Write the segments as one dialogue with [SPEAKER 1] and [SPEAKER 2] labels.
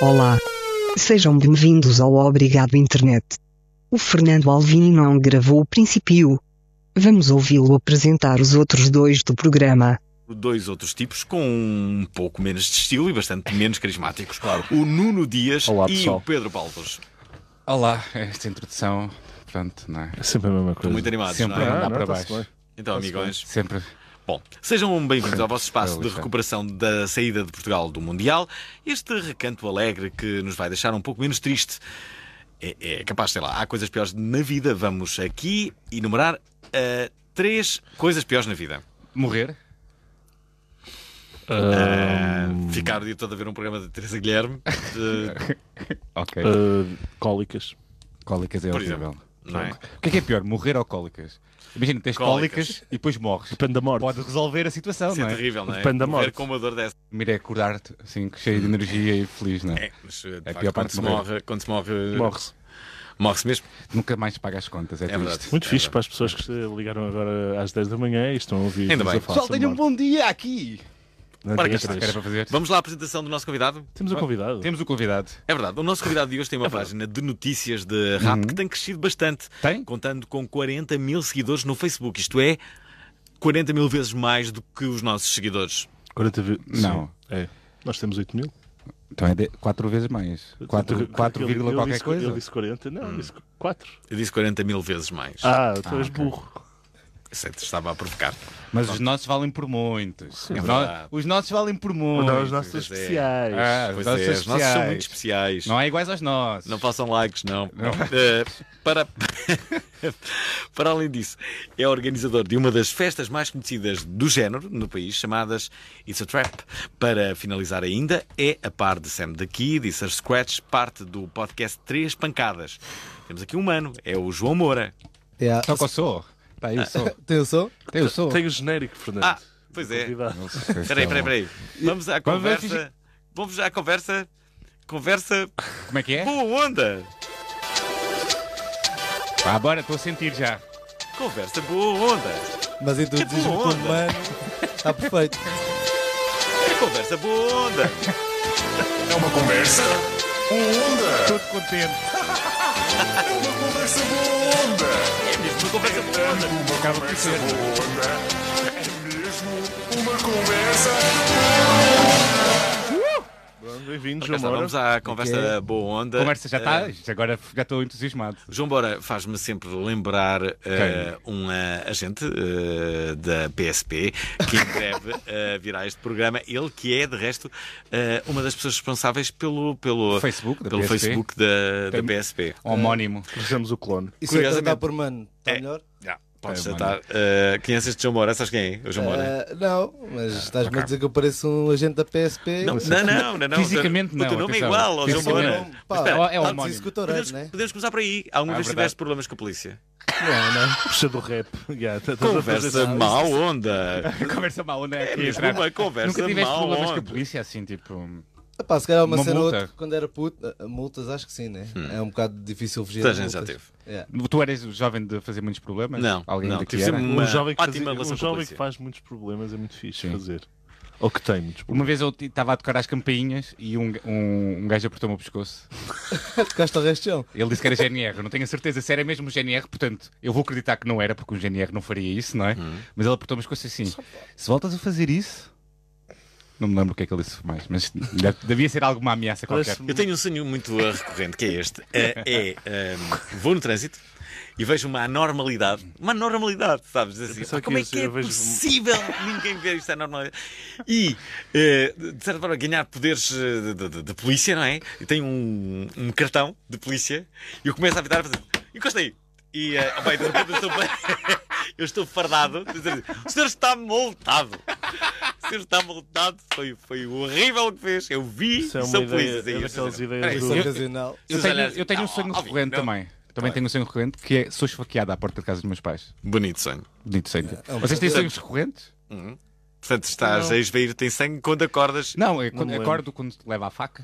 [SPEAKER 1] Olá. Sejam bem-vindos ao Obrigado Internet. O Fernando Alvim não gravou o Principio. Vamos ouvi-lo apresentar os outros dois do programa.
[SPEAKER 2] Dois outros tipos com um pouco menos de estilo e bastante menos carismáticos. Claro. O Nuno Dias
[SPEAKER 3] Olá,
[SPEAKER 2] e
[SPEAKER 3] pessoal.
[SPEAKER 2] o Pedro Baldos.
[SPEAKER 4] Olá, esta introdução, pronto, não é?
[SPEAKER 3] É sempre a mesma coisa.
[SPEAKER 2] Estão muito animados,
[SPEAKER 4] Sempre
[SPEAKER 2] não
[SPEAKER 4] a
[SPEAKER 2] é?
[SPEAKER 3] Ah,
[SPEAKER 4] andar
[SPEAKER 3] não,
[SPEAKER 4] para
[SPEAKER 3] tá-se
[SPEAKER 4] baixo.
[SPEAKER 2] Então, amigões.
[SPEAKER 4] Sempre.
[SPEAKER 2] Bom, sejam bem-vindos ao vosso espaço de
[SPEAKER 4] Lixo.
[SPEAKER 2] recuperação da saída de Portugal do Mundial. Este recanto alegre que nos vai deixar um pouco menos triste. É, é capaz, sei lá, há coisas piores na vida. Vamos aqui enumerar ah, três coisas piores na vida.
[SPEAKER 4] Morrer?
[SPEAKER 2] Ah, ficar o dia todo a ver um programa de Teresa Guilherme. de-
[SPEAKER 4] Ok.
[SPEAKER 3] Ah, cólicas.
[SPEAKER 4] Cólicas é
[SPEAKER 2] por
[SPEAKER 4] horrível.
[SPEAKER 2] não é?
[SPEAKER 4] O que é que é pior, morrer ou cólicas? Imagina, tens
[SPEAKER 2] Cólicas.
[SPEAKER 4] cólicas, e depois morres.
[SPEAKER 3] Depende da morte.
[SPEAKER 4] Pode resolver a situação,
[SPEAKER 2] Isso é
[SPEAKER 4] não é?
[SPEAKER 2] terrível, não é?
[SPEAKER 3] Depende da
[SPEAKER 2] Morrer
[SPEAKER 3] morte.
[SPEAKER 2] com uma dor dessa.
[SPEAKER 4] Primeiro é acordar-te, assim, cheio de energia e feliz, não é?
[SPEAKER 2] É, mas, de facto,
[SPEAKER 4] pior
[SPEAKER 2] quando,
[SPEAKER 4] parte
[SPEAKER 2] se
[SPEAKER 4] de morrer.
[SPEAKER 2] morre, quando se morre. eh,
[SPEAKER 3] Morre-se.
[SPEAKER 2] Morre-se mesmo.
[SPEAKER 4] Nunca mais paga as contas, é,
[SPEAKER 2] É
[SPEAKER 4] triste.
[SPEAKER 2] verdade.
[SPEAKER 3] Muito
[SPEAKER 2] É
[SPEAKER 3] fixe
[SPEAKER 2] verdade.
[SPEAKER 3] para as pessoas que se ligaram agora às 10 da manhã e estão a ouvir.
[SPEAKER 2] Ainda bem.
[SPEAKER 4] Pessoal, tenham um bom dia aqui!
[SPEAKER 2] Ora, cá
[SPEAKER 3] dia.
[SPEAKER 2] está.
[SPEAKER 4] O que era para fazer?
[SPEAKER 2] Vamos lá à apresentação do nosso convidado?
[SPEAKER 3] Temos um convidado.
[SPEAKER 4] Temos o convidado.
[SPEAKER 2] É verdade, o nosso convidado de hoje tem uma página de notícias de rap que tem crescido bastante.
[SPEAKER 4] Tem?
[SPEAKER 2] Contando com 40 mil seguidores no Facebook. Isto é 40 mil vezes mais do que os nossos seguidores.
[SPEAKER 3] 40 vi-
[SPEAKER 4] Não.
[SPEAKER 3] Sim, É. Nós temos 8 mil.
[SPEAKER 4] Então é de... quatro vezes mais. Quatro, quatro vírgula qualquer coisa.
[SPEAKER 3] Ele disse 40. Não,
[SPEAKER 2] Hum.
[SPEAKER 3] disse 4.
[SPEAKER 2] Eu disse 40 mil vezes mais.
[SPEAKER 3] Ah, tu és
[SPEAKER 4] tá, ok.
[SPEAKER 3] burro.
[SPEAKER 2] Sei que te estava a provocar.
[SPEAKER 4] Mas os nossos valem por muitos.
[SPEAKER 2] É
[SPEAKER 4] Os no-
[SPEAKER 2] verdade.
[SPEAKER 4] Os nossos valem por muitos.
[SPEAKER 3] Não, os nossos
[SPEAKER 2] pois é.
[SPEAKER 3] especiais.
[SPEAKER 4] Ah,
[SPEAKER 2] Pois
[SPEAKER 4] os
[SPEAKER 2] é,
[SPEAKER 4] nossos
[SPEAKER 2] os nossos são
[SPEAKER 4] especiais.
[SPEAKER 2] muito especiais.
[SPEAKER 4] Não é iguais aos nossos.
[SPEAKER 2] Não façam likes, não. Bom, eh, para... para além disso, é organizador de uma das festas mais conhecidas do género no país, chamadas It's a Trap. Para finalizar ainda, é a par de Sam the Kid e Sir Scratch, parte do podcast Três Pancadas. Temos aqui um humano, é o João Moura.
[SPEAKER 5] Yeah.
[SPEAKER 4] Só que eu sou. Tá aí, eu sou.
[SPEAKER 5] É, Atenção.
[SPEAKER 4] Eu sou.
[SPEAKER 3] Tem o genérico, Fernando.
[SPEAKER 2] Ah, pois é.
[SPEAKER 3] Convidado.
[SPEAKER 2] Peraí, peraí, peraí. Vamos à
[SPEAKER 4] é um- Vamos ver se-
[SPEAKER 2] conversa. Vamos à conversa. Conversa
[SPEAKER 4] Como é que é?
[SPEAKER 2] boa onda.
[SPEAKER 4] Vá, Ah, bora, estou a sentir já.
[SPEAKER 2] Conversa boa onda.
[SPEAKER 5] Mas introduzir-me
[SPEAKER 2] Que boa
[SPEAKER 5] como
[SPEAKER 2] tipo onda.
[SPEAKER 5] humano. Está perfeito.
[SPEAKER 2] É conversa boa onda.
[SPEAKER 6] É uma conversa boa onda.
[SPEAKER 4] Estou contente.
[SPEAKER 6] É uma conversa boa onda.
[SPEAKER 2] É mesmo uma conversa boa
[SPEAKER 6] É
[SPEAKER 2] onda.
[SPEAKER 6] mesmo uma conversa boa onda. É mesmo uma conversa
[SPEAKER 3] Bem-vindo,
[SPEAKER 2] Cá
[SPEAKER 3] João
[SPEAKER 2] está,
[SPEAKER 3] Moura.
[SPEAKER 2] então vamos à conversa boa onda.
[SPEAKER 4] é. Conversa já tá.
[SPEAKER 2] Eh,
[SPEAKER 4] está. Agora já estou entusiasmado.
[SPEAKER 2] João Bora faz-me sempre lembrar eh, um eh, agente eh, da PSP que em breve eh, virá a este programa. Ele que é, de resto, eh, uma das pessoas responsáveis pelo, pelo
[SPEAKER 4] Facebook da
[SPEAKER 2] pelo
[SPEAKER 4] PSP.
[SPEAKER 2] Facebook É. da, da
[SPEAKER 4] Tem- Oh,
[SPEAKER 2] PSP.
[SPEAKER 4] Homónimo.
[SPEAKER 3] Fizemos o clone.
[SPEAKER 5] Isso é
[SPEAKER 2] Curiosamente-
[SPEAKER 5] tratar por mano. Está
[SPEAKER 2] É.
[SPEAKER 5] melhor?
[SPEAKER 2] Já, Podes
[SPEAKER 4] É,
[SPEAKER 2] tratar. Eh, conheces de João Bora? Sabes quem é? O João
[SPEAKER 4] Eh,
[SPEAKER 2] Bora?
[SPEAKER 5] Ah, não, mas estás-me a dizer que eu pareço um agente da PSP.
[SPEAKER 2] Não, não, não, não, não.
[SPEAKER 4] Fisicamente
[SPEAKER 2] O teu
[SPEAKER 4] não,
[SPEAKER 2] nome é
[SPEAKER 4] atenção.
[SPEAKER 2] igual ao João
[SPEAKER 4] Fisicamente
[SPEAKER 2] Moura.
[SPEAKER 4] não.
[SPEAKER 5] é um Pá,
[SPEAKER 2] Mas espera,
[SPEAKER 4] é
[SPEAKER 5] Antes
[SPEAKER 4] homónimo.
[SPEAKER 5] isso que eu estou
[SPEAKER 2] Podemos,
[SPEAKER 5] né?
[SPEAKER 2] podemos começar por aí. Alguma
[SPEAKER 4] Ah,
[SPEAKER 2] vez
[SPEAKER 4] verdade.
[SPEAKER 2] tiveste problemas com a polícia?
[SPEAKER 3] Puxa do rap. Yeah, estás a fazer
[SPEAKER 2] Conversa
[SPEAKER 3] isso.
[SPEAKER 2] mal onda.
[SPEAKER 4] Conversa mal, onde é aqui
[SPEAKER 2] mesmo
[SPEAKER 4] entrar?
[SPEAKER 2] uma conversa
[SPEAKER 4] Nunca tiveste
[SPEAKER 2] mal
[SPEAKER 4] problemas com a
[SPEAKER 2] onda.
[SPEAKER 4] polícia assim, tipo.
[SPEAKER 5] Ah, pá, se calhar uma,
[SPEAKER 4] Uma
[SPEAKER 5] cena ou
[SPEAKER 4] multa.
[SPEAKER 5] outra, quando era puto, ah, multas acho que sim, né? É um bocado difícil fugir.
[SPEAKER 2] Hum. Toda a
[SPEAKER 5] de
[SPEAKER 2] gente já
[SPEAKER 5] multas.
[SPEAKER 2] teve.
[SPEAKER 5] Yeah.
[SPEAKER 4] Tu eras jovem de fazer muitos problemas?
[SPEAKER 2] Não,
[SPEAKER 4] Alguém
[SPEAKER 2] não,
[SPEAKER 4] daqui
[SPEAKER 2] tive
[SPEAKER 4] era?
[SPEAKER 2] sempre
[SPEAKER 3] Um
[SPEAKER 2] Uma
[SPEAKER 3] jovem, que,
[SPEAKER 2] ótima
[SPEAKER 3] fazia-
[SPEAKER 2] relação
[SPEAKER 3] um
[SPEAKER 2] com a
[SPEAKER 3] jovem
[SPEAKER 2] polícia.
[SPEAKER 3] que faz muitos problemas é muito fixe
[SPEAKER 4] Sim.
[SPEAKER 3] fazer. Ou que tem muitos problemas.
[SPEAKER 4] Uma vez eu t- estava a tocar às campainhas e um, um, um gajo apertou-me o pescoço.
[SPEAKER 5] Tocaste ao restião.
[SPEAKER 4] Ele disse que era GNR, eu não tenho a certeza se era mesmo um GNR, portanto, eu vou acreditar que não era, porque um GNR não faria isso, não é? Mas ele apertou-me as coisas assim: se voltas a fazer isso. Não me lembro o que é que ele disse mais, mas deve- devia ser alguma ameaça qualquer.
[SPEAKER 3] Parece-me-
[SPEAKER 2] Eu tenho um sonho muito uh, recorrente, que é este. Uh, É, um, vou no trânsito e vejo uma anormalidade. Uma anormalidade, sabes? Assim,
[SPEAKER 3] pensava
[SPEAKER 2] "Ah, como
[SPEAKER 3] que
[SPEAKER 2] é
[SPEAKER 3] ia
[SPEAKER 2] que
[SPEAKER 3] dizer,
[SPEAKER 2] é
[SPEAKER 3] eu
[SPEAKER 4] um-"
[SPEAKER 3] vejo-
[SPEAKER 2] possível ninguém ver isto é anormalidade? E, uh, de certa forma, ganhar poderes uh, de, de- de polícia, não é? E tenho um, um cartão de polícia e eu começo a apitar a fazer... Encosta aí! E, uh, bem, de repente eu estou... eu estou fardado. O senhor está multado. senhor está multado. Foi, foi horrível o que fez. Eu vi.
[SPEAKER 3] Isso é uma
[SPEAKER 2] são
[SPEAKER 3] ideia,
[SPEAKER 2] felizes.
[SPEAKER 3] é
[SPEAKER 2] aí,
[SPEAKER 3] daquelas
[SPEAKER 2] senhor.
[SPEAKER 3] ideias
[SPEAKER 4] Peraí,
[SPEAKER 3] do...
[SPEAKER 5] Ocasional.
[SPEAKER 4] Eu
[SPEAKER 2] Vocês
[SPEAKER 4] tenho,
[SPEAKER 2] olharem-
[SPEAKER 4] eu tenho um sonho
[SPEAKER 2] Ah, óbvio,
[SPEAKER 4] recorrente
[SPEAKER 2] não.
[SPEAKER 4] também. Também tenho um sonho recorrente que é sou esfaqueada à porta de casa dos meus pais.
[SPEAKER 2] Bonito sonho.
[SPEAKER 4] Bonito sonho.
[SPEAKER 5] um
[SPEAKER 4] Vocês têm sonhos recorrentes?
[SPEAKER 2] Portanto, estás a esvair-te em sangue quando acordas.
[SPEAKER 4] Não, é quando
[SPEAKER 3] me lembro.
[SPEAKER 4] acordo quando te leva a faca,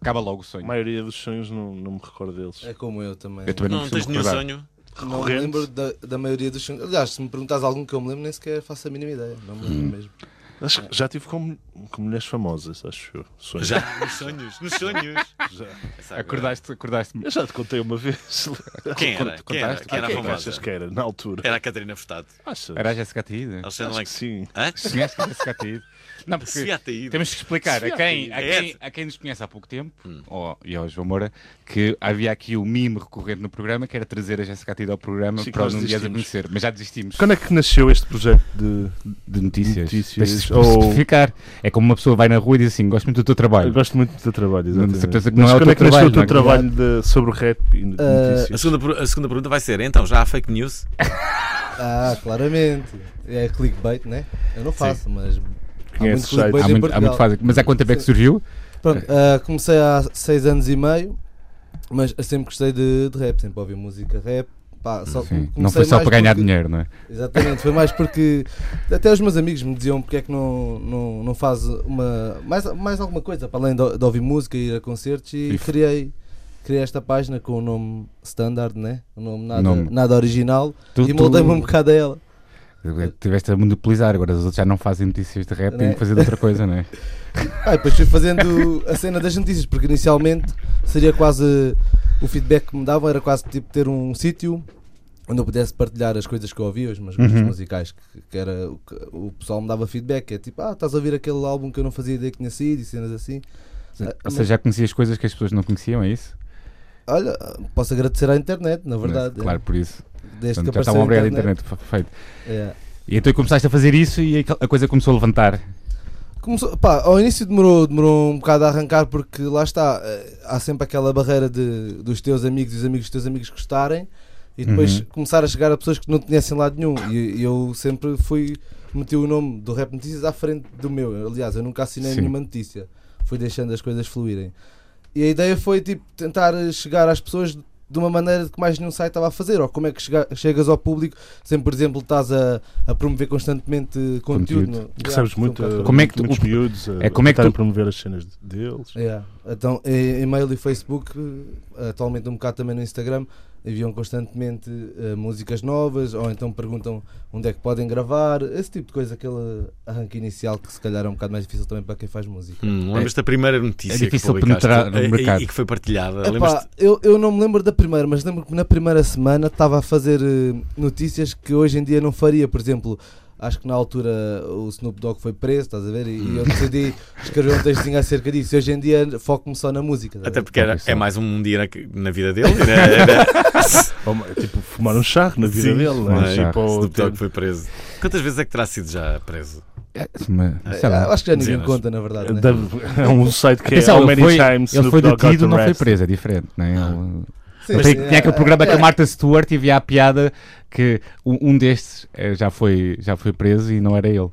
[SPEAKER 4] acaba logo o
[SPEAKER 3] A
[SPEAKER 4] sonho.
[SPEAKER 3] maioria dos sonhos não, não me recordo deles.
[SPEAKER 5] É como eu também.
[SPEAKER 4] Eu também não,
[SPEAKER 2] Não,
[SPEAKER 4] costumo
[SPEAKER 2] tens nenhum
[SPEAKER 4] recordar.
[SPEAKER 2] sonho.
[SPEAKER 5] Não me
[SPEAKER 3] Recorrente.
[SPEAKER 5] lembro da, da maioria dos sonhos. Aliás, se me perguntas algum que eu me lembro, nem sequer faço a mínima ideia. Não me
[SPEAKER 4] Hum.
[SPEAKER 5] lembro mesmo.
[SPEAKER 3] Acho que já tive com, com mulheres famosas, acho eu. Sonhos.
[SPEAKER 2] Já, nos sonhos. Nos sonhos. Já.
[SPEAKER 4] Acordaste, acordaste
[SPEAKER 3] Eu já te contei uma vez.
[SPEAKER 2] Quem era?
[SPEAKER 4] Contaste?
[SPEAKER 2] Quem era, quem era a
[SPEAKER 4] Ah, quem
[SPEAKER 2] famosa?
[SPEAKER 3] Achas que era, na altura.
[SPEAKER 2] Era a Catarina Furtado.
[SPEAKER 3] Achas?
[SPEAKER 4] Era a Jéssica Ataíde.
[SPEAKER 2] Alexandre
[SPEAKER 3] Acho que
[SPEAKER 2] Lenk.
[SPEAKER 3] sim.
[SPEAKER 2] é Hã?
[SPEAKER 4] Conhece a Jéssica Ataíde? Não,
[SPEAKER 2] Se
[SPEAKER 4] porque
[SPEAKER 2] há te ido.
[SPEAKER 4] temos que explicar a quem, a,
[SPEAKER 2] É
[SPEAKER 4] quem, a quem nos conhece há pouco tempo,
[SPEAKER 3] Hum.
[SPEAKER 4] ó, e ao João Moura, que havia aqui o mime recorrente no programa, que era trazer a Jéssica Ataíde ao programa
[SPEAKER 3] Sim, que
[SPEAKER 4] para
[SPEAKER 3] nós
[SPEAKER 4] um dia a
[SPEAKER 3] desistimos.
[SPEAKER 4] conhecer. Mas já desistimos.
[SPEAKER 3] Quando é que nasceu este projeto de.
[SPEAKER 4] de notícias.
[SPEAKER 3] Notícias,
[SPEAKER 4] Deixa-se
[SPEAKER 3] ou-
[SPEAKER 4] especificar. É como uma pessoa vai na rua e diz assim: Gosto muito do teu
[SPEAKER 3] Eu
[SPEAKER 4] trabalho.
[SPEAKER 3] gosto muito do teu trabalho, exatamente.
[SPEAKER 4] de certeza que é.
[SPEAKER 3] Mas
[SPEAKER 4] não é o
[SPEAKER 3] quando
[SPEAKER 4] teu
[SPEAKER 3] é que nasceu o teu
[SPEAKER 4] trabalho,
[SPEAKER 3] trabalho de- sobre o rap e no-
[SPEAKER 5] Ah,
[SPEAKER 2] A
[SPEAKER 3] notícias?
[SPEAKER 2] segunda, per- a segunda pergunta vai ser: então, já há fake news?
[SPEAKER 5] Ah, claramente. É clickbait, né? Eu não faço, mas. Há
[SPEAKER 3] Conheces
[SPEAKER 5] muito
[SPEAKER 3] sites.
[SPEAKER 5] clickbait
[SPEAKER 4] Há
[SPEAKER 5] em
[SPEAKER 4] muito, há
[SPEAKER 5] Portugal.
[SPEAKER 4] muito fácil. Mas há quanto tempo é que surgiu?
[SPEAKER 5] Pronto, ah, comecei há 6 anos e meio, mas eu sempre gostei de, de rap, sempre ouvi música rap. Pá, só
[SPEAKER 4] Sim.
[SPEAKER 5] comecei
[SPEAKER 4] Não foi só
[SPEAKER 5] mais
[SPEAKER 4] para ganhar
[SPEAKER 5] porque-
[SPEAKER 4] dinheiro, não é?
[SPEAKER 5] Exatamente, foi mais porque até os meus amigos me diziam porque é que não, não, não faz uma, mais, mais alguma coisa para além de, de ouvir música e ir a concertos e
[SPEAKER 4] E f-
[SPEAKER 5] criei, criei esta página com o nome standard, né? um nome nada,
[SPEAKER 4] Nome.
[SPEAKER 5] nada original
[SPEAKER 4] Tu-
[SPEAKER 5] e
[SPEAKER 4] tu-
[SPEAKER 5] moldei-me um bocado a ela.
[SPEAKER 4] Tiveste a monopolizar, agora os outros já não fazem notícias de rap e
[SPEAKER 5] Não é?
[SPEAKER 4] têm que fazer de outra coisa, não é?
[SPEAKER 5] Ah, e depois fui fazendo a cena das notícias, porque inicialmente seria quase. O feedback que me davam era quase tipo ter um sítio onde eu pudesse partilhar as coisas que eu ouvia, os meus gostos
[SPEAKER 4] Uhum.
[SPEAKER 5] musicais, que, que era o que o pessoal me dava feedback, é tipo, ah, estás a ouvir aquele álbum que eu não fazia ideia que tinha sido e cenas assim. Ah,
[SPEAKER 4] Ou seja, já conhecias coisas que as pessoas não conheciam, é isso?
[SPEAKER 5] mas, olha, posso agradecer à internet, na verdade.
[SPEAKER 4] Claro, por isso.
[SPEAKER 5] é, desde
[SPEAKER 4] Portanto,
[SPEAKER 5] que
[SPEAKER 4] já
[SPEAKER 5] apareceu
[SPEAKER 4] estavam
[SPEAKER 5] a
[SPEAKER 4] obrigados à
[SPEAKER 5] internet.
[SPEAKER 4] internet. fe- Feito.
[SPEAKER 5] É.
[SPEAKER 4] E então começaste a fazer isso e a- a coisa começou a levantar.
[SPEAKER 5] Começou- pá, ao início demorou, demorou um bocado a arrancar porque lá está, eh, há sempre aquela barreira de, dos teus amigos e os amigos dos teus amigos gostarem e depois
[SPEAKER 4] Uhum.
[SPEAKER 5] começar a chegar a pessoas que não te conhecem de lado nenhum. E eu sempre fui, meti o nome do Rap Notícias à frente do meu. Aliás, eu nunca assinei
[SPEAKER 4] Sim.
[SPEAKER 5] nenhuma notícia, fui deixando as coisas fluírem. E a ideia foi tipo tentar eh, chegar às pessoas de uma maneira que mais nenhum site estava a fazer, ou como é que chega- chegas ao público, sempre, por exemplo, estás a, a promover constantemente conteúdo.
[SPEAKER 4] Conteúdo.
[SPEAKER 5] no-
[SPEAKER 3] Recebes
[SPEAKER 5] Yeah,
[SPEAKER 3] muito,
[SPEAKER 5] foi um bocado
[SPEAKER 4] Como é que tu-
[SPEAKER 3] muitos miúdos a,
[SPEAKER 4] é, como é que
[SPEAKER 3] tentar
[SPEAKER 4] tu-
[SPEAKER 3] promover as cenas deles.
[SPEAKER 5] Yeah. Então, e- e-mail e Facebook, eh, atualmente um bocado também no Instagram, enviam constantemente eh, músicas novas ou então perguntam onde é que podem gravar, esse tipo de coisa, aquele arranque inicial que se calhar é um bocado mais difícil também para quem faz música.
[SPEAKER 2] Hum, lembras da primeira notícia
[SPEAKER 4] é difícil
[SPEAKER 2] que publicaste
[SPEAKER 4] penetrar no
[SPEAKER 2] e- e-
[SPEAKER 4] mercado.
[SPEAKER 2] e que foi partilhada?
[SPEAKER 5] Epá,
[SPEAKER 2] Lembras-te?
[SPEAKER 5] eu, eu não me lembro da primeira, mas lembro que na primeira semana estava a fazer eh, notícias que hoje em dia não faria. Por exemplo, acho que na altura o Snoop Dogg foi preso, estás a ver? E, e eu decidi escrever um textinho acerca disso. E hoje em dia foco-me só na música. estás a
[SPEAKER 2] Até
[SPEAKER 5] ver?
[SPEAKER 2] porque era-
[SPEAKER 4] Confissão.
[SPEAKER 2] é mais um dia na, na vida dele. Né? Era-
[SPEAKER 3] Ou, tipo, fumar um charro na vida
[SPEAKER 2] Sim,
[SPEAKER 3] dele.
[SPEAKER 4] fumar
[SPEAKER 3] né?
[SPEAKER 4] um charro.
[SPEAKER 3] Tipo, ou
[SPEAKER 2] Snoop Dogg
[SPEAKER 3] ter-
[SPEAKER 2] foi preso. Quantas vezes é que terá sido já preso?
[SPEAKER 4] Uma- É, sei lá.
[SPEAKER 5] Eu acho que já ninguém
[SPEAKER 2] Dezenas.
[SPEAKER 5] conta, na verdade. né?
[SPEAKER 3] Deve- É um site que é
[SPEAKER 4] Atenção,
[SPEAKER 3] How
[SPEAKER 4] ele
[SPEAKER 3] Many
[SPEAKER 4] foi,
[SPEAKER 3] Times
[SPEAKER 4] ele
[SPEAKER 3] Snoop
[SPEAKER 4] foi
[SPEAKER 3] Dogg Got
[SPEAKER 4] detido, não foi
[SPEAKER 3] Arrested.
[SPEAKER 4] preso, é diferente. Não é? Ele-
[SPEAKER 5] Sim,
[SPEAKER 4] Tem-
[SPEAKER 5] sim,
[SPEAKER 4] tinha aquele
[SPEAKER 5] Ah. é,
[SPEAKER 4] programa
[SPEAKER 5] é,
[SPEAKER 4] com a Martha Stewart e havia a piada que um, um destes eh, já foi, já foi preso e não era ele.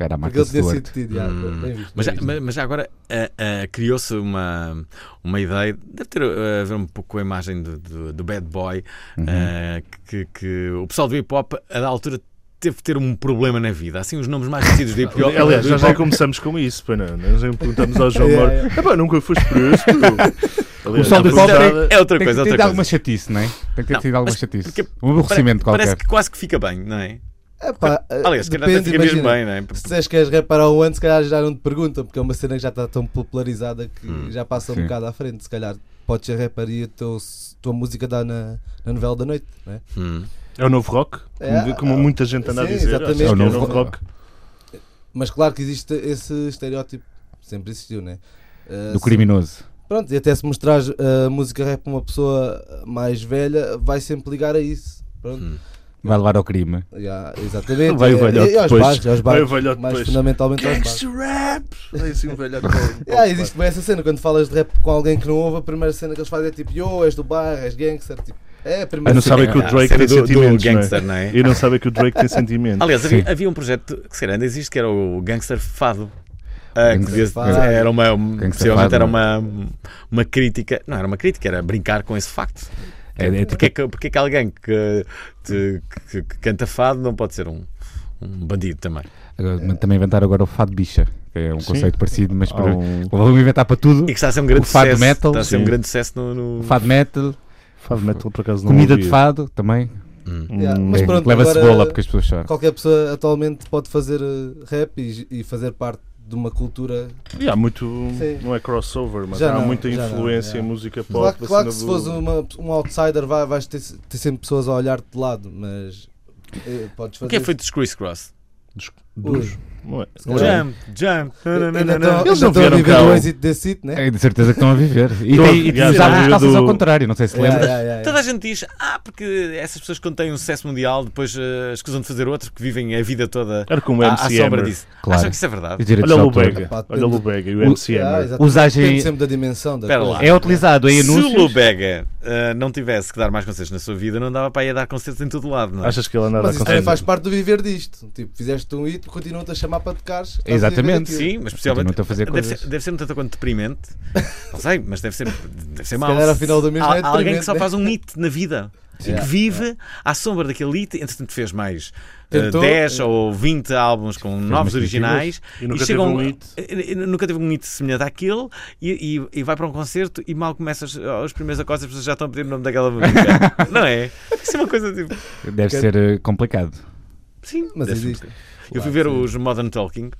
[SPEAKER 4] Era a Martha
[SPEAKER 5] Porque ele tinha
[SPEAKER 4] Stewart.
[SPEAKER 5] sido detido. já,
[SPEAKER 2] Hum.
[SPEAKER 5] bem visto,
[SPEAKER 2] Mas já,
[SPEAKER 5] bem visto.
[SPEAKER 2] mas- mas já agora ah, ah, criou-se uma, uma ideia, deve ter ah, a ver um pouco com a imagem do, do- do bad boy, ah, que, que o pessoal do hip hop, à altura, teve que ter um problema na vida. Assim, os nomes mais conhecidos do hip hop.
[SPEAKER 3] Aliás,
[SPEAKER 2] do
[SPEAKER 3] nós já
[SPEAKER 2] hip-hop- É
[SPEAKER 3] começamos com isso, pois não? é? Nós já perguntamos ao João
[SPEAKER 5] É,
[SPEAKER 3] Moro:
[SPEAKER 5] é.
[SPEAKER 3] "Epá, nunca foste preso. tu." Aliás,
[SPEAKER 4] pessoal
[SPEAKER 3] a
[SPEAKER 4] do hip-hop
[SPEAKER 3] perguntada-
[SPEAKER 2] é outra
[SPEAKER 4] Tem
[SPEAKER 2] coisa, outra
[SPEAKER 4] que ter tido
[SPEAKER 2] coisa.
[SPEAKER 4] alguma chatice, não é? Tem que ter
[SPEAKER 2] Não,
[SPEAKER 4] tido alguma
[SPEAKER 2] mas
[SPEAKER 4] chatice.
[SPEAKER 2] porque
[SPEAKER 4] Um aborrecimento
[SPEAKER 2] Parece
[SPEAKER 4] qualquer.
[SPEAKER 2] que quase que fica bem, não é?
[SPEAKER 5] É pá, eh,
[SPEAKER 2] Aliás, se calhar até
[SPEAKER 5] depende,
[SPEAKER 2] fica mesmo
[SPEAKER 5] imagina,
[SPEAKER 2] bem, não é?
[SPEAKER 5] Se disseres que és rapper ao ano, se calhar já não te perguntam, porque é uma cena que já está tão popularizada que
[SPEAKER 2] Hum.
[SPEAKER 5] já passa um
[SPEAKER 4] sim.
[SPEAKER 5] bocado à frente. Se calhar podes ser rapper e a teu- tua música dá na, na novela da noite, não é?
[SPEAKER 2] Hum.
[SPEAKER 3] É o novo rock, como,
[SPEAKER 5] É,
[SPEAKER 3] como muita gente anda a
[SPEAKER 5] sim,
[SPEAKER 3] dizer. acho que
[SPEAKER 5] exatamente. É o
[SPEAKER 3] é o
[SPEAKER 5] novo
[SPEAKER 3] novo rock.
[SPEAKER 5] rock. Mas claro que existe esse estereótipo, sempre existiu, não é? Eh,
[SPEAKER 4] Do
[SPEAKER 5] se-
[SPEAKER 4] criminoso.
[SPEAKER 5] Pronto, e até se eh,
[SPEAKER 2] Hum.
[SPEAKER 5] mostrares a música rap a uma pessoa mais velha, vai sempre ligar a isso. Pronto.
[SPEAKER 4] Vai levar ao crime.
[SPEAKER 5] Já, exatamente.
[SPEAKER 3] Vai o
[SPEAKER 5] É,
[SPEAKER 3] velhote
[SPEAKER 5] e aos
[SPEAKER 3] depois.
[SPEAKER 5] bares, aos
[SPEAKER 3] Vai o
[SPEAKER 5] bares.
[SPEAKER 3] velhote
[SPEAKER 5] mais
[SPEAKER 3] depois.
[SPEAKER 5] fundamentalmente aos bares.
[SPEAKER 3] Gangster rap! É assim um velhote.
[SPEAKER 5] Ah, existe bem essa cena, quando falas de rap com alguém que não ouve, a primeira cena que eles fazem é tipo, yo, és do bar, és gangster, tipo, é a
[SPEAKER 3] Ah,
[SPEAKER 5] primeira
[SPEAKER 3] não
[SPEAKER 5] cena.
[SPEAKER 3] sabem que o
[SPEAKER 2] Ah,
[SPEAKER 3] Drake
[SPEAKER 2] cena
[SPEAKER 3] tem
[SPEAKER 2] do- do
[SPEAKER 3] sentimentos. não é?
[SPEAKER 2] gangster, não é?
[SPEAKER 3] E não sabem que o Drake tem sentimentos.
[SPEAKER 2] Aliás, havia, havia um projeto que se calhar ainda existe que era o Gangster Fado. Ah, que
[SPEAKER 4] Gangster
[SPEAKER 2] dizia-
[SPEAKER 5] Fado.
[SPEAKER 2] era uma, um, possivelmente
[SPEAKER 4] Fado,
[SPEAKER 2] era
[SPEAKER 4] não é?
[SPEAKER 2] uma, uma crítica, não era uma crítica, era brincar com esse facto.
[SPEAKER 4] É, é tipo-
[SPEAKER 2] Porque, é que, porque é que alguém que, te- que- que canta fado não pode ser um, um bandido também?
[SPEAKER 4] Agora, mas Também inventaram agora o fado bicha, que é um
[SPEAKER 3] Sim.
[SPEAKER 4] conceito parecido, mas para...
[SPEAKER 3] Há um-
[SPEAKER 4] vão inventar para tudo.
[SPEAKER 2] E que está a ser um grande
[SPEAKER 4] O fado
[SPEAKER 2] sucesso.
[SPEAKER 4] metal,
[SPEAKER 2] está a ser um
[SPEAKER 3] sim.
[SPEAKER 2] grande sucesso no. no-
[SPEAKER 4] Fado metal,
[SPEAKER 3] Fado metal, por acaso, não
[SPEAKER 4] comida
[SPEAKER 3] ouvi.
[SPEAKER 4] de fado também.
[SPEAKER 5] Yeah,
[SPEAKER 3] Hum,
[SPEAKER 5] mas
[SPEAKER 4] É,
[SPEAKER 5] pronto,
[SPEAKER 4] leva
[SPEAKER 5] agora-
[SPEAKER 4] cebola porque as pessoas choram.
[SPEAKER 5] Qualquer pessoa atualmente pode fazer eh, rap e, e fazer parte de uma cultura.
[SPEAKER 3] E há muito.
[SPEAKER 5] Sim.
[SPEAKER 3] Não é crossover, mas
[SPEAKER 5] Já
[SPEAKER 3] há
[SPEAKER 5] não,
[SPEAKER 3] muita
[SPEAKER 5] já não,
[SPEAKER 3] influência
[SPEAKER 5] já.
[SPEAKER 3] em música pop.
[SPEAKER 5] Claro,
[SPEAKER 3] da
[SPEAKER 5] claro que
[SPEAKER 3] cena
[SPEAKER 5] se
[SPEAKER 3] do-
[SPEAKER 5] fores uma- um outsider vai, vais ter, ter sempre pessoas a olhar-te de lado, mas eh, podes
[SPEAKER 2] O
[SPEAKER 5] fazer.
[SPEAKER 2] que é feito dos Criss Cross?
[SPEAKER 5] Ui,
[SPEAKER 3] Não é?
[SPEAKER 5] Não é?
[SPEAKER 2] Jump, jump.
[SPEAKER 5] ainda
[SPEAKER 2] nananana.
[SPEAKER 5] estão-
[SPEAKER 3] Eles
[SPEAKER 5] ainda
[SPEAKER 3] não
[SPEAKER 5] estão a
[SPEAKER 3] vieram
[SPEAKER 5] viver
[SPEAKER 3] cá,
[SPEAKER 5] do
[SPEAKER 3] o-
[SPEAKER 5] êxito desse hit, né?
[SPEAKER 4] É de certeza que estão a viver. E,
[SPEAKER 3] Estou a-
[SPEAKER 4] e, e
[SPEAKER 3] já,
[SPEAKER 4] usaram as
[SPEAKER 3] já,
[SPEAKER 4] calças
[SPEAKER 3] do-
[SPEAKER 4] ao contrário, não sei se
[SPEAKER 5] Yeah,
[SPEAKER 4] lembras.
[SPEAKER 5] yeah, yeah,
[SPEAKER 2] Toda
[SPEAKER 5] yeah.
[SPEAKER 2] a gente diz, ah, porque essas pessoas quando têm um sucesso mundial depois eh, escusam de fazer outro, que vivem a vida toda
[SPEAKER 3] Era como o
[SPEAKER 2] à, à
[SPEAKER 3] MC
[SPEAKER 2] sombra
[SPEAKER 3] Hammer.
[SPEAKER 2] disso.
[SPEAKER 4] Claro.
[SPEAKER 2] Acham que isso é
[SPEAKER 4] E
[SPEAKER 2] verdade?
[SPEAKER 4] direitos
[SPEAKER 3] Olha o
[SPEAKER 4] de autor.
[SPEAKER 3] Lubega.
[SPEAKER 5] Pá,
[SPEAKER 3] Olha o Lubega e o
[SPEAKER 4] O-
[SPEAKER 3] MC
[SPEAKER 5] Ah,
[SPEAKER 3] Hammer.
[SPEAKER 5] exatamente.
[SPEAKER 4] Usagem-
[SPEAKER 5] Depende sempre da dimensão da
[SPEAKER 2] Espera
[SPEAKER 5] coisa.
[SPEAKER 2] lá.
[SPEAKER 4] É utilizado em
[SPEAKER 2] Se o
[SPEAKER 4] anúncios.
[SPEAKER 2] Lubega eh, não tivesse que dar mais concertos na sua vida, não dava para ir a dar concertos em todo lado, não é?
[SPEAKER 3] Achas que ele andava
[SPEAKER 5] Mas
[SPEAKER 3] a
[SPEAKER 5] isso também
[SPEAKER 3] contar?
[SPEAKER 5] faz parte do viver disto. Tipo, fizeste um hit, continuam-te a chamar para tocares. estás a viver
[SPEAKER 4] Exatamente,
[SPEAKER 5] aquilo.
[SPEAKER 2] Sim, mas especialmente.
[SPEAKER 4] Continuam-te a fazer
[SPEAKER 2] deve,
[SPEAKER 4] coisas.
[SPEAKER 2] ser, deve ser um tanto quanto deprimente. Não sei, mas deve ser, deve ser
[SPEAKER 5] Se
[SPEAKER 2] mau.
[SPEAKER 5] calhar ao final do mês não é
[SPEAKER 2] Há- há alguém
[SPEAKER 5] deprimente,
[SPEAKER 2] que só
[SPEAKER 5] né?
[SPEAKER 2] faz um hit na vida. Que vive à sombra daquele hit, entretanto fez mais eh,
[SPEAKER 5] Tentou,
[SPEAKER 2] 10
[SPEAKER 5] eh,
[SPEAKER 2] ou 20 álbuns com novos
[SPEAKER 4] umas
[SPEAKER 2] originais
[SPEAKER 3] E nunca
[SPEAKER 2] chega
[SPEAKER 3] teve
[SPEAKER 2] um-
[SPEAKER 3] um hit.
[SPEAKER 2] eh, eh, Nunca teve um hit semelhante àquele e, e- e vai para um concerto e mal começas oh, os primeiros acordes, as pessoas já estão a pedir o nome daquela música. não é? Isso é uma coisa tipo.
[SPEAKER 4] Deve ser eh, complicado.
[SPEAKER 2] Sim,
[SPEAKER 5] Mas
[SPEAKER 2] deve-
[SPEAKER 5] existe.
[SPEAKER 2] eu fui ver os Modern Talking,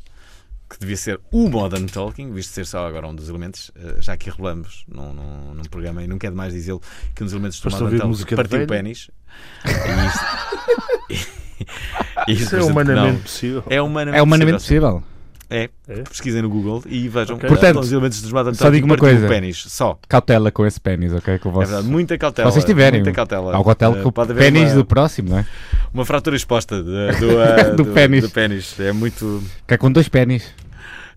[SPEAKER 2] que devia ser o Modern Talking, visto ser só agora um dos elementos, eh, já que revelamos num, num, num programa, e não quero mais dizê-lo, que um dos elementos do
[SPEAKER 3] Foste
[SPEAKER 2] Modern
[SPEAKER 3] ouvir
[SPEAKER 2] Talking
[SPEAKER 3] música de
[SPEAKER 2] partiu o
[SPEAKER 3] velho?
[SPEAKER 2] pênis. E isto- e isto,
[SPEAKER 3] Isso é
[SPEAKER 2] portanto,
[SPEAKER 3] humanamente
[SPEAKER 2] não.
[SPEAKER 3] possível.
[SPEAKER 2] É humanamente,
[SPEAKER 4] É humanamente
[SPEAKER 2] possível.
[SPEAKER 4] possível.
[SPEAKER 2] É.
[SPEAKER 3] É?
[SPEAKER 2] Pesquisem no Google e vejam portanto,
[SPEAKER 3] Ok.
[SPEAKER 4] Portanto,
[SPEAKER 2] todos os elementos dos Modern
[SPEAKER 4] só
[SPEAKER 2] Talking
[SPEAKER 4] digo uma
[SPEAKER 2] partiu o
[SPEAKER 4] coisa.
[SPEAKER 2] pênis. Só.
[SPEAKER 4] Cautela com esse pênis, ok? Com o
[SPEAKER 2] É
[SPEAKER 4] vosso...
[SPEAKER 2] verdade, muita cautela.
[SPEAKER 4] Vocês tiverem.
[SPEAKER 2] Muita cautela.
[SPEAKER 4] Há um hotel
[SPEAKER 2] Eh,
[SPEAKER 4] com o
[SPEAKER 2] pode haver
[SPEAKER 4] pênis
[SPEAKER 2] uma-
[SPEAKER 4] do próximo, não é?
[SPEAKER 2] Uma fratura exposta de- do, eh,
[SPEAKER 4] Do pênis.
[SPEAKER 2] do pênis. É muito.
[SPEAKER 4] Que é com dois pênis.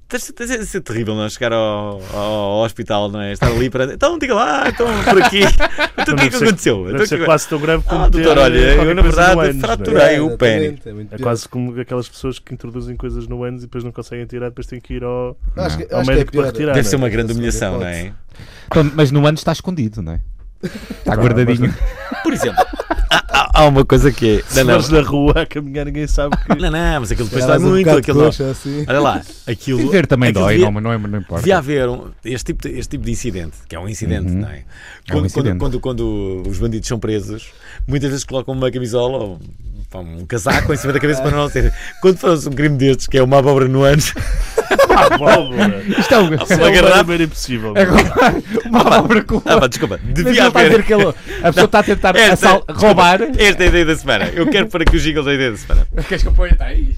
[SPEAKER 2] Deve ser- deve ser terrível não é? chegar ao, ao hospital, não é? Estar ali para. Então, diga lá, então por aqui. Então, o que é
[SPEAKER 3] Deve
[SPEAKER 2] que
[SPEAKER 3] ser-
[SPEAKER 2] aconteceu? Então,
[SPEAKER 3] Deve ser
[SPEAKER 2] que-
[SPEAKER 3] quase tão grave como
[SPEAKER 2] Ah, doutor,
[SPEAKER 3] ter,
[SPEAKER 2] olha,
[SPEAKER 3] eh, qualquer
[SPEAKER 2] eu na
[SPEAKER 3] coisa no
[SPEAKER 2] verdade
[SPEAKER 3] ânus, não é?
[SPEAKER 2] fraturei. Tirei o
[SPEAKER 5] exatamente,
[SPEAKER 2] pênis.
[SPEAKER 5] é muito
[SPEAKER 3] É
[SPEAKER 5] pior.
[SPEAKER 3] quase como aquelas pessoas que introduzem coisas no ânus e depois não conseguem tirar, depois têm que ir ao,
[SPEAKER 5] Acho que,
[SPEAKER 3] ao
[SPEAKER 5] acho que é
[SPEAKER 3] médico
[SPEAKER 5] pior.
[SPEAKER 3] para retirar.
[SPEAKER 2] Deve ser
[SPEAKER 3] não
[SPEAKER 2] uma
[SPEAKER 3] é?
[SPEAKER 2] grande
[SPEAKER 5] Segunda
[SPEAKER 2] humilhação, não
[SPEAKER 5] hipótese.
[SPEAKER 2] é?
[SPEAKER 4] Então, mas no ano está escondido, não é? Está guardadinho.
[SPEAKER 2] Por exemplo, há, há- há uma coisa que é.
[SPEAKER 3] Se
[SPEAKER 2] Não,
[SPEAKER 3] fores
[SPEAKER 2] não,
[SPEAKER 3] na rua a caminhar, ninguém sabe que. é
[SPEAKER 2] não, não, mas aquilo depois
[SPEAKER 5] Era
[SPEAKER 2] dói
[SPEAKER 5] um
[SPEAKER 2] muito.
[SPEAKER 5] bocado
[SPEAKER 2] aquilo dói.
[SPEAKER 5] coxa, assim.
[SPEAKER 2] Olha lá, aquilo.
[SPEAKER 4] Viver também
[SPEAKER 2] aquilo
[SPEAKER 4] dói,
[SPEAKER 2] devia-
[SPEAKER 4] não, não, é- não importa.
[SPEAKER 2] Devia haver um- este, tipo de, este tipo de incidente, que é um incidente,
[SPEAKER 4] Uhum.
[SPEAKER 2] não é?
[SPEAKER 4] É
[SPEAKER 2] Quando,
[SPEAKER 4] um incidente.
[SPEAKER 2] Quando, quando- quando os bandidos são presos, muitas vezes colocam uma camisola ou pá, um casaco em cima da cabeça para não ser. Quando faz um crime destes, que é uma abóbora no ano,
[SPEAKER 3] Ah, abóbora!
[SPEAKER 4] Isto é um-
[SPEAKER 3] Isso é
[SPEAKER 2] Uma garrafa.
[SPEAKER 3] humanamente impossível.
[SPEAKER 4] é como- uma obra com
[SPEAKER 2] Ah, pá, desculpa,
[SPEAKER 4] Mas
[SPEAKER 2] devia
[SPEAKER 4] ele está a dizer
[SPEAKER 2] haver. é,
[SPEAKER 4] que ele- a pessoa está a tentar assal-
[SPEAKER 2] desculpa,
[SPEAKER 4] roubar.
[SPEAKER 2] Esta é a ideia da semana. Eu quero para que o Jingle da ideia da semana.
[SPEAKER 4] Queres que eu ponha? Está aí.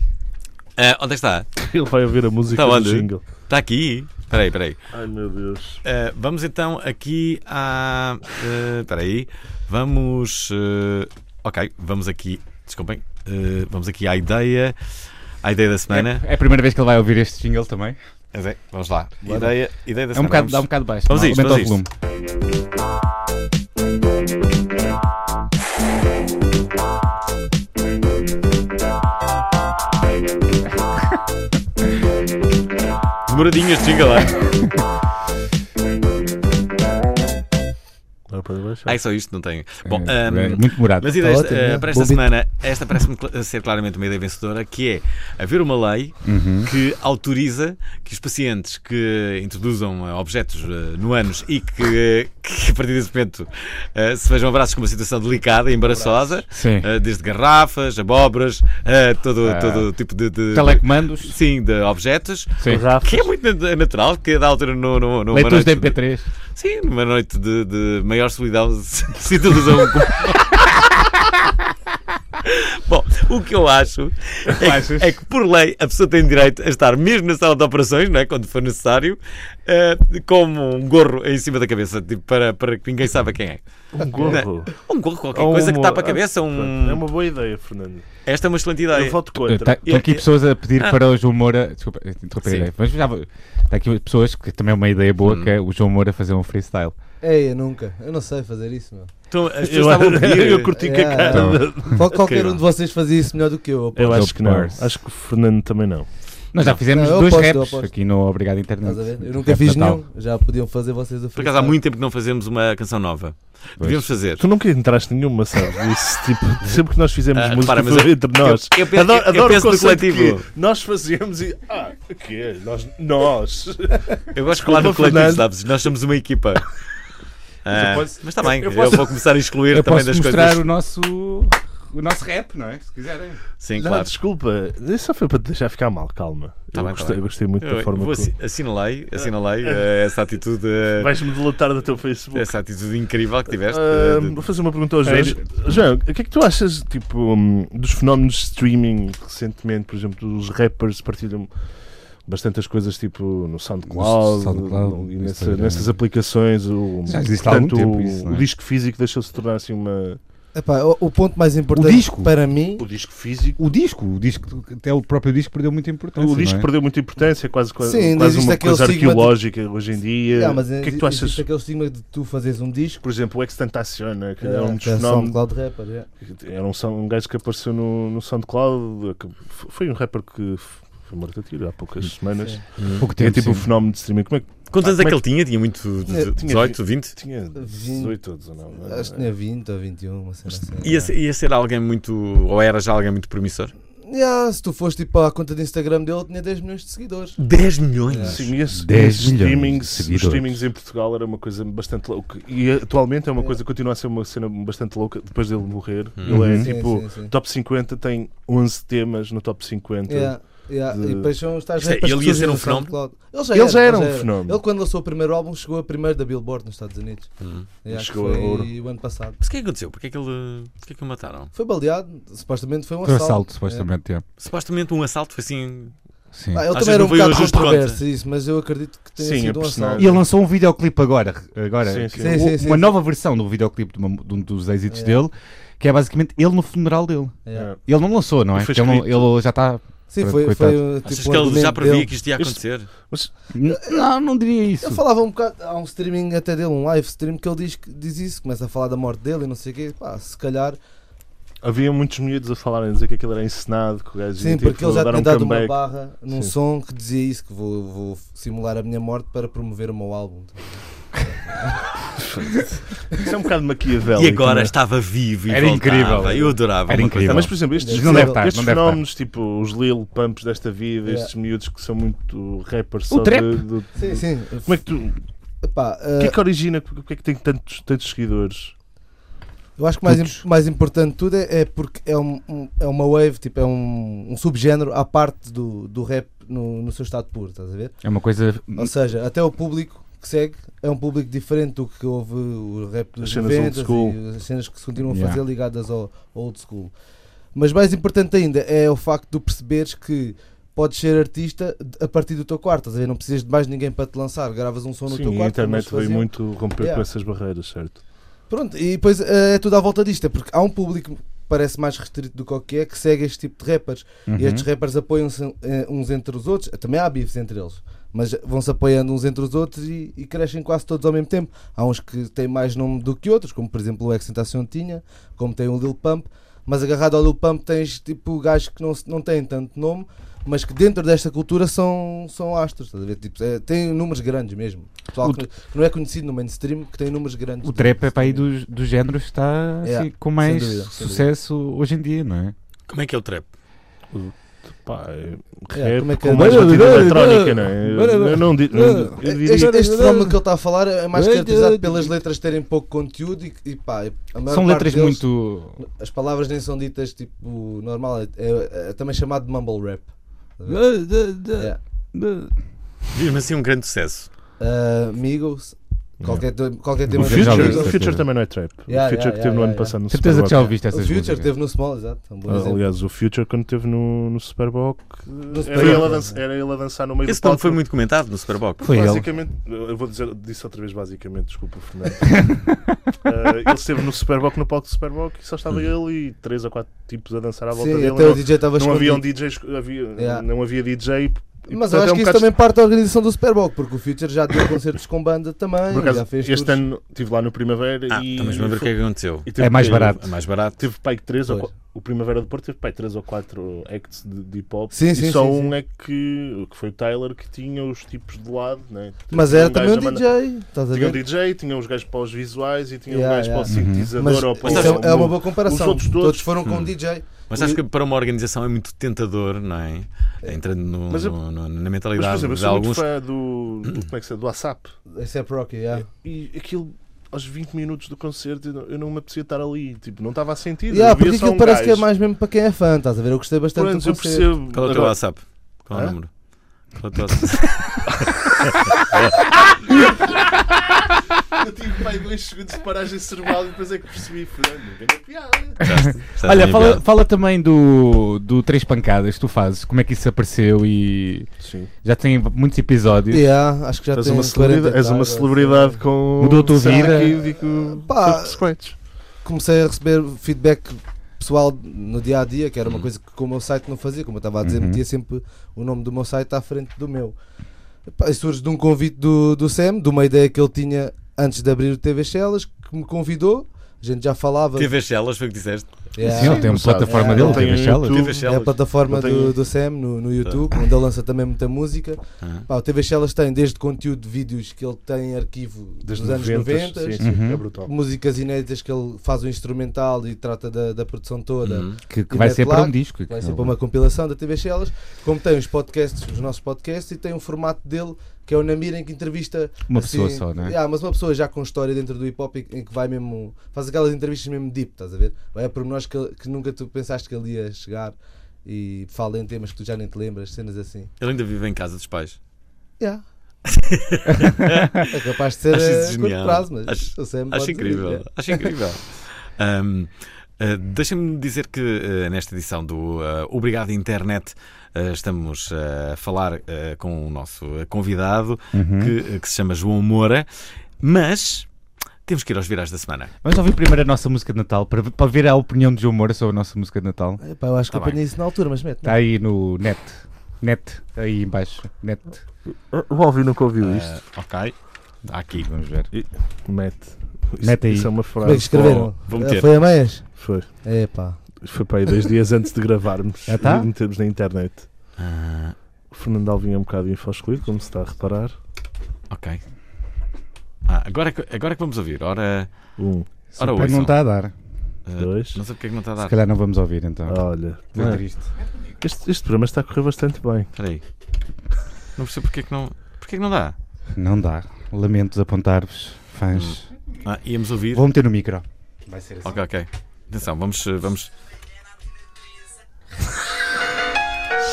[SPEAKER 2] Ah, onde é que está?
[SPEAKER 3] Ele vai ouvir a música
[SPEAKER 2] Tá
[SPEAKER 3] do
[SPEAKER 2] onde?
[SPEAKER 3] jingle.
[SPEAKER 2] Está aqui? Espera aí, espera aí.
[SPEAKER 3] Ai meu Deus.
[SPEAKER 2] Ah, vamos então aqui à. ah, Espera aí. Vamos. ah, ok, vamos aqui. Desculpem. ah, vamos aqui à ideia. À ideia da semana.
[SPEAKER 4] É a primeira vez que ele vai ouvir este jingle também.
[SPEAKER 2] Mas é, Vamos lá. Ideia, ideia da
[SPEAKER 4] É um
[SPEAKER 2] semana.
[SPEAKER 4] bocado, dá um
[SPEAKER 2] vamos...
[SPEAKER 4] bocado baixo.
[SPEAKER 2] Vamos a isto,
[SPEAKER 4] Aumenta
[SPEAKER 2] vamos
[SPEAKER 4] o
[SPEAKER 2] Demoradinho este jingle, é?
[SPEAKER 3] Agora pode baixar.
[SPEAKER 2] Ai, só isto não tenho. Bom,
[SPEAKER 4] volume. É,
[SPEAKER 2] ah,
[SPEAKER 4] é muito morado.
[SPEAKER 2] Mas e desta,
[SPEAKER 5] ótimo,
[SPEAKER 2] eh,
[SPEAKER 5] né?
[SPEAKER 2] para esta
[SPEAKER 5] Bom beat.
[SPEAKER 2] semana, esta parece-me cl- ser claramente uma ideia vencedora, que é haver uma lei
[SPEAKER 4] Uhum.
[SPEAKER 2] que autoriza que os pacientes que introduzam eh, objetos eh, no ânus e que, eh, que a partir desse momento eh, se vejam abraços com uma situação delicada e embaraçosa,
[SPEAKER 4] Sim.
[SPEAKER 2] eh, desde garrafas, abóboras, eh, todo,
[SPEAKER 4] Ah.
[SPEAKER 2] todo tipo de... de-
[SPEAKER 4] Telecomandos.
[SPEAKER 2] Sim, de objetos.
[SPEAKER 4] Sim.
[SPEAKER 3] Garrafas.
[SPEAKER 2] Que é muito nat- natural, que é da altura no, no, numa
[SPEAKER 4] Leitores de
[SPEAKER 2] noite de-
[SPEAKER 4] MP3.
[SPEAKER 2] Sim, numa noite de, de maior solidão, se se introduz a um. Bom, o que eu acho é
[SPEAKER 4] Achas?
[SPEAKER 2] que, é que, por lei, a pessoa tem direito a estar mesmo na sala de operações, não é? quando for necessário, eh, com um gorro em cima da cabeça, tipo, para, para que ninguém saiba quem é.
[SPEAKER 3] Um gorro.
[SPEAKER 2] Um gorro, qualquer
[SPEAKER 3] Ou
[SPEAKER 2] coisa que
[SPEAKER 3] uma-
[SPEAKER 2] tapa a cabeça. Um...
[SPEAKER 3] É uma boa ideia, Fernando.
[SPEAKER 2] Esta é uma excelente
[SPEAKER 3] Eu
[SPEAKER 2] ideia.
[SPEAKER 3] voto
[SPEAKER 4] Tá-
[SPEAKER 3] contra.
[SPEAKER 4] Estão aqui
[SPEAKER 2] eu-
[SPEAKER 4] pessoas a pedir
[SPEAKER 2] Ah.
[SPEAKER 4] para o João Moura. Desculpa, eu te interromper a
[SPEAKER 2] Sim.
[SPEAKER 4] ideia, mas já vou. Está aqui pessoas que também é uma ideia boa que é o João Moura fazer um freestyle.
[SPEAKER 5] É, eu nunca. Eu não sei fazer isso, meu.
[SPEAKER 2] Então, as pessoas
[SPEAKER 3] Eu,
[SPEAKER 2] estavam a pedir.
[SPEAKER 3] eu curti com a
[SPEAKER 5] É,
[SPEAKER 3] cara.
[SPEAKER 4] não.
[SPEAKER 3] da-
[SPEAKER 5] Qual- Qualquer
[SPEAKER 3] Incrível.
[SPEAKER 5] um de vocês fazia isso melhor do que eu.
[SPEAKER 3] Eu Então,
[SPEAKER 5] pá.
[SPEAKER 3] acho que não.
[SPEAKER 4] Bars.
[SPEAKER 3] Acho que o Fernando também não.
[SPEAKER 4] Nós já fizemos
[SPEAKER 5] Não, eu
[SPEAKER 4] dois
[SPEAKER 5] aposto, eu
[SPEAKER 4] raps
[SPEAKER 5] aposto.
[SPEAKER 4] aqui no Obrigado Internet.
[SPEAKER 5] Estás a ver? Eu
[SPEAKER 4] Rap
[SPEAKER 5] nunca fiz
[SPEAKER 4] Natal.
[SPEAKER 5] nenhum. Já podiam fazer vocês a
[SPEAKER 2] Por acaso há muito tempo que não fazemos uma canção nova. Devíamos fazer.
[SPEAKER 3] Tu nunca entraste nenhuma, sabes? Isso, tipo, sempre que nós fizemos
[SPEAKER 2] Ah,
[SPEAKER 3] música
[SPEAKER 2] repara, mas
[SPEAKER 3] foi
[SPEAKER 2] eu-
[SPEAKER 3] entre nós.
[SPEAKER 2] eu- eu penso-
[SPEAKER 3] adoro
[SPEAKER 2] eu- eu
[SPEAKER 3] adoro
[SPEAKER 2] penso
[SPEAKER 3] o
[SPEAKER 2] no
[SPEAKER 3] conceito
[SPEAKER 2] coletivo.
[SPEAKER 3] que nós fazíamos e. Ah, o quê? Nós. Nós.
[SPEAKER 2] Eu gosto de falar no
[SPEAKER 3] Desculpa,
[SPEAKER 2] coletivo,
[SPEAKER 3] Fernando.
[SPEAKER 2] sabes? Nós somos uma equipa. Ah,
[SPEAKER 4] eu posso-
[SPEAKER 2] mas está bem, eu,
[SPEAKER 4] eu posso-
[SPEAKER 2] vou começar a excluir
[SPEAKER 4] Eu
[SPEAKER 2] também
[SPEAKER 4] posso
[SPEAKER 2] das
[SPEAKER 4] mostrar
[SPEAKER 2] coisas.
[SPEAKER 4] o nosso. O nosso rap, não é? Se quiserem.
[SPEAKER 2] Sim,
[SPEAKER 3] Não,
[SPEAKER 2] claro.
[SPEAKER 3] desculpa. Isso só foi para te deixar ficar mal, calma.
[SPEAKER 2] Tá
[SPEAKER 3] eu,
[SPEAKER 2] bem, tá
[SPEAKER 3] gostei,
[SPEAKER 2] bem.
[SPEAKER 3] eu gostei muito
[SPEAKER 2] Eu-
[SPEAKER 3] da forma
[SPEAKER 2] vou
[SPEAKER 3] que.
[SPEAKER 2] assi- assinalei, assinalei eh, essa atitude, eh,
[SPEAKER 3] Vais-me delatar do teu Facebook.
[SPEAKER 2] essa atitude incrível que tiveste. eh,
[SPEAKER 3] Ah,
[SPEAKER 2] de-
[SPEAKER 3] vou fazer uma pergunta ao João.
[SPEAKER 4] Anjo.
[SPEAKER 3] João, o que é que tu achas tipo, hum, dos fenómenos de streaming recentemente? Por exemplo, os rappers partilham bastantes coisas tipo no SoundCloud,
[SPEAKER 4] No SoundCloud,
[SPEAKER 3] no- e nessa-
[SPEAKER 4] Instagram.
[SPEAKER 3] nessas aplicações. O,
[SPEAKER 4] Já existe há algum tempo isso, não é?
[SPEAKER 3] o disco físico deixou-se tornar assim uma.
[SPEAKER 5] Epá, o, o ponto mais importante
[SPEAKER 4] disco?
[SPEAKER 5] para mim.
[SPEAKER 3] O disco físico.
[SPEAKER 4] O disco, o disco, até o próprio disco perdeu muita importância.
[SPEAKER 3] O disco
[SPEAKER 4] não é?
[SPEAKER 3] perdeu muita importância, quase, quase,
[SPEAKER 5] Sim, ainda
[SPEAKER 3] quase
[SPEAKER 5] existe
[SPEAKER 3] uma
[SPEAKER 5] aquele
[SPEAKER 3] coisa
[SPEAKER 5] estigma de-
[SPEAKER 3] arqueológica hoje em dia.
[SPEAKER 5] Ah, mas
[SPEAKER 3] o que é que tu
[SPEAKER 5] existe
[SPEAKER 3] achas?
[SPEAKER 5] aquele estigma de tu fazeres um disco.
[SPEAKER 3] Por exemplo, o Extentacion, né, que
[SPEAKER 5] eh,
[SPEAKER 3] é um dos
[SPEAKER 5] que é
[SPEAKER 3] fenómenos
[SPEAKER 5] SoundCloud Rapper. é.
[SPEAKER 3] Era um, som- um gajo que apareceu no, no SoundCloud. que f- foi um rapper que f- foi morto a tiro há poucas semanas.
[SPEAKER 4] Pouco
[SPEAKER 3] É
[SPEAKER 4] tempo.
[SPEAKER 3] tipo um
[SPEAKER 4] sim.
[SPEAKER 3] fenómeno de streaming. Como é que
[SPEAKER 2] Quantos anos é
[SPEAKER 3] como
[SPEAKER 2] que
[SPEAKER 3] é
[SPEAKER 2] ele tinha? Tinha muito.
[SPEAKER 3] Tinha- tinha
[SPEAKER 2] 18, 20?
[SPEAKER 3] tinha 18 ou é? 19?
[SPEAKER 5] Acho que tinha 20 ou 21, uma cena assim.
[SPEAKER 2] Ia, ser- ia ser alguém muito. Ou era já alguém muito promissor?
[SPEAKER 5] Yeah, se tu foste tipo, à conta do Instagram dele, tinha 10 milhões de seguidores.
[SPEAKER 2] 10 milhões?
[SPEAKER 3] Sim, esse,
[SPEAKER 4] 10
[SPEAKER 3] esses
[SPEAKER 4] milhões de
[SPEAKER 3] streamings, os
[SPEAKER 4] seguidores.
[SPEAKER 3] streamings em Portugal era uma coisa bastante louca. E atualmente é uma coisa, continua a ser uma cena bastante louca depois dele morrer.
[SPEAKER 2] Uhum.
[SPEAKER 3] Ele é
[SPEAKER 5] Sim,
[SPEAKER 3] tipo,
[SPEAKER 5] sim,
[SPEAKER 2] então,
[SPEAKER 5] sim.
[SPEAKER 3] top 50 tem 11 temas no top 50.
[SPEAKER 5] Yeah, yeah.
[SPEAKER 3] de-
[SPEAKER 5] E depois são os tais
[SPEAKER 2] Isto é,
[SPEAKER 5] rappers
[SPEAKER 2] ele
[SPEAKER 5] que
[SPEAKER 2] ia
[SPEAKER 5] surgem
[SPEAKER 2] ser um
[SPEAKER 5] no
[SPEAKER 2] fenómeno?
[SPEAKER 5] SoundCloud.
[SPEAKER 3] Ele já era
[SPEAKER 5] ele
[SPEAKER 3] um fenómeno.
[SPEAKER 5] Ele, quando lançou o primeiro álbum, chegou a primeiro da Billboard nos Estados Unidos. Yeah,
[SPEAKER 3] Chegou
[SPEAKER 5] que
[SPEAKER 3] a ouro.
[SPEAKER 5] foi o ano passado.
[SPEAKER 2] Hum. Mas o que é que aconteceu? Porquê é que, ele, porquê é que o mataram?
[SPEAKER 5] Foi baleado, supostamente foi um
[SPEAKER 4] Foi um
[SPEAKER 5] assalto.
[SPEAKER 4] assalto,
[SPEAKER 5] É.
[SPEAKER 4] supostamente. é.
[SPEAKER 2] Supostamente um assalto foi assim.
[SPEAKER 4] Sim.
[SPEAKER 5] Ah,
[SPEAKER 2] Achas
[SPEAKER 5] ele
[SPEAKER 2] que
[SPEAKER 5] também era
[SPEAKER 2] não
[SPEAKER 5] um
[SPEAKER 2] foi um
[SPEAKER 5] bocado
[SPEAKER 2] ajuste de
[SPEAKER 5] controverso,
[SPEAKER 2] conta? é
[SPEAKER 5] isso, mas eu acredito que tenha
[SPEAKER 3] Sim,
[SPEAKER 5] sido
[SPEAKER 3] a
[SPEAKER 5] um assalto.
[SPEAKER 4] E ele lançou um videoclipe agora, agora
[SPEAKER 3] Sim, sim.
[SPEAKER 4] que-
[SPEAKER 5] Sim, sim,
[SPEAKER 4] o-
[SPEAKER 5] sim,
[SPEAKER 4] uma
[SPEAKER 5] sim.
[SPEAKER 4] nova versão do videoclipe de, uma- de um dos êxitos dele, que é basicamente ele no funeral dele.
[SPEAKER 5] Yeah.
[SPEAKER 4] Ele não lançou, não é?
[SPEAKER 3] E foi
[SPEAKER 4] Ele, não-
[SPEAKER 3] escrito.
[SPEAKER 4] ele já tá- está.
[SPEAKER 5] Sim,
[SPEAKER 4] Pronto,
[SPEAKER 5] foi, foi
[SPEAKER 4] coitado.
[SPEAKER 5] uh,
[SPEAKER 2] Achas
[SPEAKER 5] tipo um
[SPEAKER 2] que ele já
[SPEAKER 5] argumento
[SPEAKER 2] previa
[SPEAKER 5] dele.
[SPEAKER 2] que isto ia
[SPEAKER 3] Isto-
[SPEAKER 2] acontecer?
[SPEAKER 4] Não, não diria isso.
[SPEAKER 5] Eu falava um bocado, há um streaming até dele, um live stream que ele diz, que- diz isso, começa a falar da morte dele e não sei o quê, pá, se calhar,
[SPEAKER 3] Havia muitos miúdos a falarem, a dizer que aquilo era encenado, que o gajo
[SPEAKER 5] sim,
[SPEAKER 3] ia,
[SPEAKER 5] porque
[SPEAKER 3] tipo,
[SPEAKER 5] ele já
[SPEAKER 3] dar
[SPEAKER 5] tinha
[SPEAKER 3] um
[SPEAKER 5] dado uma
[SPEAKER 3] comeback.
[SPEAKER 5] barra num
[SPEAKER 3] Sim.
[SPEAKER 5] som que dizia isso, que vou, vou simular a minha morte para promover o meu álbum.
[SPEAKER 3] Isso é um bocado maquiavélico.
[SPEAKER 2] E agora
[SPEAKER 3] não é?
[SPEAKER 2] estava vivo e
[SPEAKER 4] Era
[SPEAKER 2] voltava.
[SPEAKER 4] incrível.
[SPEAKER 2] Eu adorava.
[SPEAKER 4] Era
[SPEAKER 2] uma coisa
[SPEAKER 4] incrível.
[SPEAKER 3] Mas, por exemplo, estes,
[SPEAKER 5] Mas não deve
[SPEAKER 4] estar,
[SPEAKER 3] estes
[SPEAKER 4] não deve
[SPEAKER 3] fenómenos, tipo os Lil Pumps desta vida,
[SPEAKER 5] Yeah.
[SPEAKER 3] estes miúdos que são muito rappers,
[SPEAKER 4] O
[SPEAKER 3] só
[SPEAKER 4] trap.
[SPEAKER 3] de- de-
[SPEAKER 5] Sim, sim.
[SPEAKER 3] Como é que tu.
[SPEAKER 5] Epá,
[SPEAKER 3] O que é
[SPEAKER 5] uh,
[SPEAKER 3] que origina? O que é que tem tantos, tantos seguidores?
[SPEAKER 5] eu acho que mais, im- mais importante de tudo é, é porque é, um, um- é uma wave, tipo, é um, um subgénero à parte do, do rap no, no seu estado puro, estás a ver?
[SPEAKER 4] É uma coisa.
[SPEAKER 3] Hum.
[SPEAKER 5] Ou seja, até o público que segue é um público diferente do que houve o rap dos
[SPEAKER 3] As cenas old
[SPEAKER 5] 90
[SPEAKER 3] school.
[SPEAKER 5] e as cenas que se continuam a
[SPEAKER 4] Yeah.
[SPEAKER 5] fazer ligadas ao ao old school. Mas mais importante ainda é o facto de perceberes que podes ser artista a partir do teu quarto, estás a ver? Não precisas de mais ninguém para te lançar, gravas um som no
[SPEAKER 3] Sim,
[SPEAKER 5] teu
[SPEAKER 3] e
[SPEAKER 5] quarto.
[SPEAKER 3] a
[SPEAKER 5] como
[SPEAKER 3] internet
[SPEAKER 5] eles
[SPEAKER 3] veio
[SPEAKER 5] faziam.
[SPEAKER 3] muito romper com
[SPEAKER 5] Yeah.
[SPEAKER 3] essas barreiras, certo?
[SPEAKER 5] Pronto, e depois eh, é tudo à volta disto, é porque há um público que parece mais restrito do que o que é, que segue este tipo de rappers.
[SPEAKER 4] Uhum.
[SPEAKER 5] E estes rappers apoiam-se eh, uns entre os outros, também há bifes entre eles, mas vão-se apoiando uns entre os outros e, e crescem quase todos ao mesmo tempo. Há uns que têm mais nome do que outros, como por exemplo o Extentacion tinha, como tem o Lil Pump, mas agarrado ao Lil Pump tens tipo gajos que não, se- não têm tanto nome, mas que dentro desta cultura são, são astros, estás a ver? Tipo, é- têm números grandes mesmo. Pessoal
[SPEAKER 4] O
[SPEAKER 5] que, que não é conhecido no mainstream, que tem números grandes.
[SPEAKER 4] O trap é para aí dos, dos géneros que está assim,
[SPEAKER 5] Yeah,
[SPEAKER 4] com mais
[SPEAKER 5] sem dúvida, sem
[SPEAKER 4] sucesso hoje em dia, não é?
[SPEAKER 2] Como é que é o trap?
[SPEAKER 3] Pá, é,
[SPEAKER 5] É,
[SPEAKER 3] rap
[SPEAKER 5] como é que
[SPEAKER 3] com
[SPEAKER 5] é?
[SPEAKER 3] mais batida
[SPEAKER 4] Barará,
[SPEAKER 3] eletrónica, não é?
[SPEAKER 4] barará.
[SPEAKER 3] Eu, eu não di- eu diria-
[SPEAKER 5] Este, este fenómeno que ele está a falar é mais
[SPEAKER 4] Olha,
[SPEAKER 5] caracterizado
[SPEAKER 4] olha.
[SPEAKER 5] pelas letras terem pouco conteúdo e, e pá, a maior
[SPEAKER 4] São
[SPEAKER 5] parte
[SPEAKER 4] letras
[SPEAKER 5] deles,
[SPEAKER 4] muito.
[SPEAKER 5] As palavras nem são ditas tipo normal, é, é- é também chamado de mumble rap. É.
[SPEAKER 2] Diz-me assim um grande sucesso.
[SPEAKER 5] Ah, amigos, Qualquer, te- qualquer tema
[SPEAKER 3] O
[SPEAKER 5] da
[SPEAKER 4] já
[SPEAKER 3] Future,
[SPEAKER 4] ouvi,
[SPEAKER 3] o
[SPEAKER 5] vida.
[SPEAKER 3] Future
[SPEAKER 4] certeza.
[SPEAKER 3] também não é trap.
[SPEAKER 5] Yeah,
[SPEAKER 3] o Future
[SPEAKER 5] yeah,
[SPEAKER 3] que
[SPEAKER 5] yeah,
[SPEAKER 3] teve no ano
[SPEAKER 5] yeah, yeah.
[SPEAKER 3] passado no
[SPEAKER 4] Certeza
[SPEAKER 3] Super
[SPEAKER 4] que já
[SPEAKER 3] Bowl.
[SPEAKER 4] ouviste
[SPEAKER 5] O
[SPEAKER 4] essas
[SPEAKER 5] Future
[SPEAKER 4] músicas.
[SPEAKER 5] teve no Small, exato. Um bom
[SPEAKER 3] Ah,
[SPEAKER 5] exemplo.
[SPEAKER 3] Aliás, o Future quando teve no, no Super Bowl, que
[SPEAKER 5] No Super
[SPEAKER 3] era, ele a
[SPEAKER 5] Bowl.
[SPEAKER 3] dançar, era ele a dançar no meio
[SPEAKER 2] Esse
[SPEAKER 3] do
[SPEAKER 2] nome
[SPEAKER 3] palco.
[SPEAKER 2] foi muito comentado no Superbox.
[SPEAKER 4] Foi ele.
[SPEAKER 3] basicamente, eu vou dizer, disse outra vez basicamente, desculpa, Fernando. Ah, ele esteve no Super Bowl, no palco do Super Bowl, e só estava ele e três ou quatro tipos a dançar à volta
[SPEAKER 5] Uhum. Sim,
[SPEAKER 3] dele.
[SPEAKER 5] até
[SPEAKER 3] não,
[SPEAKER 5] o DJ estava
[SPEAKER 3] não havia um
[SPEAKER 5] escondido.
[SPEAKER 3] DJ, esco- havia-
[SPEAKER 5] Yeah.
[SPEAKER 3] não havia DJ. e,
[SPEAKER 5] Mas
[SPEAKER 3] portanto,
[SPEAKER 5] eu
[SPEAKER 3] é
[SPEAKER 5] acho
[SPEAKER 3] um
[SPEAKER 5] que isso
[SPEAKER 3] bocado
[SPEAKER 5] também parte da organização do Super Bowl, porque o Future já deu concertos com banda também.
[SPEAKER 3] Por
[SPEAKER 5] já
[SPEAKER 3] acaso,
[SPEAKER 5] fez
[SPEAKER 3] este
[SPEAKER 5] tours.
[SPEAKER 3] ano estive lá no Primavera
[SPEAKER 2] Ah,
[SPEAKER 3] e.
[SPEAKER 2] estamos a ver o que é que aconteceu.
[SPEAKER 3] e teve-
[SPEAKER 4] É mais
[SPEAKER 3] eh,
[SPEAKER 4] barato.
[SPEAKER 2] É mais barato.
[SPEAKER 3] Teve pai que 3 ou
[SPEAKER 5] Pois.
[SPEAKER 3] qua- o Primavera do Porto teve pai 3 ou 4 acts de, de hip hop
[SPEAKER 5] Sim,
[SPEAKER 3] e
[SPEAKER 5] sim,
[SPEAKER 3] só
[SPEAKER 5] sim,
[SPEAKER 3] um é que, que foi o Tyler que tinha os tipos de lado, né?
[SPEAKER 5] Mas
[SPEAKER 3] Tinha
[SPEAKER 5] era
[SPEAKER 3] um
[SPEAKER 5] também um
[SPEAKER 3] gajo a
[SPEAKER 5] DJ.
[SPEAKER 3] mandar-
[SPEAKER 5] Estás a
[SPEAKER 3] Tinha um
[SPEAKER 5] ver?
[SPEAKER 3] DJ, tinha os gajos para os visuais e tinha
[SPEAKER 5] Yeah,
[SPEAKER 3] um gajo
[SPEAKER 5] yeah. Uhum.
[SPEAKER 3] para o sintetizador
[SPEAKER 5] Mas
[SPEAKER 3] ou para
[SPEAKER 5] isso
[SPEAKER 3] o-
[SPEAKER 5] é, é uma boa comparação.
[SPEAKER 3] Os outros todos. Hum.
[SPEAKER 5] foram com um DJ.
[SPEAKER 2] Mas acho que para uma organização é muito tentador, não é? Entrando no-
[SPEAKER 3] Mas eu-
[SPEAKER 2] no- no- na
[SPEAKER 3] Mas, por
[SPEAKER 2] mentalidade
[SPEAKER 3] exemplo, eu
[SPEAKER 2] de
[SPEAKER 3] sou muito
[SPEAKER 2] alguns.
[SPEAKER 3] fã do, do, como é que se é, do ASAP
[SPEAKER 5] ASAP Rocky, yeah.
[SPEAKER 3] e aquilo aos 20 minutos do concerto eu não, eu não me apetecia estar ali, tipo, não estava a sentir.
[SPEAKER 5] Yeah,
[SPEAKER 3] havia
[SPEAKER 5] porque
[SPEAKER 3] só
[SPEAKER 5] aquilo
[SPEAKER 3] um
[SPEAKER 5] parece que
[SPEAKER 3] gajo.
[SPEAKER 5] é mais mesmo para quem é fã, estás a ver? Eu gostei bastante
[SPEAKER 3] Pronto,
[SPEAKER 5] do
[SPEAKER 3] eu
[SPEAKER 5] concerto.
[SPEAKER 3] percebo.
[SPEAKER 2] Qual é o teu
[SPEAKER 3] Agora-
[SPEAKER 2] WhatsApp? Qual é o
[SPEAKER 3] Hã?
[SPEAKER 2] número? Qual é o teu WhatsApp?
[SPEAKER 3] Eu tive pai dois segundos de paragem cerebral e depois é que percebi, Fernando, grande piada.
[SPEAKER 2] Estás
[SPEAKER 4] Olha,
[SPEAKER 2] bem
[SPEAKER 4] fala,
[SPEAKER 2] enviado.
[SPEAKER 4] fala também do, do Três Pancadas que tu fazes, como é que isso apareceu e
[SPEAKER 3] Sim.
[SPEAKER 4] já tem muitos episódios.
[SPEAKER 5] Yeah, acho que já
[SPEAKER 3] És
[SPEAKER 5] tem
[SPEAKER 3] uma
[SPEAKER 5] 40 e
[SPEAKER 3] celebridade, és
[SPEAKER 5] tal,
[SPEAKER 3] uma
[SPEAKER 5] é.
[SPEAKER 3] celebridade com. um
[SPEAKER 4] Mudou a tua vida?
[SPEAKER 3] E com
[SPEAKER 5] Pá.
[SPEAKER 3] com secretos.
[SPEAKER 5] comecei a receber feedback pessoal no dia a dia, que
[SPEAKER 3] Hum.
[SPEAKER 5] era uma coisa que com o meu site não fazia, como eu estava a dizer,
[SPEAKER 4] Uhum.
[SPEAKER 5] metia sempre o nome do meu site à frente do meu. Epá, e surge de um convite do, do Sam, de uma ideia que ele tinha antes de abrir o TV Shellas, que me convidou, a gente já falava.
[SPEAKER 2] TV Shellas, foi o que disseste?
[SPEAKER 5] Yeah.
[SPEAKER 4] Sim, ele tem
[SPEAKER 3] não
[SPEAKER 4] uma
[SPEAKER 3] sabe.
[SPEAKER 4] plataforma
[SPEAKER 5] É,
[SPEAKER 4] dele,
[SPEAKER 5] ele
[SPEAKER 4] tem
[SPEAKER 3] tem
[SPEAKER 4] as
[SPEAKER 3] um
[SPEAKER 4] celas.
[SPEAKER 3] YouTube.
[SPEAKER 2] TV
[SPEAKER 5] É a
[SPEAKER 2] Shellas.
[SPEAKER 5] plataforma
[SPEAKER 3] Eu tenho- Ah.
[SPEAKER 5] do, do Sam no, no YouTube, onde ele lança também muita música. Pá, o TV Shellas tem desde conteúdo de vídeos que ele tem em arquivo dos anos 90,
[SPEAKER 3] Sim, sim,
[SPEAKER 4] Uhum.
[SPEAKER 3] é brutal.
[SPEAKER 5] músicas inéditas que ele faz o instrumental e trata da, da produção toda.
[SPEAKER 3] Uhum.
[SPEAKER 4] Que, que
[SPEAKER 5] E
[SPEAKER 4] vai
[SPEAKER 5] mete
[SPEAKER 4] ser
[SPEAKER 5] lá,
[SPEAKER 4] para um disco.
[SPEAKER 5] Vai ser para uma compilação da TV Shellas, como tem os podcasts, os nossos podcasts, e tem um formato dele que é o Namira em que entrevista
[SPEAKER 4] Uma
[SPEAKER 5] assim,
[SPEAKER 4] pessoa só, não é?
[SPEAKER 5] yeah, mas uma pessoa já com história dentro do hip hop e- em que vai mesmo. faz aquelas entrevistas mesmo deep, estás a ver? Vai a pormenores que, que nunca tu pensaste que ele ia chegar e fala em temas que tu já nem te lembras, cenas assim.
[SPEAKER 2] Ele ainda vive em casa dos pais.
[SPEAKER 5] Yeah. é capaz de ser
[SPEAKER 2] Acho isso
[SPEAKER 5] a
[SPEAKER 2] genial.
[SPEAKER 5] curto prazo, mas é
[SPEAKER 2] Acho-
[SPEAKER 5] o Sam pode
[SPEAKER 2] Acho
[SPEAKER 5] ser
[SPEAKER 2] incrível,
[SPEAKER 5] isso,
[SPEAKER 2] acho incrível. Ahm, ah, Deixa-me dizer que ah, nesta edição do ah, Obrigado Internet ah, estamos ah, a falar ah, com o nosso ah, convidado
[SPEAKER 5] um
[SPEAKER 4] Hum.
[SPEAKER 2] que, que se chama João Moura, mas temos que ir aos virais da semana.
[SPEAKER 4] Vamos ouvir primeiro a nossa música de Natal, para, para ver a opinião de João Moura sobre a nossa música de Natal.
[SPEAKER 5] é. Epá, eu acho que
[SPEAKER 2] Tá bem. Tá
[SPEAKER 5] apanhei isso na altura, mas mete.
[SPEAKER 4] Está aí no net. Net, aí em baixo. Net.
[SPEAKER 3] O Alvin nunca ouviu É isto.
[SPEAKER 2] Ah, ok, está aqui.
[SPEAKER 4] Vamos ver.
[SPEAKER 3] Mete. Isso,
[SPEAKER 4] Mete aí.
[SPEAKER 3] Isso é uma
[SPEAKER 5] Como é que
[SPEAKER 3] frase.
[SPEAKER 5] escreveram?
[SPEAKER 2] Vou meter.
[SPEAKER 5] Ah, Foi a meias?
[SPEAKER 3] Foi.
[SPEAKER 5] É pá.
[SPEAKER 3] Foi para aí dois dias antes de gravarmos
[SPEAKER 4] Já tá?
[SPEAKER 3] e metermos na internet.
[SPEAKER 2] Ah,
[SPEAKER 3] O Fernando Alvim é um bocado infoscolido, como se está a reparar.
[SPEAKER 2] ok. Ah, agora, é que- agora é que vamos ouvir. Ora,
[SPEAKER 3] Um,
[SPEAKER 2] Ora,
[SPEAKER 4] Super
[SPEAKER 2] ouçam.
[SPEAKER 4] não está a dar.
[SPEAKER 2] ah,
[SPEAKER 3] Dois.
[SPEAKER 2] não sei porque é que não está a
[SPEAKER 4] Se
[SPEAKER 2] dar.
[SPEAKER 4] calhar não vamos ouvir então.
[SPEAKER 5] Ah.
[SPEAKER 3] olha. É,
[SPEAKER 4] Estou triste.
[SPEAKER 3] Este, este programa está a correr bastante bem.
[SPEAKER 2] Espera aí. Não percebo porque é que não, porque é que não dá.
[SPEAKER 4] Não dá. Lamento desapontar-vos, fãs.
[SPEAKER 2] Ah, íamos ouvir.
[SPEAKER 4] Vou meter no micro. Vai ser assim.
[SPEAKER 2] Ok, ok. Atenção, vamos. eh, vamos...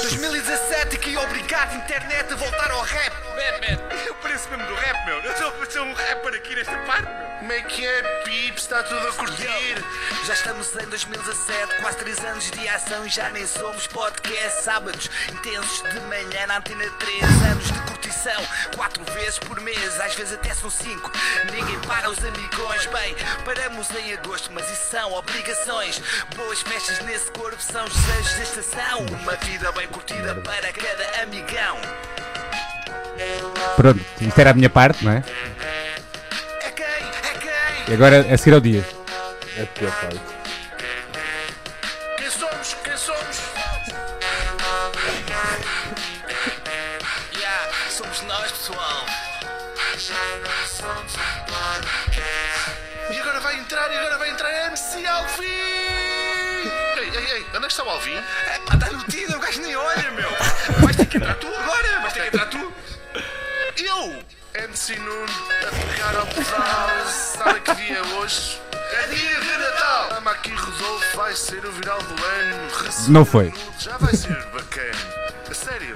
[SPEAKER 7] 2017 que obrigado internet a voltar ao rap. Man, man. Eu pareço mesmo do rap, meu. Eu sou, eu sou um rapper aqui nesta parte, meu. Como é que é, Pips? Está tudo a curtir. Já estamos em 2017, quase 3 anos de ação e já nem somos podcast. Sábados intensos de manhã na antena 3. Anos de curtição, 4 vezes por mês, às vezes até são 5. Ninguém para os amigões. Bem, paramos em agosto, mas isso são obrigações. Boas festas nesse corpo são os desejos da estação. Uma vida bem curtida para cada amigão.
[SPEAKER 4] Pronto, isto era a minha parte, não é?
[SPEAKER 7] É quem? É quem?
[SPEAKER 4] E agora a seguir ao dia.
[SPEAKER 3] É pior parte.
[SPEAKER 7] Quem somos? Quem somos? yeah, somos nós, pessoal. E agora vai entrar, e agora vai entrar MC Alvin! Ei, ei, ei, onde é que está o Alvin? É pá, está no Tinder, o gajo nem olha, meu! Vais ter que entrar tu agora, vais ter que entrar tu! Eu! MC Nuno a pegar ao pessoal, sabe que dia é hoje? É dia de Natal! A Maqui Rodolfo vai ser o viral do ano. Receber
[SPEAKER 4] Não foi.
[SPEAKER 7] nudes Já vai ser bacana. A sério,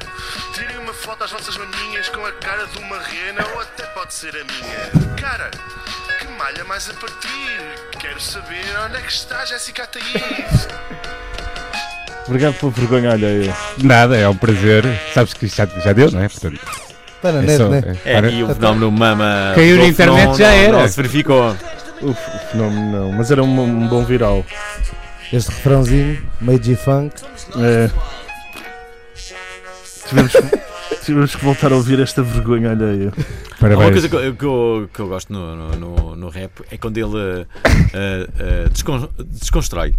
[SPEAKER 7] tirem uma foto às vossas maninhas com a cara de uma rena ou até para pode ser a minha. Cara, que malha mais a partir. Quero saber onde é que está Jéssica Ataíde.
[SPEAKER 3] Obrigado pela vergonha alheia.
[SPEAKER 4] Nada, é um prazer. Sabes que isto já, já deu, não é? Portanto,
[SPEAKER 5] Está na
[SPEAKER 4] é
[SPEAKER 5] net,
[SPEAKER 4] só-
[SPEAKER 5] né?
[SPEAKER 4] é-
[SPEAKER 2] É, e o fenómeno mama.
[SPEAKER 4] Caiu na
[SPEAKER 2] Golf
[SPEAKER 4] internet,
[SPEAKER 2] não-
[SPEAKER 4] já
[SPEAKER 2] não-
[SPEAKER 4] era.
[SPEAKER 2] Não se verificou.
[SPEAKER 3] O f- o fenómeno não, mas era um, um bom viral.
[SPEAKER 5] Este refrãozinho, meio G-Funk.
[SPEAKER 3] É. Tivemos, que- tivemos que voltar a ouvir esta vergonha alheia.
[SPEAKER 2] Há Uma
[SPEAKER 4] Parabéns.
[SPEAKER 2] coisa que eu, que eu- que eu gosto no, no, no- no rap é quando ele eh, eh, descon- desconstrói.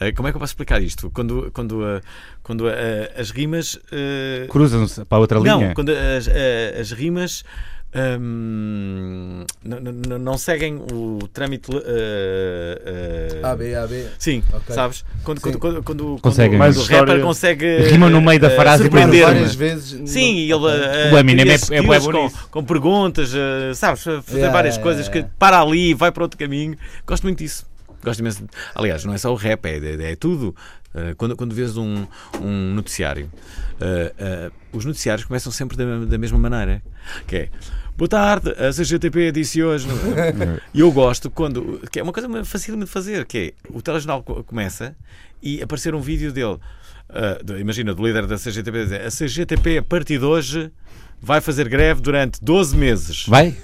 [SPEAKER 2] Eh, como é que eu posso explicar isto? Quando, quando, eh, quando eh, as rimas. eh,
[SPEAKER 4] Cruzam-se para a outra
[SPEAKER 2] não,
[SPEAKER 4] linha.
[SPEAKER 2] quando as, eh, as rimas. hum, n- n- n- não seguem o trâmite. eh, eh,
[SPEAKER 5] AB, AB.
[SPEAKER 2] Sim,
[SPEAKER 5] Ok.
[SPEAKER 2] sabes? Quando,
[SPEAKER 5] Sim.
[SPEAKER 2] quando, quando, quando,
[SPEAKER 4] Conseguem.
[SPEAKER 2] quando
[SPEAKER 3] Mais
[SPEAKER 2] o
[SPEAKER 3] história.
[SPEAKER 2] rapper consegue.
[SPEAKER 4] Rima no meio da
[SPEAKER 2] eh,
[SPEAKER 4] frase e depois
[SPEAKER 2] surpreender-me.
[SPEAKER 5] Várias vezes.
[SPEAKER 2] Sim, e ele eh,
[SPEAKER 4] O Eminem
[SPEAKER 2] cria
[SPEAKER 4] é- é bué
[SPEAKER 2] skills
[SPEAKER 4] bom
[SPEAKER 2] com,
[SPEAKER 4] nisso.
[SPEAKER 2] com perguntas, eh, sabes, fazer
[SPEAKER 5] Yeah,
[SPEAKER 2] várias
[SPEAKER 5] yeah,
[SPEAKER 2] coisas
[SPEAKER 5] yeah.
[SPEAKER 2] que para ali, vai para outro caminho. Gosto muito disso. Gosto imenso. de- Aliás, não é só o rap, é, é- é tudo. Eh, Quando, quando vês um, um noticiário, eh, eh, os noticiários começam sempre da, da mesma maneira. Que é Boa tarde, a CGTP disse hoje. E eu gosto quando. que é uma coisa fácil de fazer, que é o telejornal co- começa e aparecer um vídeo dele. ah, do- imagina, do líder da CGTP dizer: A CGTP a partir de hoje vai fazer greve durante 12 meses.
[SPEAKER 4] Vai?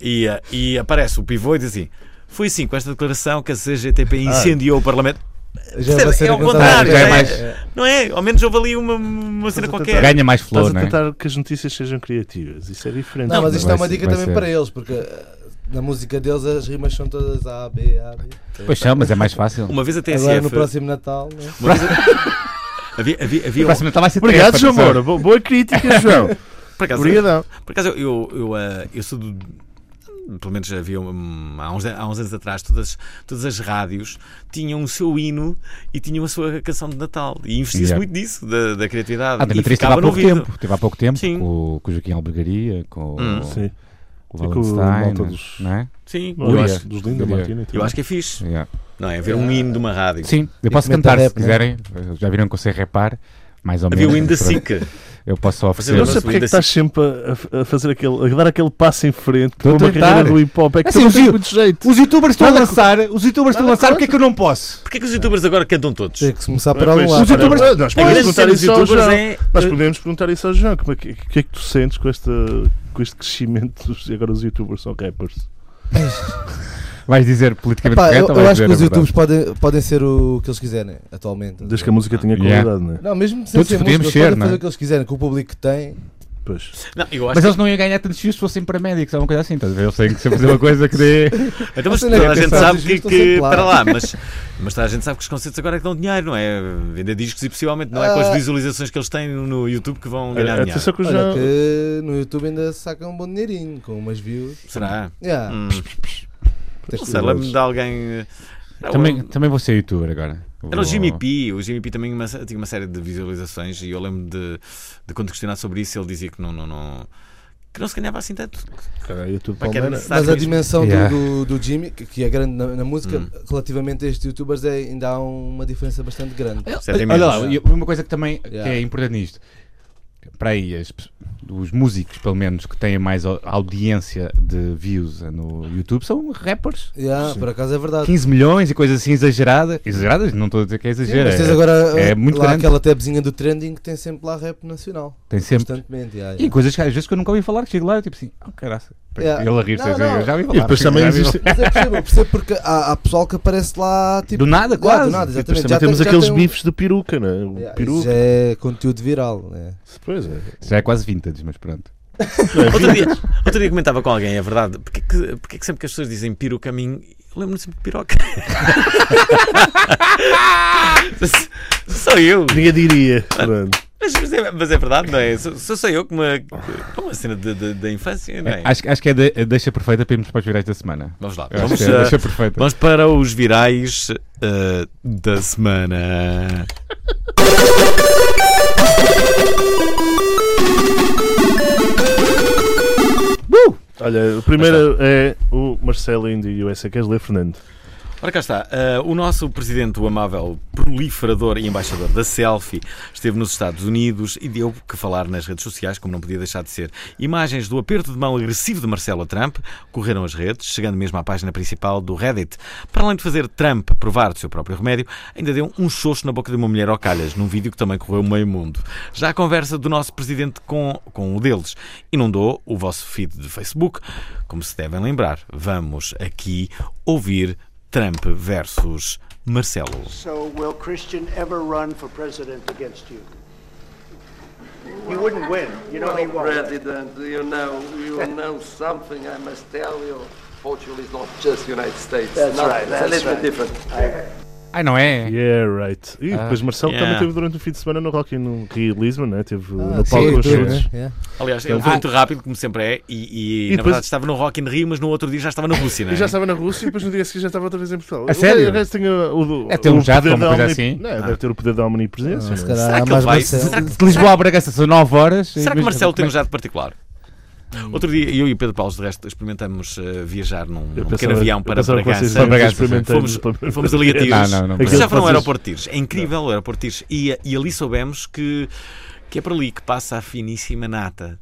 [SPEAKER 2] E, ah, e aparece o pivô e diz assim: Foi assim com esta declaração que a CGTP
[SPEAKER 4] Ah.
[SPEAKER 2] incendiou o Parlamento.
[SPEAKER 5] Já
[SPEAKER 2] Percebe?
[SPEAKER 5] vai ser
[SPEAKER 2] é ao
[SPEAKER 5] encontrado.
[SPEAKER 2] contrário,
[SPEAKER 4] Já é
[SPEAKER 2] não
[SPEAKER 4] mais-
[SPEAKER 2] Não é? Ao menos houve ali uma, uma cena qualquer.
[SPEAKER 4] Ganha mais flor,
[SPEAKER 3] Estás
[SPEAKER 4] não
[SPEAKER 3] a
[SPEAKER 4] é?
[SPEAKER 3] tentar que as notícias sejam criativas. Isso é diferente.
[SPEAKER 5] Não, mas isto
[SPEAKER 4] vai
[SPEAKER 5] é uma
[SPEAKER 4] ser-
[SPEAKER 5] dica
[SPEAKER 4] vai
[SPEAKER 5] também
[SPEAKER 4] ser.
[SPEAKER 5] para eles, porque eh, na música deles as rimas são todas A, B, A, B.
[SPEAKER 4] Pois são, mas é mais fácil.
[SPEAKER 2] Uma vez a TSF.
[SPEAKER 5] Agora no próximo Natal. né?
[SPEAKER 2] uma vez a- havia, havia, havia um-
[SPEAKER 4] Próxima está vai ser
[SPEAKER 3] Obrigado,
[SPEAKER 4] três,
[SPEAKER 3] João
[SPEAKER 4] atenção.
[SPEAKER 3] Moura. Bo- Boa crítica, João.
[SPEAKER 2] por acaso-
[SPEAKER 3] Obrigadão.
[SPEAKER 2] Por acaso, eu, eu, eh, eu sou do. Pelo menos havia hum, há uns, há uns anos atrás, todas, todas as rádios tinham o seu hino e tinham a sua canção de Natal. E investia-se
[SPEAKER 4] Yeah.
[SPEAKER 2] muito nisso, da, da criatividade.
[SPEAKER 4] Ah,
[SPEAKER 2] e
[SPEAKER 4] também teve há
[SPEAKER 2] ficava no
[SPEAKER 4] pouco
[SPEAKER 2] ouvido.
[SPEAKER 4] tempo. Teve há pouco tempo
[SPEAKER 2] Sim.
[SPEAKER 4] com, o- com o Joaquim Albergaria, com,
[SPEAKER 2] Hum.
[SPEAKER 3] Sim.
[SPEAKER 4] com o
[SPEAKER 3] E com o
[SPEAKER 4] Valenstein.
[SPEAKER 3] malta dos-
[SPEAKER 4] Não é?
[SPEAKER 2] Sim, eu
[SPEAKER 3] Olha,
[SPEAKER 2] acho,
[SPEAKER 3] dos Linda tipo,
[SPEAKER 4] diria.
[SPEAKER 3] Martina. e tudo.
[SPEAKER 2] eu acho que é fixe.
[SPEAKER 4] Yeah.
[SPEAKER 2] Não é? Haver um hino de uma rádio.
[SPEAKER 4] Sim, eu
[SPEAKER 5] E
[SPEAKER 4] posso
[SPEAKER 5] comenta
[SPEAKER 4] cantar se
[SPEAKER 5] rap, né?
[SPEAKER 4] quiserem. Já viram que eu sei repar, mais ou
[SPEAKER 2] Havia
[SPEAKER 4] menos.
[SPEAKER 2] o hino da
[SPEAKER 4] Pronto.
[SPEAKER 2] SICA.
[SPEAKER 4] Eu posso só oferecer.
[SPEAKER 2] Eu
[SPEAKER 3] não
[SPEAKER 2] Mas
[SPEAKER 3] sei porque é
[SPEAKER 2] ainda
[SPEAKER 3] que estás sempre a, a fazer aquele, a dar aquele passo em frente
[SPEAKER 4] Estou
[SPEAKER 3] para
[SPEAKER 4] a
[SPEAKER 3] uma
[SPEAKER 4] tentar.
[SPEAKER 3] carreira do hip hop. É que
[SPEAKER 4] Assim,
[SPEAKER 3] tu não
[SPEAKER 4] eu
[SPEAKER 3] tens
[SPEAKER 4] vi-
[SPEAKER 3] muito jeito.
[SPEAKER 4] Os youtubers estão a lançar, os youtubers estão a lançar, porque é que eu não posso?
[SPEAKER 2] Porquê que os youtubers agora cantam todos?
[SPEAKER 5] Tem que se começar por algum
[SPEAKER 3] Pois,
[SPEAKER 5] lado.
[SPEAKER 3] os youtubers-
[SPEAKER 4] Olha,
[SPEAKER 3] Nós
[SPEAKER 2] A
[SPEAKER 3] podemos
[SPEAKER 2] grande
[SPEAKER 3] perguntar
[SPEAKER 2] cena dos
[SPEAKER 3] isso ao
[SPEAKER 2] youtubers
[SPEAKER 3] João.
[SPEAKER 2] é.
[SPEAKER 3] Nós podemos perguntar isso ao João. O é que, que é que tu sentes com, esta, com este crescimento? Dos, e agora os youtubers são rappers.
[SPEAKER 4] Vais dizer politicamente
[SPEAKER 5] Pá, eu,
[SPEAKER 4] correto ou
[SPEAKER 5] eu
[SPEAKER 4] vais
[SPEAKER 5] acho que
[SPEAKER 4] é dizer
[SPEAKER 5] os
[SPEAKER 4] a verdade?
[SPEAKER 5] youtubers podem, podem ser o que eles quiserem atualmente.
[SPEAKER 3] Desde que a música tenha
[SPEAKER 4] Yeah.
[SPEAKER 3] qualidade, não é?
[SPEAKER 5] Não, mesmo sem
[SPEAKER 4] Todos
[SPEAKER 5] ser
[SPEAKER 4] podemos
[SPEAKER 5] música, eles
[SPEAKER 4] ser,
[SPEAKER 5] podem
[SPEAKER 4] não é?
[SPEAKER 5] fazer o que eles quiserem, com o público que têm.
[SPEAKER 3] Pois.
[SPEAKER 2] Não, eu acho
[SPEAKER 4] Mas eles não iam ganhar tantos views se fossem para médicos, alguma coisa assim, estás a ver? Eu sei que se eu fazer uma coisa que dê.
[SPEAKER 2] que. Então, mas
[SPEAKER 5] Não sei nem
[SPEAKER 2] toda a
[SPEAKER 5] quem
[SPEAKER 2] gente
[SPEAKER 5] sabe
[SPEAKER 2] sabe
[SPEAKER 5] dos
[SPEAKER 2] que.
[SPEAKER 5] justos,
[SPEAKER 2] que
[SPEAKER 5] sei lá.
[SPEAKER 2] para lá, mas, mas toda a gente sabe que os concertos agora é que dão dinheiro, não é? Vender discos e possivelmente não é com as
[SPEAKER 5] Ah.
[SPEAKER 2] visualizações que eles têm no- no YouTube que vão ganhar dinheiro.
[SPEAKER 3] Atenção que o
[SPEAKER 5] Olha,
[SPEAKER 3] João.
[SPEAKER 5] que no YouTube ainda sacam um bom dinheirinho, com umas views.
[SPEAKER 2] Será?
[SPEAKER 5] Yeah.
[SPEAKER 2] Hum,
[SPEAKER 5] Tens
[SPEAKER 2] não
[SPEAKER 5] que-
[SPEAKER 2] sei, lembro-me de alguém. eh, não,
[SPEAKER 4] é, Também,
[SPEAKER 2] eu-
[SPEAKER 4] também vou ser youtuber agora.
[SPEAKER 2] Era o
[SPEAKER 4] Vou-
[SPEAKER 2] É Jimmy P. O Jimmy P também uma- tinha uma série de visualizações e eu lembro de, de quando questionado sobre isso, ele dizia que não, não, não- que não se ganhava assim tanto.
[SPEAKER 3] Cara, YouTube
[SPEAKER 2] Pá, que era
[SPEAKER 3] Palmeira.
[SPEAKER 2] necessário
[SPEAKER 5] Mas a
[SPEAKER 2] mesmo.
[SPEAKER 5] dimensão do-
[SPEAKER 4] Yeah. Hum.
[SPEAKER 5] do, do, Jimmy, que, que é grande na, na música, relativamente a estes youtubers, é, ainda há uma diferença bastante grande.
[SPEAKER 2] Certamente.
[SPEAKER 4] Olha lá, e uma coisa que também que
[SPEAKER 5] Yeah.
[SPEAKER 4] é importante nisto. Para aí, as pe- os músicos, pelo menos, que têm mais au- audiência de views no YouTube são rappers.
[SPEAKER 5] Yeah, por acaso é verdade.
[SPEAKER 4] 15 milhões e coisas assim exageradas. Exageradas? Não estou a dizer que é
[SPEAKER 5] Sim,
[SPEAKER 4] exagero.
[SPEAKER 5] mas tens
[SPEAKER 4] é-
[SPEAKER 5] agora
[SPEAKER 4] é
[SPEAKER 5] uh,
[SPEAKER 4] muito
[SPEAKER 5] lá
[SPEAKER 4] grande.
[SPEAKER 5] aquela tabzinha do trending que tem sempre lá rap nacional.
[SPEAKER 4] Tem sempre.
[SPEAKER 5] Constantemente. Yeah,
[SPEAKER 4] E
[SPEAKER 5] yeah.
[SPEAKER 4] coisas que às vezes que eu nunca ouvi falar, que chego lá e eu tipo assim, oh caraca.
[SPEAKER 5] Yeah.
[SPEAKER 4] Ele a rir,
[SPEAKER 5] Não, não.
[SPEAKER 4] eu já ouvi falar.
[SPEAKER 3] E depois também
[SPEAKER 4] já ouvi
[SPEAKER 3] existe.
[SPEAKER 5] Mas eu percebo, eu percebo porque há, há pessoal que aparece lá
[SPEAKER 4] falar.
[SPEAKER 5] tipo.
[SPEAKER 4] Do nada,
[SPEAKER 5] Yeah,
[SPEAKER 4] quase.
[SPEAKER 5] do nada,
[SPEAKER 3] E depois
[SPEAKER 5] exatamente.
[SPEAKER 3] também
[SPEAKER 5] Já
[SPEAKER 3] temos
[SPEAKER 5] tem- já
[SPEAKER 3] aqueles
[SPEAKER 5] tem um-
[SPEAKER 3] bifes de peruca, não é? O
[SPEAKER 5] Yeah, isso
[SPEAKER 3] peruca.
[SPEAKER 5] já é conteúdo viral. Né?
[SPEAKER 3] Pois é.
[SPEAKER 4] Já é quase vintage, mas pronto.
[SPEAKER 2] Outro dia, outro dia comentava com alguém, é verdade, porque, é que, porque é que sempre que as pessoas dizem piro o caminho, eu lembro-me sempre de piroca. Sou eu.
[SPEAKER 3] Ninguém diria. Pronto.
[SPEAKER 2] Mas, mas é, mas é verdade, não é? Sou, sou só eu com uma, com uma cena de- de- da infância, não é?
[SPEAKER 4] Acho, que- acho que é de- a deixa perfeita para irmos para os virais da semana.
[SPEAKER 2] Vamos lá.
[SPEAKER 4] Eu acho
[SPEAKER 2] Vamos,
[SPEAKER 4] que é a
[SPEAKER 2] eh,
[SPEAKER 4] deixa perfeita.
[SPEAKER 2] vamos para os virais eh, da semana.
[SPEAKER 3] Olha, o primeiro é o Marcelo in the USA. Queres ler, Fernando?
[SPEAKER 2] Ora cá está. Ah, o nosso presidente, o amável proliferador e embaixador da selfie, esteve nos Estados Unidos e deu que falar nas redes sociais, como não podia deixar de ser. Imagens do aperto de mão agressivo de Marcelo a Trump correram as redes, chegando mesmo à página principal do Reddit. Para além de fazer Trump provar do seu próprio remédio, ainda deu um xoxo na boca de uma mulher ao calhas, num vídeo que também correu meio mundo. Já a conversa do nosso presidente com, com o deles inundou o vosso feed de Facebook. Como se devem lembrar, vamos aqui ouvir Trump versus Marcelo.
[SPEAKER 8] So will Christian ever run for president against you? You wouldn't win. You know he won't.
[SPEAKER 9] President, you know, you know something I must tell you. Portugal is not just United States.
[SPEAKER 8] That's
[SPEAKER 9] Not-
[SPEAKER 8] right,
[SPEAKER 9] It's a
[SPEAKER 8] that's
[SPEAKER 9] little
[SPEAKER 8] right.
[SPEAKER 9] bit different.
[SPEAKER 4] Ai, não é?
[SPEAKER 3] Yeah, right. E depois Marcelo
[SPEAKER 2] Yeah.
[SPEAKER 3] também teve durante o fim de semana no Rock in Rio de Lisbon, né? Teve no
[SPEAKER 5] Ah, sim,
[SPEAKER 3] palco com os
[SPEAKER 5] tudo,
[SPEAKER 3] chutes.
[SPEAKER 5] né? Yeah.
[SPEAKER 4] Ah,
[SPEAKER 2] Aliás, ele foi muito rápido, como sempre é, e, e,
[SPEAKER 3] E
[SPEAKER 2] na
[SPEAKER 3] depois-
[SPEAKER 2] verdade estava no Rock in Rio, mas no outro dia já estava na Rússia, não é?
[SPEAKER 3] E já estava na Rússia e depois no dia seguinte já estava outra vez em Portugal.
[SPEAKER 4] A sério?
[SPEAKER 3] O gajo tem uh, o, o,
[SPEAKER 4] Deve ter um
[SPEAKER 3] o
[SPEAKER 4] jato
[SPEAKER 3] poder
[SPEAKER 4] ou uma
[SPEAKER 3] da
[SPEAKER 4] coisa
[SPEAKER 3] omni-
[SPEAKER 4] assim.
[SPEAKER 3] Não, é, Deve ter o poder da omnipresença. não
[SPEAKER 5] Se
[SPEAKER 3] é?
[SPEAKER 5] calhar
[SPEAKER 2] Será
[SPEAKER 5] há
[SPEAKER 2] que
[SPEAKER 5] mais
[SPEAKER 2] ele vai-
[SPEAKER 5] Marcelo.
[SPEAKER 2] será
[SPEAKER 4] De Lisboa a Bragança são 9 horas.
[SPEAKER 2] Será que o
[SPEAKER 4] Mas-
[SPEAKER 2] Marcelo tem um
[SPEAKER 4] como é
[SPEAKER 2] jato particular? Outro dia, eu e o Pedro Paulo, de resto, experimentamos eh, viajar num, num
[SPEAKER 3] Eu
[SPEAKER 2] pequeno
[SPEAKER 3] pensava-
[SPEAKER 2] avião
[SPEAKER 3] eu
[SPEAKER 2] para
[SPEAKER 3] pensava que vocês
[SPEAKER 2] Bragança.
[SPEAKER 3] iam
[SPEAKER 4] Para é. Bragança,
[SPEAKER 3] experimentar
[SPEAKER 2] Fomos,
[SPEAKER 3] isso para-
[SPEAKER 2] fomos ali a tiros.
[SPEAKER 4] Não, não, não.
[SPEAKER 2] Vocês já
[SPEAKER 3] Aquilo
[SPEAKER 2] foram ao
[SPEAKER 3] fazes-
[SPEAKER 2] aeroporto de tiros. É incrível o aeroporto de tiros. E, eh, e ali soubemos que, que é por ali que passa a finíssima nata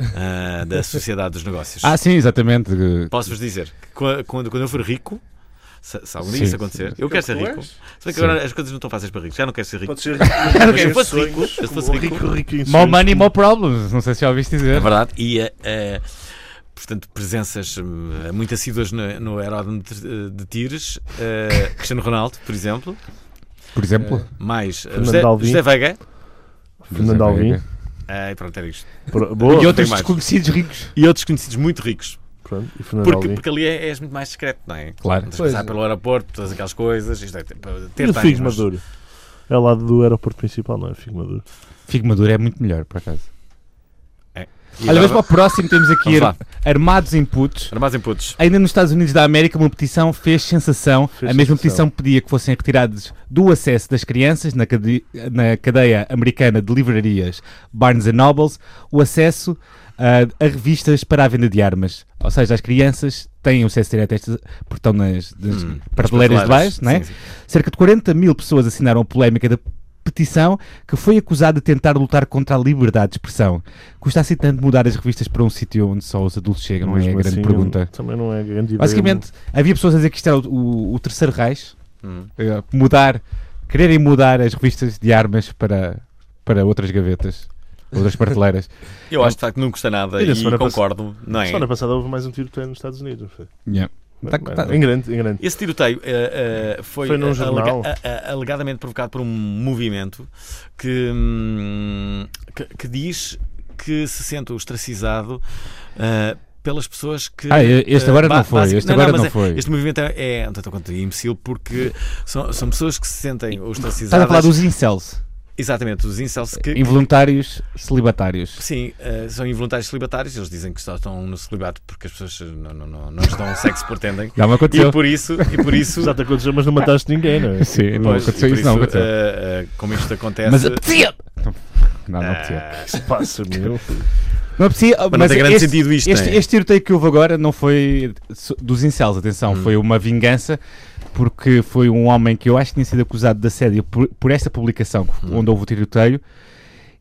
[SPEAKER 2] ah, da Sociedade dos Negócios.
[SPEAKER 4] que- Ah, sim, exatamente.
[SPEAKER 2] Posso-vos dizer que qua- quando, quando eu for rico, se, se algum dia
[SPEAKER 4] Sim,
[SPEAKER 2] isso acontecer, eu quero ser
[SPEAKER 3] Tu
[SPEAKER 2] rico.
[SPEAKER 3] és?
[SPEAKER 2] Se bem que
[SPEAKER 4] Sim.
[SPEAKER 2] agora as coisas não estão fáceis para ricos, já não quero ser rico.
[SPEAKER 3] Pode ser
[SPEAKER 2] Mas se eu fosse rico, se fosse rico,
[SPEAKER 3] rico, rico em
[SPEAKER 4] More
[SPEAKER 3] sonhos.
[SPEAKER 4] money, more problems. Não sei se já ouviste
[SPEAKER 2] É
[SPEAKER 4] dizer.
[SPEAKER 2] verdade. E, eh, eh, portanto, presenças eh, muito assíduas no, no aeródromo de, de Tires. eh, Cristiano Ronaldo, por exemplo.
[SPEAKER 4] Por exemplo.
[SPEAKER 2] Mais eh,
[SPEAKER 3] Fernando
[SPEAKER 2] José,
[SPEAKER 3] Alvim.
[SPEAKER 2] José Vega.
[SPEAKER 3] Fernando Alvim.
[SPEAKER 2] eh, e pronto, era isto.
[SPEAKER 3] Pro- Boa.
[SPEAKER 4] E outros
[SPEAKER 2] tem mais.
[SPEAKER 4] desconhecidos ricos.
[SPEAKER 2] E outros conhecidos muito ricos.
[SPEAKER 3] Pronto, e Fernando
[SPEAKER 2] Porque,
[SPEAKER 3] Alvim.
[SPEAKER 2] porque ali é- és muito mais discreto, não é?
[SPEAKER 4] Claro.
[SPEAKER 2] Andas a
[SPEAKER 5] Pois
[SPEAKER 2] passar
[SPEAKER 5] é.
[SPEAKER 2] pelo aeroporto, todas aquelas coisas. Isto é, ter
[SPEAKER 3] E o
[SPEAKER 2] timings.
[SPEAKER 3] Figo Maduro. É ao lado do aeroporto principal, não é? Figo Maduro.
[SPEAKER 4] Figo Maduro é muito melhor, por acaso.
[SPEAKER 2] E
[SPEAKER 4] Olha,
[SPEAKER 2] agora
[SPEAKER 4] vamos para o próximo. Temos aqui
[SPEAKER 2] Vamos
[SPEAKER 4] ar- armados em putos.
[SPEAKER 2] Era mais em putos.
[SPEAKER 4] Ainda nos Estados Unidos da América, uma petição fez sensação.
[SPEAKER 3] Fez
[SPEAKER 4] a mesma
[SPEAKER 3] sensação.
[SPEAKER 4] petição pedia que fossem retirados do acesso das crianças na, cade- na cadeia americana de livrarias Barnes Nobles o acesso ah, a revistas para a venda de armas. Ou seja, as crianças têm o acesso direto a estas, porque estão nas, nas prateleiras de baixo, não é?
[SPEAKER 2] Sim, sim.
[SPEAKER 4] Cerca de 40 mil pessoas assinaram a polémica da petição que foi acusada de tentar lutar contra a liberdade de expressão. Custa assim tanto mudar as revistas para um sítio onde só os adultos chegam, não é a
[SPEAKER 3] Mesmo
[SPEAKER 4] grande
[SPEAKER 3] assim,
[SPEAKER 4] pergunta.
[SPEAKER 3] Também não é a grande ideia.
[SPEAKER 4] Tipo, Basicamente, havia pessoas a dizer que isto era o, o- o terceiro Reich,
[SPEAKER 2] Hum.
[SPEAKER 4] eh, mudar, quererem mudar as revistas de armas para, para outras gavetas, outras prateleiras.
[SPEAKER 2] Eu acho de facto que não custa nada
[SPEAKER 3] E na
[SPEAKER 2] e
[SPEAKER 3] semana pass-
[SPEAKER 2] concordo, não é?
[SPEAKER 3] Só na passada houve mais um tiroteio nos Estados Unidos. não foi?
[SPEAKER 4] Yeah. Tá-
[SPEAKER 3] Bem,
[SPEAKER 4] tá-
[SPEAKER 3] Em grande, em grande.
[SPEAKER 2] Esse tiroteio eh, eh, foi,
[SPEAKER 3] Foi num
[SPEAKER 2] eh,
[SPEAKER 3] jornal.
[SPEAKER 2] alega- a- a- alegadamente provocado por um movimento que, hum, que, que diz que se sente ostracizado eh, pelas pessoas que.
[SPEAKER 4] Ah, este
[SPEAKER 2] eh,
[SPEAKER 4] agora
[SPEAKER 2] ba-
[SPEAKER 4] não foi,
[SPEAKER 2] basic-
[SPEAKER 4] este agora
[SPEAKER 2] mas
[SPEAKER 4] não
[SPEAKER 2] é-
[SPEAKER 4] foi.
[SPEAKER 2] Este movimento é, é um tanto quanto imbecil porque são, são pessoas que se sentem
[SPEAKER 4] Estás
[SPEAKER 2] ostracizadas.
[SPEAKER 4] a falar dos incels,
[SPEAKER 2] Exatamente, dos incels que.
[SPEAKER 4] involuntários celibatários.
[SPEAKER 2] Sim, eh, são involuntários celibatários, eles dizem que só estão no celibato porque as pessoas não, não, não, não estão o sexo que pretendem.
[SPEAKER 4] Já me
[SPEAKER 2] E
[SPEAKER 4] aconteceu.
[SPEAKER 2] por isso, e por isso
[SPEAKER 3] Já te aconteceu, mas não mataste ninguém, não é?
[SPEAKER 4] Sim, não
[SPEAKER 2] Pois,
[SPEAKER 4] aconteceu
[SPEAKER 2] e por
[SPEAKER 4] isso, não
[SPEAKER 2] isso,
[SPEAKER 4] aconteceu.
[SPEAKER 2] eh, eh, como isto acontece.
[SPEAKER 4] Mas apetecia! Não, não apetecia.
[SPEAKER 2] Ah,
[SPEAKER 3] Que se passa, meu?
[SPEAKER 4] Não apetecia, mas,
[SPEAKER 2] não tem grande
[SPEAKER 4] este,
[SPEAKER 2] sentido isto,
[SPEAKER 4] Este,
[SPEAKER 2] não é?
[SPEAKER 4] este tiroteio que houve agora não foi so- dos incels, atenção,
[SPEAKER 2] Hum.
[SPEAKER 4] foi uma vingança porque foi um homem que eu acho que tinha sido acusado de assédio por, por esta publicação
[SPEAKER 2] Hum.
[SPEAKER 4] onde houve o tiroteio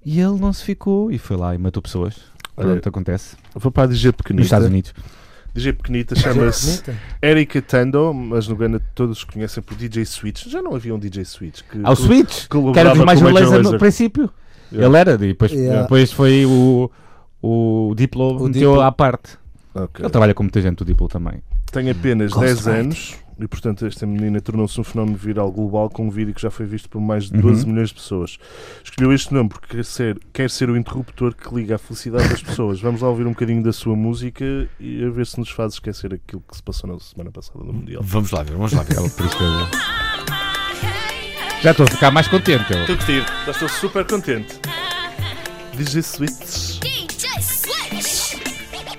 [SPEAKER 4] e ele não se ficou e foi lá e matou pessoas.
[SPEAKER 3] Olha,
[SPEAKER 4] Pronto, acontece.
[SPEAKER 3] Vou para a DG
[SPEAKER 4] Nos
[SPEAKER 3] Pequenita.
[SPEAKER 4] Estados Unidos.
[SPEAKER 3] DG Pequenita chama-se
[SPEAKER 5] Bonita.
[SPEAKER 3] Erika Tando, mas no Ghana todos conhecem por DJ Switch. Já não havia um DJ Switch.
[SPEAKER 2] eh,
[SPEAKER 3] Que
[SPEAKER 4] Ao Switch, que era dos
[SPEAKER 3] colaborava
[SPEAKER 4] mais
[SPEAKER 3] com o Major
[SPEAKER 4] beleza no
[SPEAKER 3] Lazer.
[SPEAKER 4] princípio.
[SPEAKER 3] Yeah.
[SPEAKER 4] Ele era, e depois,
[SPEAKER 5] Yeah.
[SPEAKER 4] depois foi o, o Diplo
[SPEAKER 5] O
[SPEAKER 4] meteu
[SPEAKER 5] Diplo.
[SPEAKER 4] à parte.
[SPEAKER 3] Ok.
[SPEAKER 4] Ele trabalha com muita gente, o Diplo também.
[SPEAKER 3] Tem apenas
[SPEAKER 4] Ghost
[SPEAKER 3] 10
[SPEAKER 4] Rider.
[SPEAKER 3] anos e, portanto, esta menina tornou-se um fenómeno viral global com um vídeo que já foi visto por mais
[SPEAKER 4] Uhum.
[SPEAKER 3] de 12 milhões de pessoas. Escolheu este nome porque quer ser, quer ser o interruptor que liga a felicidade das pessoas. Vamos lá ouvir um bocadinho da sua música e a ver se nos faz esquecer aquilo que se passou na semana passada no Mundial.
[SPEAKER 2] Vamos lá ver, vamos lá ver.
[SPEAKER 4] Aquela tristeza. Já estou a ficar mais contente. eu.
[SPEAKER 3] Estou a curtir, já estou super contente. DJ Switch.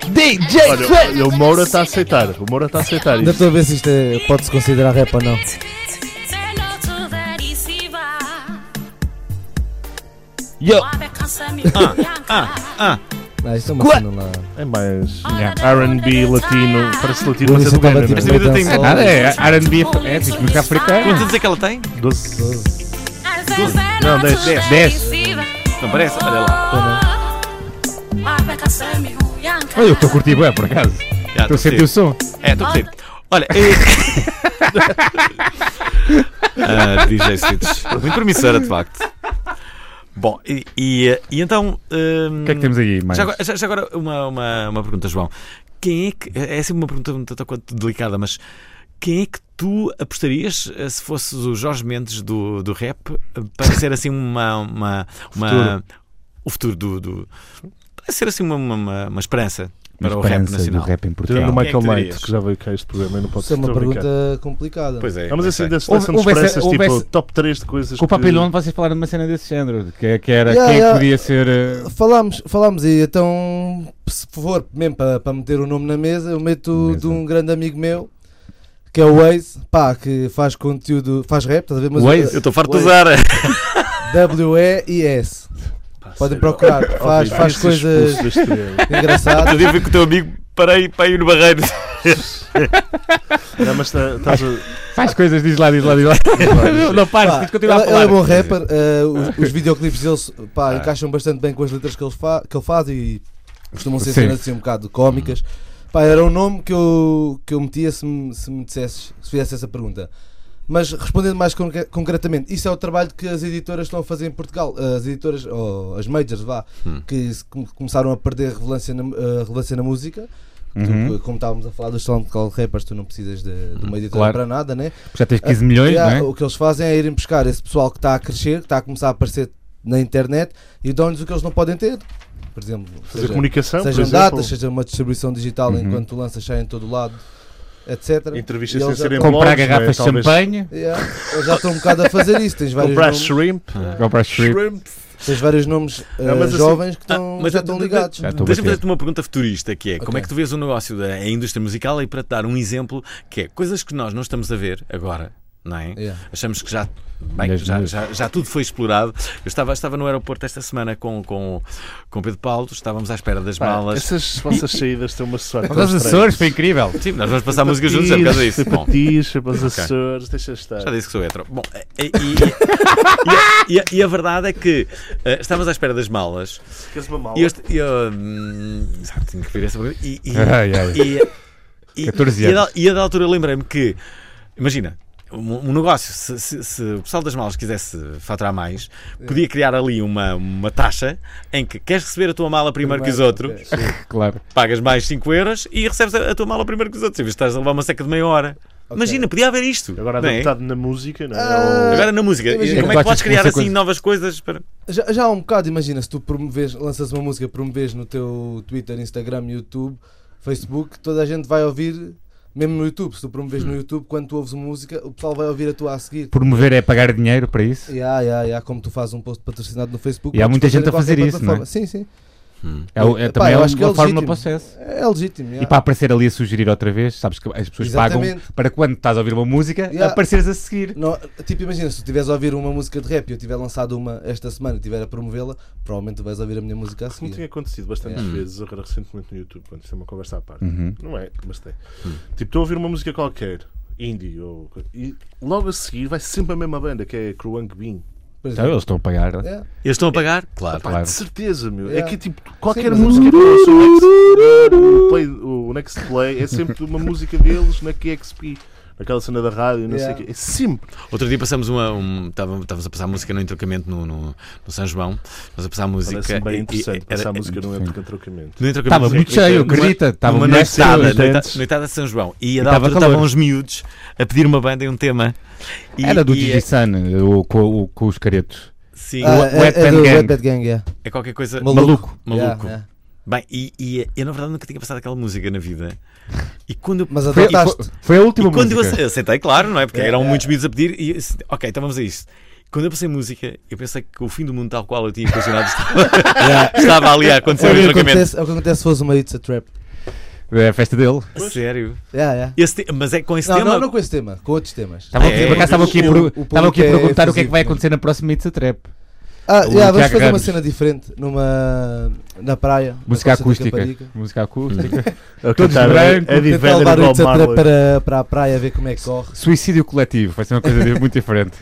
[SPEAKER 4] DJ
[SPEAKER 3] Olha, olha, o Moura está a aceitar. O Moura está a aceitar
[SPEAKER 5] Ainda
[SPEAKER 3] isto.
[SPEAKER 5] estou a ver se isto é- pode-se considerar rap ou não.
[SPEAKER 2] Ah, ah,
[SPEAKER 5] Ah, isto é uma cena lá.
[SPEAKER 3] É mais RB latino, parece latino,
[SPEAKER 5] Eu
[SPEAKER 3] mas é do
[SPEAKER 5] estava
[SPEAKER 3] Ghana,
[SPEAKER 5] tipo
[SPEAKER 3] não
[SPEAKER 2] Essa vida tem-
[SPEAKER 5] dançar.
[SPEAKER 4] Nada, é RB, é tipo música africana.
[SPEAKER 2] Quantos anos é que ela tem?
[SPEAKER 3] é? 12.
[SPEAKER 10] Não,
[SPEAKER 3] dez.
[SPEAKER 10] desce,
[SPEAKER 4] Dez.
[SPEAKER 10] desce.
[SPEAKER 2] Não parece? Olha lá.
[SPEAKER 4] Olha, eu estou a curtir bem, por acaso.
[SPEAKER 2] Já,
[SPEAKER 4] Estou a sentir o som.
[SPEAKER 2] É, estou a perceber. Olha, é... ah, DJ Cites. Muito promissora, de facto. Bom, e, e, e então. hum,
[SPEAKER 4] O que é que temos aí mais?
[SPEAKER 2] Já agora, já- já agora uma, uma, uma pergunta, João. Quem é que. É é sempre uma pergunta um tanto quanto delicada, mas quem é que tu apostarias eh, se fosses o Jorge Mendes do, do rap eh, para ser assim uma. uma, uma-
[SPEAKER 3] Futuro.
[SPEAKER 2] O futuro do. do- para ser assim uma, uma- uma, uma esperança
[SPEAKER 4] Uma
[SPEAKER 2] para o rap
[SPEAKER 4] esperança
[SPEAKER 2] nacional.
[SPEAKER 4] do rap em
[SPEAKER 3] Tirando o
[SPEAKER 4] Portugal.
[SPEAKER 2] é que
[SPEAKER 3] Michael
[SPEAKER 2] tu
[SPEAKER 3] Knight,
[SPEAKER 2] dirias?
[SPEAKER 3] que já veio cá a este programa, eu não posso
[SPEAKER 5] Isso é uma
[SPEAKER 3] estou a brincar.
[SPEAKER 5] pergunta complicada.
[SPEAKER 2] Pois é.
[SPEAKER 3] Ah, mas
[SPEAKER 2] não
[SPEAKER 3] assim,
[SPEAKER 2] sei.
[SPEAKER 3] da seleção de
[SPEAKER 4] Houve- houvesse-
[SPEAKER 3] esperanças, tipo,
[SPEAKER 4] houvesse-
[SPEAKER 3] top 3 de coisas
[SPEAKER 4] Com o
[SPEAKER 3] que...
[SPEAKER 4] papilhão vocês falaram de uma cena desse género, que, é- que era
[SPEAKER 5] Yeah,
[SPEAKER 4] quem é que
[SPEAKER 5] yeah.
[SPEAKER 4] podia ser. eh,
[SPEAKER 5] Falámos, falámos aí, então, se for mesmo para, para meter o nome na mesa, eu meto
[SPEAKER 4] Mesa.
[SPEAKER 5] de um grande amigo meu, que é o Waze, pá, que faz conteúdo, faz rap, estás a ver? Mas
[SPEAKER 4] Waze?
[SPEAKER 2] Eu estou farto de
[SPEAKER 5] Waze.
[SPEAKER 2] usar.
[SPEAKER 5] W-E-I-S. Podem procurar, faz, faz coisas
[SPEAKER 2] Outro
[SPEAKER 5] engraçadas.
[SPEAKER 2] dia fui com o teu amigo, parei para ir no barreiro.
[SPEAKER 3] Não, mas tá- estás a...
[SPEAKER 4] Faz coisas, diz lá, diz lá, diz lá. Não, não pares, tens
[SPEAKER 5] Pá,
[SPEAKER 4] de
[SPEAKER 5] ele,
[SPEAKER 4] continuar a
[SPEAKER 5] ele é
[SPEAKER 4] falar. Ah.
[SPEAKER 5] bom rapper, eh, os, os videoclipes deles pá, encaixam bastante bem com as letras que ele, fa- que ele faz e costumam ser
[SPEAKER 4] Sim.
[SPEAKER 5] cenas assim um bocado cómicas. Pá, era um nome que eu, que eu metia se me, se me dissesses, se fizesse essa pergunta. Mas respondendo mais conque- concretamente, isso é o trabalho que as editoras estão a fazer em Portugal. As editoras, ou as majors, vá,
[SPEAKER 4] Hum.
[SPEAKER 5] que se com- começaram a perder relevância na, eh, relevância na música. Tu,
[SPEAKER 4] Uhum.
[SPEAKER 5] como estávamos a falar dos SoundCloud rappers, tu não precisas de, de uma editora
[SPEAKER 4] Claro.
[SPEAKER 5] para nada, né?
[SPEAKER 4] Já tens 15 milhões,
[SPEAKER 5] Yeah,
[SPEAKER 4] não é?
[SPEAKER 5] Ah, O que eles fazem é irem buscar esse pessoal que está a crescer, que está a começar a aparecer na internet e dão-lhes o que eles não podem ter. Por exemplo,
[SPEAKER 3] Fazer
[SPEAKER 5] seja,
[SPEAKER 3] comunicação, por
[SPEAKER 5] sejam
[SPEAKER 3] exemplo.
[SPEAKER 5] datas, seja uma distribuição digital
[SPEAKER 4] Uhum.
[SPEAKER 5] enquanto tu lanças sai em todo lado, etc.
[SPEAKER 3] Entrevistas
[SPEAKER 5] E
[SPEAKER 3] sem
[SPEAKER 5] eles já
[SPEAKER 3] serem
[SPEAKER 5] estão-
[SPEAKER 3] blogs,
[SPEAKER 4] Comprar
[SPEAKER 3] não é?
[SPEAKER 4] garrafas de
[SPEAKER 3] Talvez
[SPEAKER 4] champanhe,
[SPEAKER 5] Yeah, eles já estão um bocado a fazer isso. Tens vários,
[SPEAKER 3] Comprar
[SPEAKER 5] nomes,
[SPEAKER 3] shrimp.
[SPEAKER 5] É.
[SPEAKER 4] comprar strip.
[SPEAKER 5] tens vários nomes eh,
[SPEAKER 3] mas assim-
[SPEAKER 5] jovens que estão, já estão
[SPEAKER 2] de- de-
[SPEAKER 5] ligados. é?
[SPEAKER 4] Já estou a
[SPEAKER 2] Deixa-me
[SPEAKER 4] bater.
[SPEAKER 2] fazer-te uma pergunta futurista que é como é que tu vês o negócio da a indústria musical e para te dar um exemplo que é coisas que nós não estamos a ver agora, não é?
[SPEAKER 5] Yeah.
[SPEAKER 2] Achamos que já, bem,
[SPEAKER 4] Milhões de
[SPEAKER 2] já,
[SPEAKER 4] vezes.
[SPEAKER 2] já, já tudo foi explorado. Eu estava, estava no aeroporto esta semana com, com, com Pedro Paulo, estávamos à espera das
[SPEAKER 3] Pá,
[SPEAKER 2] malas.
[SPEAKER 3] Essas vossas saídas estão uma sorte.
[SPEAKER 4] Os Açores, foi incrível.
[SPEAKER 2] Sim, nós vamos passar música juntos, é por causa disso. Bom,
[SPEAKER 3] Patixa, para os Açores, deixa estar.
[SPEAKER 2] Já disse que sou hetero. Bom, e, e- e- e a, e a verdade é que eh, estávamos à espera das malas
[SPEAKER 3] Queres uma mala?
[SPEAKER 2] e eu. est- e eu, hum, exato, tinha que vir essa pergunta. E, e-
[SPEAKER 4] Ai, ai.
[SPEAKER 2] e- e-
[SPEAKER 4] 14
[SPEAKER 2] e a da-
[SPEAKER 4] anos.
[SPEAKER 2] E a da altura lembrei-me que, imagina, um, um negócio, se, se- se o pessoal das malas quisesse faturar mais, podia criar ali uma, uma taxa em que queres receber a tua mala primeiro, que os outros,
[SPEAKER 5] É,
[SPEAKER 4] Claro.
[SPEAKER 2] pagas mais 5 euros e recebes a, a tua mala primeiro que os outros, em vez de estás a levar uma seca de meia hora. Imagina, podia haver isto.
[SPEAKER 3] Agora
[SPEAKER 2] não é?
[SPEAKER 3] adaptado na música, não é?
[SPEAKER 5] Ah.
[SPEAKER 3] Ao-
[SPEAKER 2] Agora na música,
[SPEAKER 5] Imagina.
[SPEAKER 2] como
[SPEAKER 4] É
[SPEAKER 2] é
[SPEAKER 4] que
[SPEAKER 2] que podes
[SPEAKER 4] tu achas que vão
[SPEAKER 2] criar
[SPEAKER 4] ser
[SPEAKER 2] assim
[SPEAKER 4] coisas-
[SPEAKER 2] novas coisas para.
[SPEAKER 5] Já, já há um bocado, imagina, se tu promoves, lanças uma música, promoves no teu Twitter, Instagram, YouTube, Facebook, toda a gente vai ouvir, mesmo no YouTube, se tu promoves
[SPEAKER 4] Hum.
[SPEAKER 5] no YouTube, quando tu ouves uma música, o pessoal vai ouvir a tua a seguir.
[SPEAKER 4] Promover é pagar dinheiro para isso.
[SPEAKER 5] Ya, ya, ya, como tu fazes um post patrocinado no Facebook.
[SPEAKER 4] E há
[SPEAKER 5] podes
[SPEAKER 4] muita gente
[SPEAKER 5] em
[SPEAKER 4] a fazer
[SPEAKER 5] qualquer
[SPEAKER 4] isso, não é?
[SPEAKER 5] plataforma. Sim, sim.
[SPEAKER 4] É, o- é,
[SPEAKER 5] Epá,
[SPEAKER 4] também é
[SPEAKER 5] eu
[SPEAKER 4] uma
[SPEAKER 5] acho que é
[SPEAKER 4] forma
[SPEAKER 5] legítimo.
[SPEAKER 4] para o sucesso.
[SPEAKER 5] É legítimo. ya.
[SPEAKER 4] E para aparecer ali a sugerir outra vez, sabes que as pessoas pagam
[SPEAKER 5] Exatamente.
[SPEAKER 4] para quando estás a ouvir uma música,
[SPEAKER 5] Yeah.
[SPEAKER 4] apareceres a seguir.
[SPEAKER 5] Não, tipo, imagina, se tu estiveres a ouvir uma música de rap e eu tiver lançado uma esta semana e estiver a promovê-la, provavelmente tu vais ouvir a minha música a
[SPEAKER 3] Como é? tinha
[SPEAKER 5] seguir.
[SPEAKER 3] acontecido bastantes
[SPEAKER 2] Hum.
[SPEAKER 3] vezes, agora recentemente no YouTube, quando isto é uma conversa à parte.
[SPEAKER 5] Uhum.
[SPEAKER 3] Não é, mas tem.
[SPEAKER 2] Hum.
[SPEAKER 3] Tipo, estou a ouvir uma música qualquer, indie, ou... co- e logo a seguir vai sempre a mesma banda, que é Kruang Bean.
[SPEAKER 5] Por
[SPEAKER 4] Então,
[SPEAKER 5] exemplo.
[SPEAKER 4] eles estão a pagar.
[SPEAKER 5] Ya.
[SPEAKER 2] Eles estão a pagar? Claro.
[SPEAKER 3] Pá,
[SPEAKER 4] Claro.
[SPEAKER 3] de certeza, meu. É
[SPEAKER 5] Yeah.
[SPEAKER 3] que tipo, qualquer
[SPEAKER 5] mas-
[SPEAKER 3] música que ouça o next, o, play, o next Play é sempre uma música deles na QXP. Naquela cena da rádio, não
[SPEAKER 5] Yeah.
[SPEAKER 3] sei o quê. É sempre.
[SPEAKER 2] Outro dia passamos uma. um- estava- Estávamos a passar música no entrocamento no, no, no São João. Estávamos a passar música.
[SPEAKER 3] Parece bem
[SPEAKER 2] e- e-
[SPEAKER 3] interessante
[SPEAKER 2] é, era-
[SPEAKER 3] passar a música no entroncamento.
[SPEAKER 2] no entrocamento.
[SPEAKER 4] Estava muito cheio,
[SPEAKER 3] numa-
[SPEAKER 4] acredita? Estava
[SPEAKER 2] Uma
[SPEAKER 4] muito
[SPEAKER 2] noitada,
[SPEAKER 4] cheio.
[SPEAKER 2] noita-
[SPEAKER 3] antes.
[SPEAKER 2] noitada de São João. E a
[SPEAKER 4] E
[SPEAKER 2] da
[SPEAKER 4] estava
[SPEAKER 2] altura
[SPEAKER 4] calor.
[SPEAKER 2] estavam uns miúdos a pedir uma banda e um tema. E-
[SPEAKER 4] Era do
[SPEAKER 2] e
[SPEAKER 4] DJ
[SPEAKER 2] é-
[SPEAKER 4] Sun, o- com o- com os caretos.
[SPEAKER 2] Sim,
[SPEAKER 5] Ah, é,
[SPEAKER 4] Wet
[SPEAKER 5] é do
[SPEAKER 4] Band Gang.
[SPEAKER 5] Wet Band Gang, ya.
[SPEAKER 2] é qualquer coisa.
[SPEAKER 4] Maluco.
[SPEAKER 2] Maluco.
[SPEAKER 5] Ya, ya.
[SPEAKER 2] Bem, e, e eu na verdade nunca tinha passado aquela música na vida. E quando eu
[SPEAKER 5] Mas
[SPEAKER 4] Foi, e foi-
[SPEAKER 5] adotaste.
[SPEAKER 4] foi a última
[SPEAKER 2] E quando eu
[SPEAKER 4] música.
[SPEAKER 2] ace- aceitei, claro, não é? Porque eram muitos miúdos a pedir e eu disse, ok, então vamos a isto. Quando eu passei música, eu pensei que o fim do mundo tal qual eu tinha imaginado estava, estava ali a acontecer
[SPEAKER 5] É o
[SPEAKER 2] no
[SPEAKER 5] que
[SPEAKER 2] entroncamento.
[SPEAKER 5] acontece- é o que acontece se fores uma It's a Trap.
[SPEAKER 4] É a festa dele.
[SPEAKER 2] A Sério.
[SPEAKER 5] Ya, ya.
[SPEAKER 2] Esse te- Mas é com esse
[SPEAKER 5] Não,
[SPEAKER 2] tema.
[SPEAKER 5] não, não com esse tema, com outros temas.
[SPEAKER 4] Estavam
[SPEAKER 2] É,
[SPEAKER 4] por acaso estavam aqui, a pro-
[SPEAKER 5] o- o público
[SPEAKER 4] estavam aqui a
[SPEAKER 5] é
[SPEAKER 4] perguntar o que é que vai
[SPEAKER 5] efusivo,
[SPEAKER 4] acontecer na próxima It's a Trap.
[SPEAKER 5] Ah,
[SPEAKER 4] O
[SPEAKER 5] yeah, vamos
[SPEAKER 4] Tiago
[SPEAKER 5] fazer uma
[SPEAKER 4] Ramos.
[SPEAKER 5] cena diferente numa, na praia. na
[SPEAKER 4] Música
[SPEAKER 5] costa de
[SPEAKER 4] acústica.
[SPEAKER 5] Caparica.
[SPEAKER 4] Música acústica.
[SPEAKER 2] É
[SPEAKER 3] A
[SPEAKER 4] Todos
[SPEAKER 3] cantar
[SPEAKER 4] brancos.
[SPEAKER 3] Eddie
[SPEAKER 5] Tentar
[SPEAKER 3] Vedder,
[SPEAKER 5] levar o
[SPEAKER 3] Bob
[SPEAKER 5] Itza para,
[SPEAKER 3] Marley.
[SPEAKER 5] para, para a praia ver como é que corre.
[SPEAKER 4] Suicídio coletivo. Vai ser uma coisa de- muito diferente.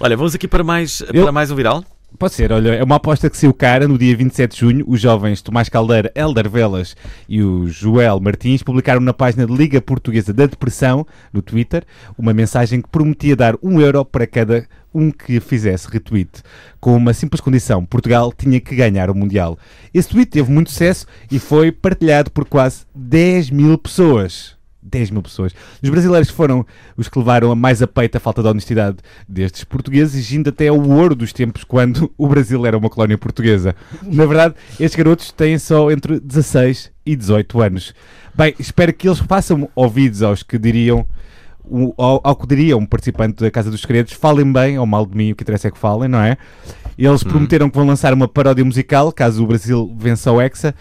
[SPEAKER 2] Olha, vamos aqui para mais,
[SPEAKER 4] Eu-
[SPEAKER 2] para mais um viral.
[SPEAKER 4] Pode ser, olha, é uma aposta que saiu cara no dia 27 de junho. Os jovens Tomás Caldeira, Helder Velas e o Joel Martins publicaram na página de Liga Portuguesa da Depressão, no Twitter, uma mensagem que prometia dar um euro para cada um que fizesse retweet, com uma simples condição: Portugal tinha que ganhar o Mundial. Esse tweet teve muito sucesso e foi partilhado por quase 10 mil pessoas. 10 mil pessoas. Os brasileiros foram os que levaram a mais a peito a falta de honestidade destes portugueses, exigindo até ao ouro dos tempos quando o Brasil era uma colónia portuguesa. Na verdade, estes garotos têm só entre 16 e 18 anos. Bem, espero que eles façam ouvidos aos que diriam. o- Ao, ao que diria um participante da Casa dos Segredos, falem bem ou mal de mim, o que interessa é que falem, não é? Eles prometeram que vão lançar uma paródia musical caso o Brasil vença o Hexa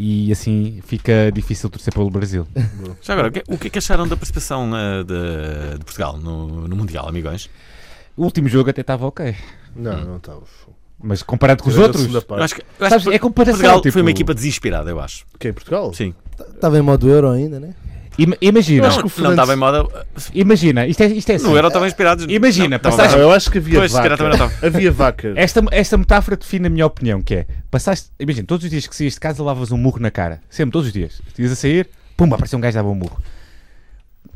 [SPEAKER 4] e assim fica difícil torcer pelo Brasil.
[SPEAKER 2] Já agora, o que, o que é que acharam da participação eh, de, de Portugal no, no Mundial, amigões?
[SPEAKER 4] O último jogo até estava ok.
[SPEAKER 3] Não, não estava.
[SPEAKER 4] Mas comparado com os
[SPEAKER 3] Era a
[SPEAKER 4] outros.
[SPEAKER 3] segunda parte.
[SPEAKER 2] Eu acho que, eu acho
[SPEAKER 4] Sabes,
[SPEAKER 2] que
[SPEAKER 4] é comparação,
[SPEAKER 2] Portugal
[SPEAKER 4] tipo-
[SPEAKER 2] foi uma equipa desinspirada, eu acho.
[SPEAKER 3] Quem? é Portugal?
[SPEAKER 2] Sim.
[SPEAKER 5] Estava em modo euro ainda, né?
[SPEAKER 4] Ima- Imagina,
[SPEAKER 2] Não, não estava em moda.
[SPEAKER 4] imagina, isto é, isto é assim.
[SPEAKER 2] Não eram tão inspirados.
[SPEAKER 4] Imagina,
[SPEAKER 2] não, tava
[SPEAKER 4] passaste-
[SPEAKER 3] Não,
[SPEAKER 2] bem.
[SPEAKER 3] eu acho que havia
[SPEAKER 2] Pois, se calhar
[SPEAKER 3] vaca.
[SPEAKER 2] também não
[SPEAKER 3] Havia vaca.
[SPEAKER 4] Esta, esta metáfora define a minha opinião, que é, passaste, imagina, todos os dias que saías de casa lavas um murro na cara. Sempre, todos os dias. Ias a sair, pumba, apareceu um gajo e dava um murro.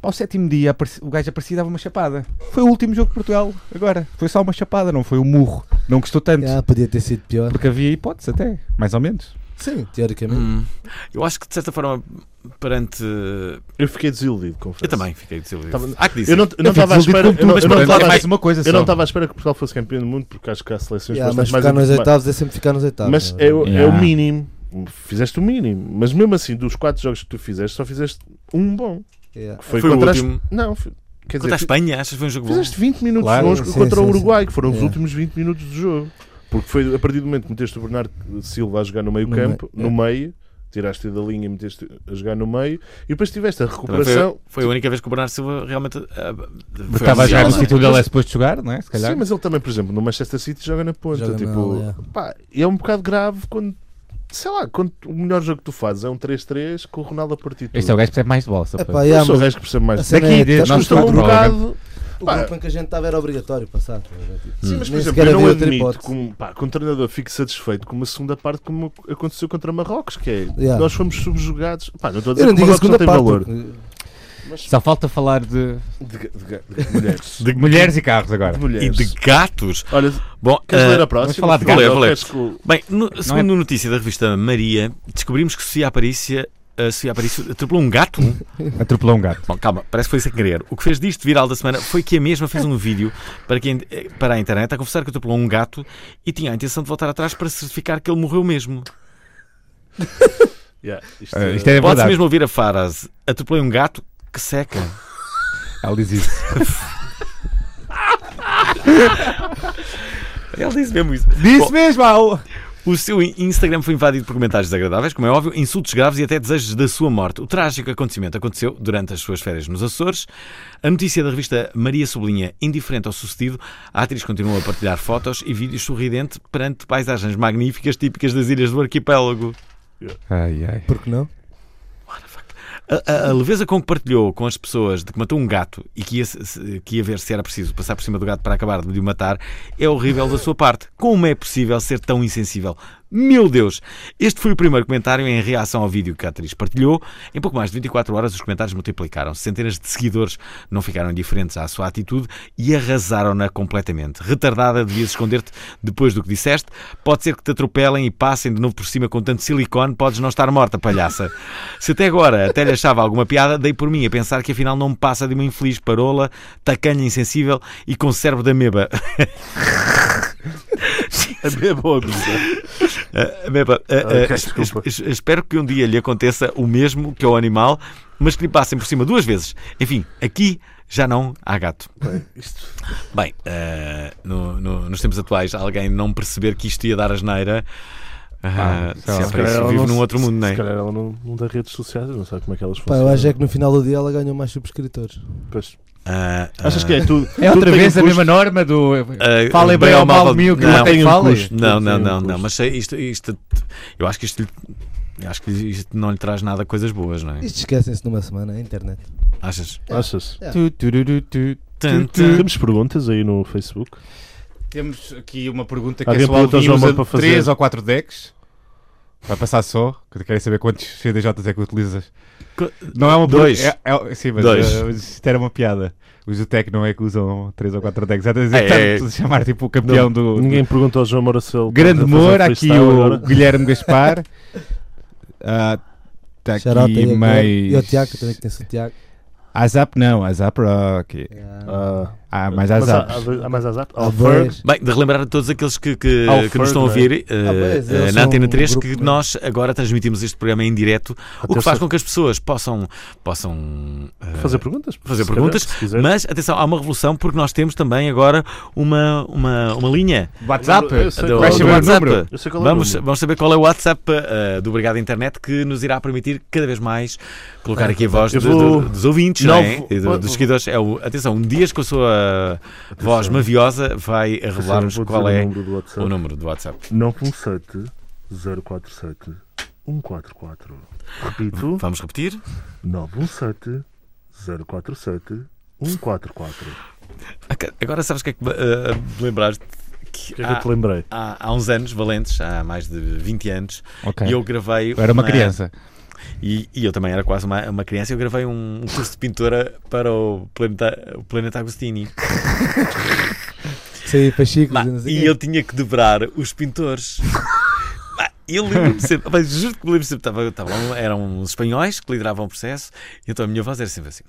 [SPEAKER 4] Ao sétimo dia, apareci- o gajo aparecia e dava uma chapada. Foi o último jogo de Portugal, agora. Foi só uma chapada, não foi um murro. Não gostou tanto.
[SPEAKER 5] Ah, podia ter sido pior.
[SPEAKER 4] Porque havia hipótese até, mais ou menos.
[SPEAKER 5] Sim, teoricamente.
[SPEAKER 2] Hum, eu acho que de certa forma, perante.
[SPEAKER 3] Eu fiquei desiludido, confesso.
[SPEAKER 2] Eu também fiquei desiludido.
[SPEAKER 3] Tava-
[SPEAKER 2] Há que dizer.
[SPEAKER 3] Eu não eu não estava à
[SPEAKER 4] fico
[SPEAKER 3] espera.
[SPEAKER 4] desiludido
[SPEAKER 3] Eu não- eu
[SPEAKER 4] com
[SPEAKER 3] não
[SPEAKER 4] tudo, mas
[SPEAKER 3] estava
[SPEAKER 4] é
[SPEAKER 3] à-
[SPEAKER 4] mais uma coisa
[SPEAKER 3] eu não
[SPEAKER 4] só.
[SPEAKER 3] estava à espera que Portugal fosse campeão do mundo, porque acho que há seleções
[SPEAKER 5] Yeah, mas
[SPEAKER 3] bastante mais
[SPEAKER 5] ficar nos
[SPEAKER 3] inter-
[SPEAKER 5] oitavos é sempre ficar nos oitavos.
[SPEAKER 3] Mas
[SPEAKER 5] não
[SPEAKER 3] é, o- é
[SPEAKER 4] Yeah.
[SPEAKER 3] o mínimo. Fizeste o mínimo. Mas mesmo assim, dos quatro jogos que tu fizeste, só fizeste um bom.
[SPEAKER 5] Yeah.
[SPEAKER 3] Que foi
[SPEAKER 2] Foi o
[SPEAKER 3] contra as-
[SPEAKER 2] último.
[SPEAKER 3] Não, foi-
[SPEAKER 2] Contra
[SPEAKER 3] quer
[SPEAKER 2] a
[SPEAKER 3] dizer,
[SPEAKER 2] Espanha, achas que foi um jogo bom?
[SPEAKER 3] fizeste 20 minutos
[SPEAKER 4] Claro,
[SPEAKER 3] bons
[SPEAKER 5] sim,
[SPEAKER 3] contra o
[SPEAKER 5] sim,
[SPEAKER 3] Uruguai, que foram os
[SPEAKER 5] Yeah.
[SPEAKER 3] últimos 20 minutos do jogo. Porque foi a partir do momento que meteste o Bernardo Silva a jogar no meio
[SPEAKER 5] No
[SPEAKER 3] campo,
[SPEAKER 5] meio,
[SPEAKER 3] no meio, tiraste da linha e meteste a jogar no meio, e depois tiveste a
[SPEAKER 2] Também foi-
[SPEAKER 3] recuperação.
[SPEAKER 2] Foi, a única vez que o Bernardo Silva realmente. ah, foi
[SPEAKER 4] Estava a
[SPEAKER 2] oficial,
[SPEAKER 4] jogar no
[SPEAKER 2] não é?
[SPEAKER 4] sítio onde ele é suposto jogar, não é? Se calhar.
[SPEAKER 3] Sim, mas ele também, por exemplo, no Manchester City joga na ponta.
[SPEAKER 5] Joga na
[SPEAKER 3] tipo,
[SPEAKER 5] ala,
[SPEAKER 3] pá, é um bocado grave quando, sei lá, quando o melhor jogo que tu fazes é um 3-3 com o Ronaldo a partir. tudo.
[SPEAKER 4] Este é o gajo que percebe mais de bolsa.
[SPEAKER 5] É pá,
[SPEAKER 3] Eu
[SPEAKER 5] yeah,
[SPEAKER 3] sou o
[SPEAKER 5] mas
[SPEAKER 3] gajo que percebe
[SPEAKER 5] a
[SPEAKER 3] mais.
[SPEAKER 5] cena
[SPEAKER 4] Daqui,
[SPEAKER 5] é,
[SPEAKER 4] desde
[SPEAKER 5] tá-
[SPEAKER 4] nós
[SPEAKER 5] custa
[SPEAKER 3] Custou um
[SPEAKER 4] quatro,
[SPEAKER 5] um bocado.
[SPEAKER 3] bocado.
[SPEAKER 5] O
[SPEAKER 3] Pá.
[SPEAKER 5] grupo em que a gente estava era obrigatório passar. tá a ver, tipo.
[SPEAKER 3] Sim, mas por
[SPEAKER 5] Nem
[SPEAKER 3] exemplo,
[SPEAKER 5] sequer
[SPEAKER 3] eu não
[SPEAKER 5] havia outra
[SPEAKER 3] admito
[SPEAKER 5] hipótese.
[SPEAKER 3] que um, pá, que um treinador fique satisfeito com uma segunda parte como aconteceu contra Marrocos, que é
[SPEAKER 5] Yeah.
[SPEAKER 3] nós fomos subjugados. Pá, não estou a
[SPEAKER 5] Eu
[SPEAKER 3] dizer
[SPEAKER 5] não
[SPEAKER 3] que
[SPEAKER 5] digo a
[SPEAKER 3] Marrocos não
[SPEAKER 5] segunda
[SPEAKER 3] tem
[SPEAKER 5] parte.
[SPEAKER 3] valor.
[SPEAKER 5] porque-
[SPEAKER 4] Só falta falar de,
[SPEAKER 3] De, ga- de ga- de mulheres.
[SPEAKER 4] de mulheres e carros agora.
[SPEAKER 3] De
[SPEAKER 2] E
[SPEAKER 3] mulheres.
[SPEAKER 2] de gatos.
[SPEAKER 3] Olha,
[SPEAKER 2] Bom,
[SPEAKER 3] queres
[SPEAKER 2] ah,
[SPEAKER 3] ler a próxima?
[SPEAKER 4] falar de
[SPEAKER 3] Fidel,
[SPEAKER 2] gato. Vou ler,
[SPEAKER 3] queres que o-
[SPEAKER 2] Bem, no- segundo a notícia da revista Maria, descobrimos que Sofia Aparícia, a Sofia Aparício atropelou um gato.
[SPEAKER 4] Atropelou um gato.
[SPEAKER 2] Bom, calma, parece que foi sem querer. O que fez disto viral da semana foi que a mesma fez um vídeo para, quem, eh, para a internet a confessar que atropelou um gato e tinha a intenção de voltar atrás para certificar que ele morreu mesmo.
[SPEAKER 3] Yeah, isto
[SPEAKER 4] Ah,
[SPEAKER 3] é-
[SPEAKER 4] isto
[SPEAKER 2] Pode-se
[SPEAKER 4] é verdade.
[SPEAKER 2] mesmo ouvir a frase: atropelei um gato que seca.
[SPEAKER 4] Ela diz isso.
[SPEAKER 2] Ele disse mesmo isso.
[SPEAKER 4] Disse
[SPEAKER 2] Bom,
[SPEAKER 4] mesmo, ao...
[SPEAKER 2] O seu Instagram foi invadido por comentários desagradáveis, como é óbvio, insultos graves e até desejos da sua morte. O trágico acontecimento aconteceu durante as suas férias nos Açores. A notícia da revista Maria sublinha, indiferente ao sucedido, a atriz continua a partilhar fotos e vídeos sorridente perante paisagens magníficas típicas das ilhas do arquipélago.
[SPEAKER 4] Ai, ai.
[SPEAKER 5] Porque não?
[SPEAKER 2] A, a- a leveza com que partilhou com as pessoas de que matou um gato e que ia, se- se- que ia ver se era preciso passar por cima do gato para acabar de o matar é horrível da sua parte. Como é possível ser tão insensível? Meu Deus! Este foi o primeiro comentário em reação ao vídeo que a atriz partilhou. Em pouco mais de 24 horas, os comentários multiplicaram. Centenas de seguidores não ficaram indiferentes à sua atitude e arrasaram-na completamente. Retardada, devias esconder-te depois do que disseste. Pode ser que te atropelem e passem de novo por cima com tanto silicone, podes não estar morta, palhaça. Se até agora até lhe achava alguma piada, dei por mim a pensar que afinal não me passa de uma infeliz parola, tacanha insensível e com cérebro da meba.
[SPEAKER 3] É bem boa, amiga.
[SPEAKER 2] Ah, Beba, ah, ah,
[SPEAKER 3] ok,
[SPEAKER 2] es-
[SPEAKER 3] desculpa.
[SPEAKER 2] es- es- espero que um dia lhe aconteça o mesmo que ao animal, mas que lhe passem por cima duas vezes. Enfim, aqui já não há gato. eh,
[SPEAKER 3] Isto
[SPEAKER 2] Bem, ah, no- no- nos tempos atuais, alguém não perceber que isto ia dar asneira. Ah,
[SPEAKER 3] sei
[SPEAKER 2] se
[SPEAKER 3] lá.
[SPEAKER 2] aparece,
[SPEAKER 3] Se calhar ela
[SPEAKER 2] vive
[SPEAKER 3] não
[SPEAKER 2] num
[SPEAKER 3] se-
[SPEAKER 2] outro mundo, não é?
[SPEAKER 3] Se calhar ela não, não dá redes sociais, eu não sei como é que elas
[SPEAKER 5] Pá,
[SPEAKER 3] funcionam.
[SPEAKER 5] eu acho é que no final do dia ela ganhou mais subscritores.
[SPEAKER 3] Pois.
[SPEAKER 2] Ah,
[SPEAKER 3] Achas que é tu?
[SPEAKER 4] É
[SPEAKER 3] tu
[SPEAKER 4] outra
[SPEAKER 3] tem
[SPEAKER 4] vez
[SPEAKER 3] um
[SPEAKER 4] a
[SPEAKER 3] custo-
[SPEAKER 4] mesma norma do.
[SPEAKER 2] Ah,
[SPEAKER 4] Falem bem ou mal de mim, o que eu
[SPEAKER 2] não,
[SPEAKER 4] até
[SPEAKER 2] tem um
[SPEAKER 4] falo.
[SPEAKER 2] custo, Não, não,
[SPEAKER 3] tem um
[SPEAKER 2] não, não.
[SPEAKER 3] custo.
[SPEAKER 2] Mas sei, isto, isto, eu acho que isto, lhe- eu acho que isto não lhe traz nada coisas boas, não é?
[SPEAKER 5] Isto esquecem-se numa semana, é a internet.
[SPEAKER 2] Achas?
[SPEAKER 3] Achas?
[SPEAKER 4] Tu, tu, tu, tu, tu.
[SPEAKER 2] Tum, tum.
[SPEAKER 3] Temos perguntas aí no Facebook.
[SPEAKER 4] Temos aqui uma pergunta que
[SPEAKER 3] Alguém
[SPEAKER 4] é só
[SPEAKER 3] perguntou ao
[SPEAKER 4] Alvin
[SPEAKER 3] João
[SPEAKER 4] usa
[SPEAKER 3] Moro para fazer.
[SPEAKER 4] 3 ou 4 decks. Vai passar só, que eu quero saber quantos CDJs é que utilizas.
[SPEAKER 2] Co-
[SPEAKER 4] Não é uma per-
[SPEAKER 2] Dois.
[SPEAKER 4] É, é- sim, mas
[SPEAKER 2] Dois.
[SPEAKER 4] eh, isto era uma piada. Os do Tec não é que usam 3 ou 4 decks. Já estás a
[SPEAKER 2] É, é,
[SPEAKER 4] tanto de chamar tipo o campeão do, do
[SPEAKER 3] Ninguém perguntou ao João Moura se ele
[SPEAKER 4] Grande
[SPEAKER 3] pode fazer
[SPEAKER 4] Moura, aqui
[SPEAKER 3] freestyle
[SPEAKER 4] o
[SPEAKER 3] agora.
[SPEAKER 4] Guilherme Gaspar. Está
[SPEAKER 5] Xará
[SPEAKER 4] aqui
[SPEAKER 5] tem a-
[SPEAKER 4] mais.
[SPEAKER 5] E o Tiago, também que tem-se o Tiago.
[SPEAKER 4] A Zap não, a Zap Rock.
[SPEAKER 3] Ah,
[SPEAKER 4] Ah, mais a
[SPEAKER 3] mas há,
[SPEAKER 4] Zap.
[SPEAKER 3] há, há mais azap?
[SPEAKER 5] Há
[SPEAKER 3] Alfer?
[SPEAKER 5] dois.
[SPEAKER 2] Bem, de relembrar a todos aqueles que, que,
[SPEAKER 3] Ao
[SPEAKER 2] que nos estão a ouvir
[SPEAKER 3] Ferg,
[SPEAKER 2] eh,
[SPEAKER 5] Ah, pois,
[SPEAKER 2] eh,
[SPEAKER 5] eles
[SPEAKER 2] na
[SPEAKER 5] são
[SPEAKER 2] Antena
[SPEAKER 5] um
[SPEAKER 2] 3 que
[SPEAKER 5] grupo.
[SPEAKER 2] nós agora transmitimos este programa em direto, o que
[SPEAKER 3] terça-
[SPEAKER 2] faz com que as pessoas possam, possam eh,
[SPEAKER 3] Fazer perguntas?
[SPEAKER 2] fazer
[SPEAKER 3] se
[SPEAKER 2] perguntas,
[SPEAKER 3] calhar, se quiser.
[SPEAKER 2] mas atenção, há uma revolução porque nós temos também agora uma, uma, uma linha
[SPEAKER 4] WhatsApp?
[SPEAKER 3] Eu sei
[SPEAKER 2] do,
[SPEAKER 3] qual é
[SPEAKER 4] Vai
[SPEAKER 2] do
[SPEAKER 4] saber o
[SPEAKER 2] WhatsApp.
[SPEAKER 4] número?
[SPEAKER 3] Eu sei qual é o
[SPEAKER 2] Vamos,
[SPEAKER 3] número.
[SPEAKER 2] vamos saber qual é o WhatsApp eh, do Obrigado Internet que nos irá permitir cada vez mais colocar aqui a voz
[SPEAKER 3] Ah, eu
[SPEAKER 2] do-
[SPEAKER 3] vou- Oh,
[SPEAKER 2] do- dos ouvintes,
[SPEAKER 3] Não,
[SPEAKER 2] não é?
[SPEAKER 3] vou-
[SPEAKER 2] E do-
[SPEAKER 3] vou-
[SPEAKER 2] dos seguidores. É o, atenção, um dias com a sua voz maviosa vai revelar-nos
[SPEAKER 3] Vou dizer
[SPEAKER 2] qual é
[SPEAKER 3] o número do WhatsApp.
[SPEAKER 2] o número do WhatsApp.
[SPEAKER 3] 917 047 144. Repito,
[SPEAKER 2] Vamos repetir?
[SPEAKER 3] 917 047 144.
[SPEAKER 2] Ac- Agora sabes o que é que eh, me lembraste? Que
[SPEAKER 3] O que é que eu
[SPEAKER 2] há,
[SPEAKER 3] te lembrei?
[SPEAKER 2] há- há uns anos, valentes, há mais de 20 anos,
[SPEAKER 4] Ok.
[SPEAKER 2] e eu gravei.
[SPEAKER 4] Eu era
[SPEAKER 3] é?
[SPEAKER 4] uma criança.
[SPEAKER 2] E, e eu também era quase uma, uma criança. Eu gravei um, um curso de pintura para o Planeta, o planeta Agostini.
[SPEAKER 5] Isso aí, Pachico,
[SPEAKER 2] Bah,
[SPEAKER 5] não sei
[SPEAKER 2] e
[SPEAKER 5] quê.
[SPEAKER 2] eu tinha que dobrar os pintores. Bah, Eu lembro-me sempre, mas juro que me lembro sempre, estava, estava, lá um- eram uns espanhóis que lideravam o processo, e então a minha voz era sempre assim: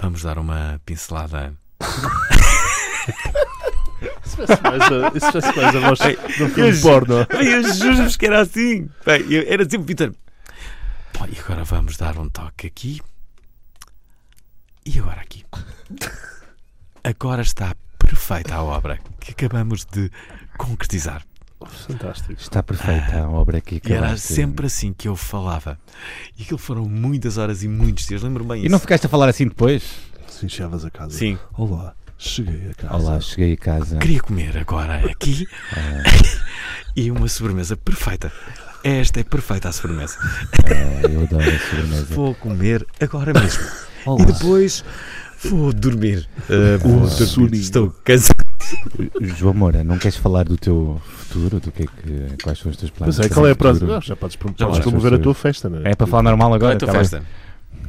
[SPEAKER 2] Vamos dar uma pincelada.
[SPEAKER 3] Mas, uh, Isso parece mais a voz de um
[SPEAKER 2] Eu
[SPEAKER 3] filme
[SPEAKER 2] ju-
[SPEAKER 3] porno.
[SPEAKER 2] Bem, eu juro-vos que era assim. Bem, eu- era sempre Peter. Bom, e agora vamos dar um toque aqui. E agora aqui. Agora está perfeita a obra que acabamos de concretizar.
[SPEAKER 3] Fantástico.
[SPEAKER 4] Está perfeita a obra aqui.
[SPEAKER 2] E era sempre assim que eu falava. E aquilo foram muitas horas e muitos dias. Lembro-me bem
[SPEAKER 4] E
[SPEAKER 2] isso.
[SPEAKER 4] não ficaste a falar assim depois?
[SPEAKER 3] Se enchevas a casa.
[SPEAKER 2] Sim.
[SPEAKER 3] Olá, cheguei a casa.
[SPEAKER 4] Olá, cheguei a casa.
[SPEAKER 2] Queria comer agora aqui e uma sobremesa perfeita. Esta é perfeita a sobremesa.
[SPEAKER 4] Ah, eu adoro a sobremesa.
[SPEAKER 2] Vou comer agora mesmo.
[SPEAKER 4] Olá.
[SPEAKER 2] E depois vou dormir. Ah, vou dormir.
[SPEAKER 3] soninho.
[SPEAKER 2] Estou cansado.
[SPEAKER 4] João Moura, não queres falar do teu futuro? Do que é que, quais são os teus planos?
[SPEAKER 3] Mas é,
[SPEAKER 4] para
[SPEAKER 3] qual é a
[SPEAKER 4] o futuro?
[SPEAKER 3] próxima? Não, já podes, prom-
[SPEAKER 2] Já
[SPEAKER 3] podes
[SPEAKER 2] podes
[SPEAKER 3] promover a
[SPEAKER 4] fazer.
[SPEAKER 3] tua festa, não é?
[SPEAKER 4] É para falar normal
[SPEAKER 2] Qual é
[SPEAKER 4] agora?
[SPEAKER 2] a tua
[SPEAKER 4] tá bem.
[SPEAKER 2] festa?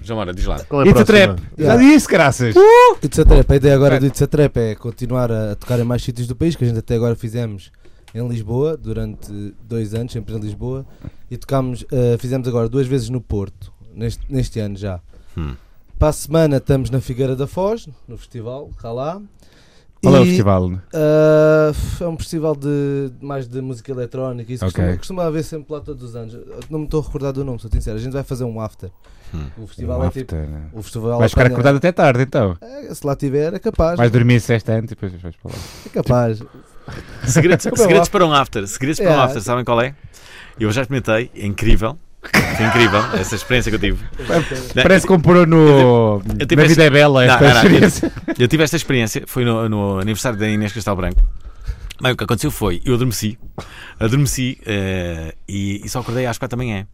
[SPEAKER 2] João Mora, diz lá.
[SPEAKER 3] Qual é a
[SPEAKER 4] It's a
[SPEAKER 3] próxima?
[SPEAKER 4] trap! Já disse, graças!
[SPEAKER 5] It's a é Trap, a ideia agora do It's a Trap é continuar a, a tocar em mais sítios do país, que a gente até agora fizemos em Lisboa, durante dois anos, sempre em Lisboa, e tocámos, eh, fizemos agora duas vezes no Porto, neste, neste ano já.
[SPEAKER 2] Hum.
[SPEAKER 5] Para a semana estamos na Figueira da Foz, no festival, cá lá.
[SPEAKER 4] Qual é o
[SPEAKER 5] E,
[SPEAKER 4] festival?
[SPEAKER 5] eh, é um festival de de mais de música eletrónica, isso
[SPEAKER 4] Ok.
[SPEAKER 5] costuma, costuma haver sempre lá todos os anos. Eu Não me estou a recordar do nome, sou sincero. A gente vai fazer um after.
[SPEAKER 2] Hum.
[SPEAKER 5] O festival
[SPEAKER 4] Um
[SPEAKER 5] é tipo.
[SPEAKER 4] after, né?
[SPEAKER 5] O festival
[SPEAKER 4] Vais ficar
[SPEAKER 5] apanha-
[SPEAKER 4] acordado até tarde então.
[SPEAKER 5] É, Se lá tiver, é capaz.
[SPEAKER 4] Vais Tipo, dormir sexta antes e depois vais para lá.
[SPEAKER 5] É capaz.
[SPEAKER 2] Segredos,
[SPEAKER 5] Como é o
[SPEAKER 2] segredos
[SPEAKER 5] after?
[SPEAKER 2] para um after. Segredos para um
[SPEAKER 5] Yeah.
[SPEAKER 2] after. Sabem qual é? Eu já experimentei. É incrível. Foi incrível essa experiência que eu tive.
[SPEAKER 4] Parece que comprou no.
[SPEAKER 2] eu tive
[SPEAKER 4] Na
[SPEAKER 2] esse-
[SPEAKER 4] vida é bela
[SPEAKER 2] Não,
[SPEAKER 4] esta
[SPEAKER 2] não, tipo, não, eu-
[SPEAKER 4] experiência.
[SPEAKER 2] Eu tive esta experiência, foi no, no aniversário da Inês Cristal Branco. Bem, o que aconteceu foi, eu adormeci, adormeci eh, e, e só acordei às 4 da manhã.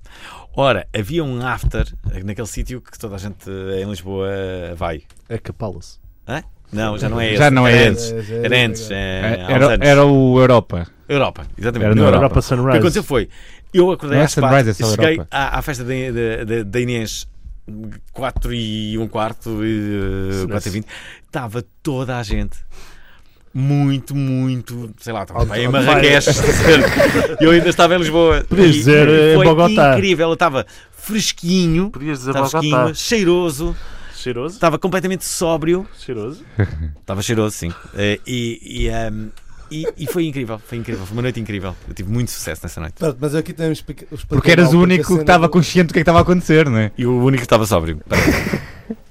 [SPEAKER 2] Ora, havia um after eh, naquele sítio que toda a gente eh, em Lisboa eh, vai.
[SPEAKER 3] É Capalas.
[SPEAKER 2] Hã? Não, já não é esse.
[SPEAKER 4] Já não é
[SPEAKER 2] era
[SPEAKER 4] esse. É,
[SPEAKER 2] Antes, era antes, eh, há uns
[SPEAKER 4] Era,
[SPEAKER 2] anos.
[SPEAKER 4] era o Europa.
[SPEAKER 2] Europa, exatamente.
[SPEAKER 4] Era
[SPEAKER 2] na
[SPEAKER 4] no
[SPEAKER 2] Europa.
[SPEAKER 3] Europa
[SPEAKER 2] O que
[SPEAKER 3] Sunrise.
[SPEAKER 2] aconteceu foi, eu acordei
[SPEAKER 4] Não é
[SPEAKER 2] às 4
[SPEAKER 4] Sunrise, é só
[SPEAKER 2] e cheguei
[SPEAKER 4] Europa.
[SPEAKER 2] à, à festa da- da da- da Inês 4 e um quarto, eh,
[SPEAKER 3] Sim,
[SPEAKER 2] 4 e
[SPEAKER 3] sim.
[SPEAKER 2] 20. Estava toda a gente muito, muito, sei lá, estava bem em
[SPEAKER 3] vai.
[SPEAKER 2] Marrakech. e eu ainda estava em Lisboa.
[SPEAKER 3] Podias
[SPEAKER 2] E
[SPEAKER 3] dizer, eh, em
[SPEAKER 2] foi
[SPEAKER 3] Bogotá.
[SPEAKER 2] incrível, ela estava fresquinho,
[SPEAKER 3] Podias dizer
[SPEAKER 2] estava fresquinho, cheiroso,
[SPEAKER 3] Cheiroso?
[SPEAKER 2] estava completamente sóbrio.
[SPEAKER 3] Cheiroso?
[SPEAKER 2] Estava cheiroso, sim. Eh, E, e, ehm, e- e foi incrível, foi incrível, foi uma noite incrível. Eu tive muito sucesso nessa noite.
[SPEAKER 5] Pronto, mas eu aqui também explica- explico.
[SPEAKER 4] Porque eras
[SPEAKER 5] mal,
[SPEAKER 4] o
[SPEAKER 5] porque a
[SPEAKER 4] único que
[SPEAKER 5] cena
[SPEAKER 4] estava
[SPEAKER 5] do-
[SPEAKER 4] né? consciente do que é que estava a acontecer, não é?
[SPEAKER 2] E o único que estava sóbrio.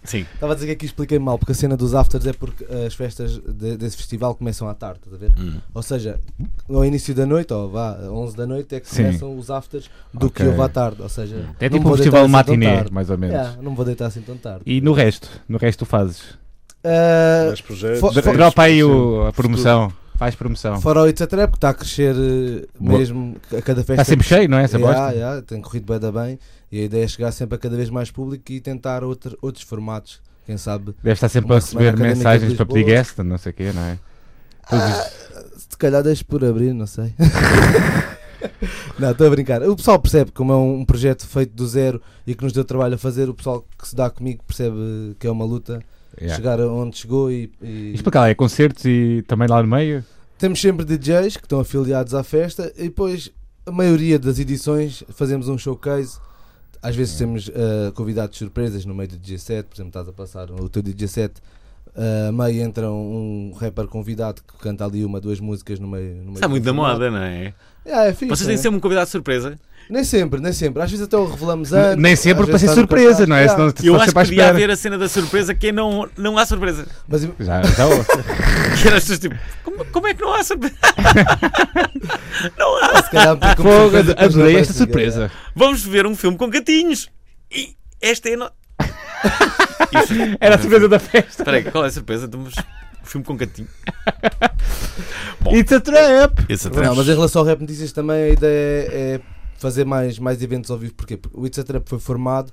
[SPEAKER 2] Sim.
[SPEAKER 5] Estava a dizer que aqui expliquei mal, porque a cena dos afters é porque as festas de- desse festival começam à tarde, estás a ver?
[SPEAKER 2] Hum.
[SPEAKER 5] Ou seja, ao início da noite, ou vá, 11 da noite é que
[SPEAKER 4] Sim.
[SPEAKER 5] começam os afters do
[SPEAKER 4] Ok.
[SPEAKER 5] que houve à tarde, ou seja...
[SPEAKER 4] É
[SPEAKER 5] não
[SPEAKER 4] tipo
[SPEAKER 5] me
[SPEAKER 4] um
[SPEAKER 5] vou
[SPEAKER 4] festival
[SPEAKER 5] deitar assim tão
[SPEAKER 4] matiné,
[SPEAKER 5] tarde.
[SPEAKER 4] mais ou menos.
[SPEAKER 5] Yeah, não me vou deitar assim tão tarde.
[SPEAKER 4] E no resto? No resto tu fazes?
[SPEAKER 5] Ah,
[SPEAKER 3] Mais projetos,
[SPEAKER 5] fo-
[SPEAKER 3] mais
[SPEAKER 5] fo-
[SPEAKER 4] Dropa aí então. o- a promoção. Faz promoção.
[SPEAKER 5] Fora o It's a Trap, que está a crescer eh,
[SPEAKER 4] Boa.
[SPEAKER 5] mesmo a cada festa.
[SPEAKER 4] Está sempre cheio, não é, essa
[SPEAKER 5] yeah,
[SPEAKER 4] bosta?
[SPEAKER 5] yeah, tem corrido bué da bem e a ideia é chegar sempre a cada vez mais público e tentar outro- outros formatos. Quem sabe.
[SPEAKER 4] Deve estar sempre
[SPEAKER 5] uma
[SPEAKER 4] a
[SPEAKER 5] semana
[SPEAKER 4] receber
[SPEAKER 5] académica de
[SPEAKER 4] mensagens para pedir
[SPEAKER 5] Lisboa. Ah,
[SPEAKER 4] guest, não sei o quê, não é? Todos os-
[SPEAKER 5] Se calhar deixo por abrir, não sei. não, estou a brincar. O pessoal percebe como é um um projeto feito do zero e que nos deu trabalho a fazer. O pessoal que se dá comigo percebe que é uma luta
[SPEAKER 4] Yeah.
[SPEAKER 5] chegar aonde chegou e- e
[SPEAKER 4] Explica lá, é concertos e também lá no meio?
[SPEAKER 5] Temos sempre DJs que estão afiliados à festa e depois a maioria das edições fazemos um showcase. Às vezes
[SPEAKER 4] É.
[SPEAKER 5] temos eh, convidados surpresas no meio do DJ set, por exemplo, estás a passar o teu DJ set. eh, A meio entra um, um rapper convidado que canta ali uma, duas músicas no meio. No meio
[SPEAKER 2] Está
[SPEAKER 5] do
[SPEAKER 2] muito da
[SPEAKER 5] formato.
[SPEAKER 2] moda, não é?
[SPEAKER 5] É, é fixe,
[SPEAKER 2] Vocês têm
[SPEAKER 5] é?
[SPEAKER 2] sempre um convidado de surpresa.
[SPEAKER 5] Nem sempre, nem sempre. Às vezes até o revelamos
[SPEAKER 4] N-
[SPEAKER 5] antes.
[SPEAKER 4] Nem sempre
[SPEAKER 5] às
[SPEAKER 4] para
[SPEAKER 5] vezes
[SPEAKER 4] ser
[SPEAKER 5] está no
[SPEAKER 4] surpresa,
[SPEAKER 5] cartaz.
[SPEAKER 4] não é?
[SPEAKER 5] Yeah.
[SPEAKER 4] Senão
[SPEAKER 2] Eu
[SPEAKER 4] estás
[SPEAKER 2] acho
[SPEAKER 4] sempre à
[SPEAKER 2] que devia
[SPEAKER 4] espera.
[SPEAKER 2] haver a cena da surpresa que é não, não há surpresa.
[SPEAKER 5] Mas
[SPEAKER 4] Já, então, já houve.
[SPEAKER 2] Que eras tu, tipo, como, como é que não há surpresa? não há.
[SPEAKER 5] se calhar, porque como
[SPEAKER 4] Fogo,
[SPEAKER 5] surpresa, depois
[SPEAKER 4] adorei
[SPEAKER 5] não
[SPEAKER 4] esta
[SPEAKER 5] aparece ninguém, é.
[SPEAKER 4] surpresa.
[SPEAKER 2] Vamos ver um filme com gatinhos. E esta é a no...
[SPEAKER 4] Era a surpresa da festa.
[SPEAKER 2] Espera aí, qual é a surpresa? Temos um filme com gatinho.
[SPEAKER 4] It's a trap!
[SPEAKER 2] Esse
[SPEAKER 5] Não, mas em relação ao Rap Notícias também a ideia é, é fazer mais, mais eventos ao vivo. Porquê? Porque o It's a Trap foi formado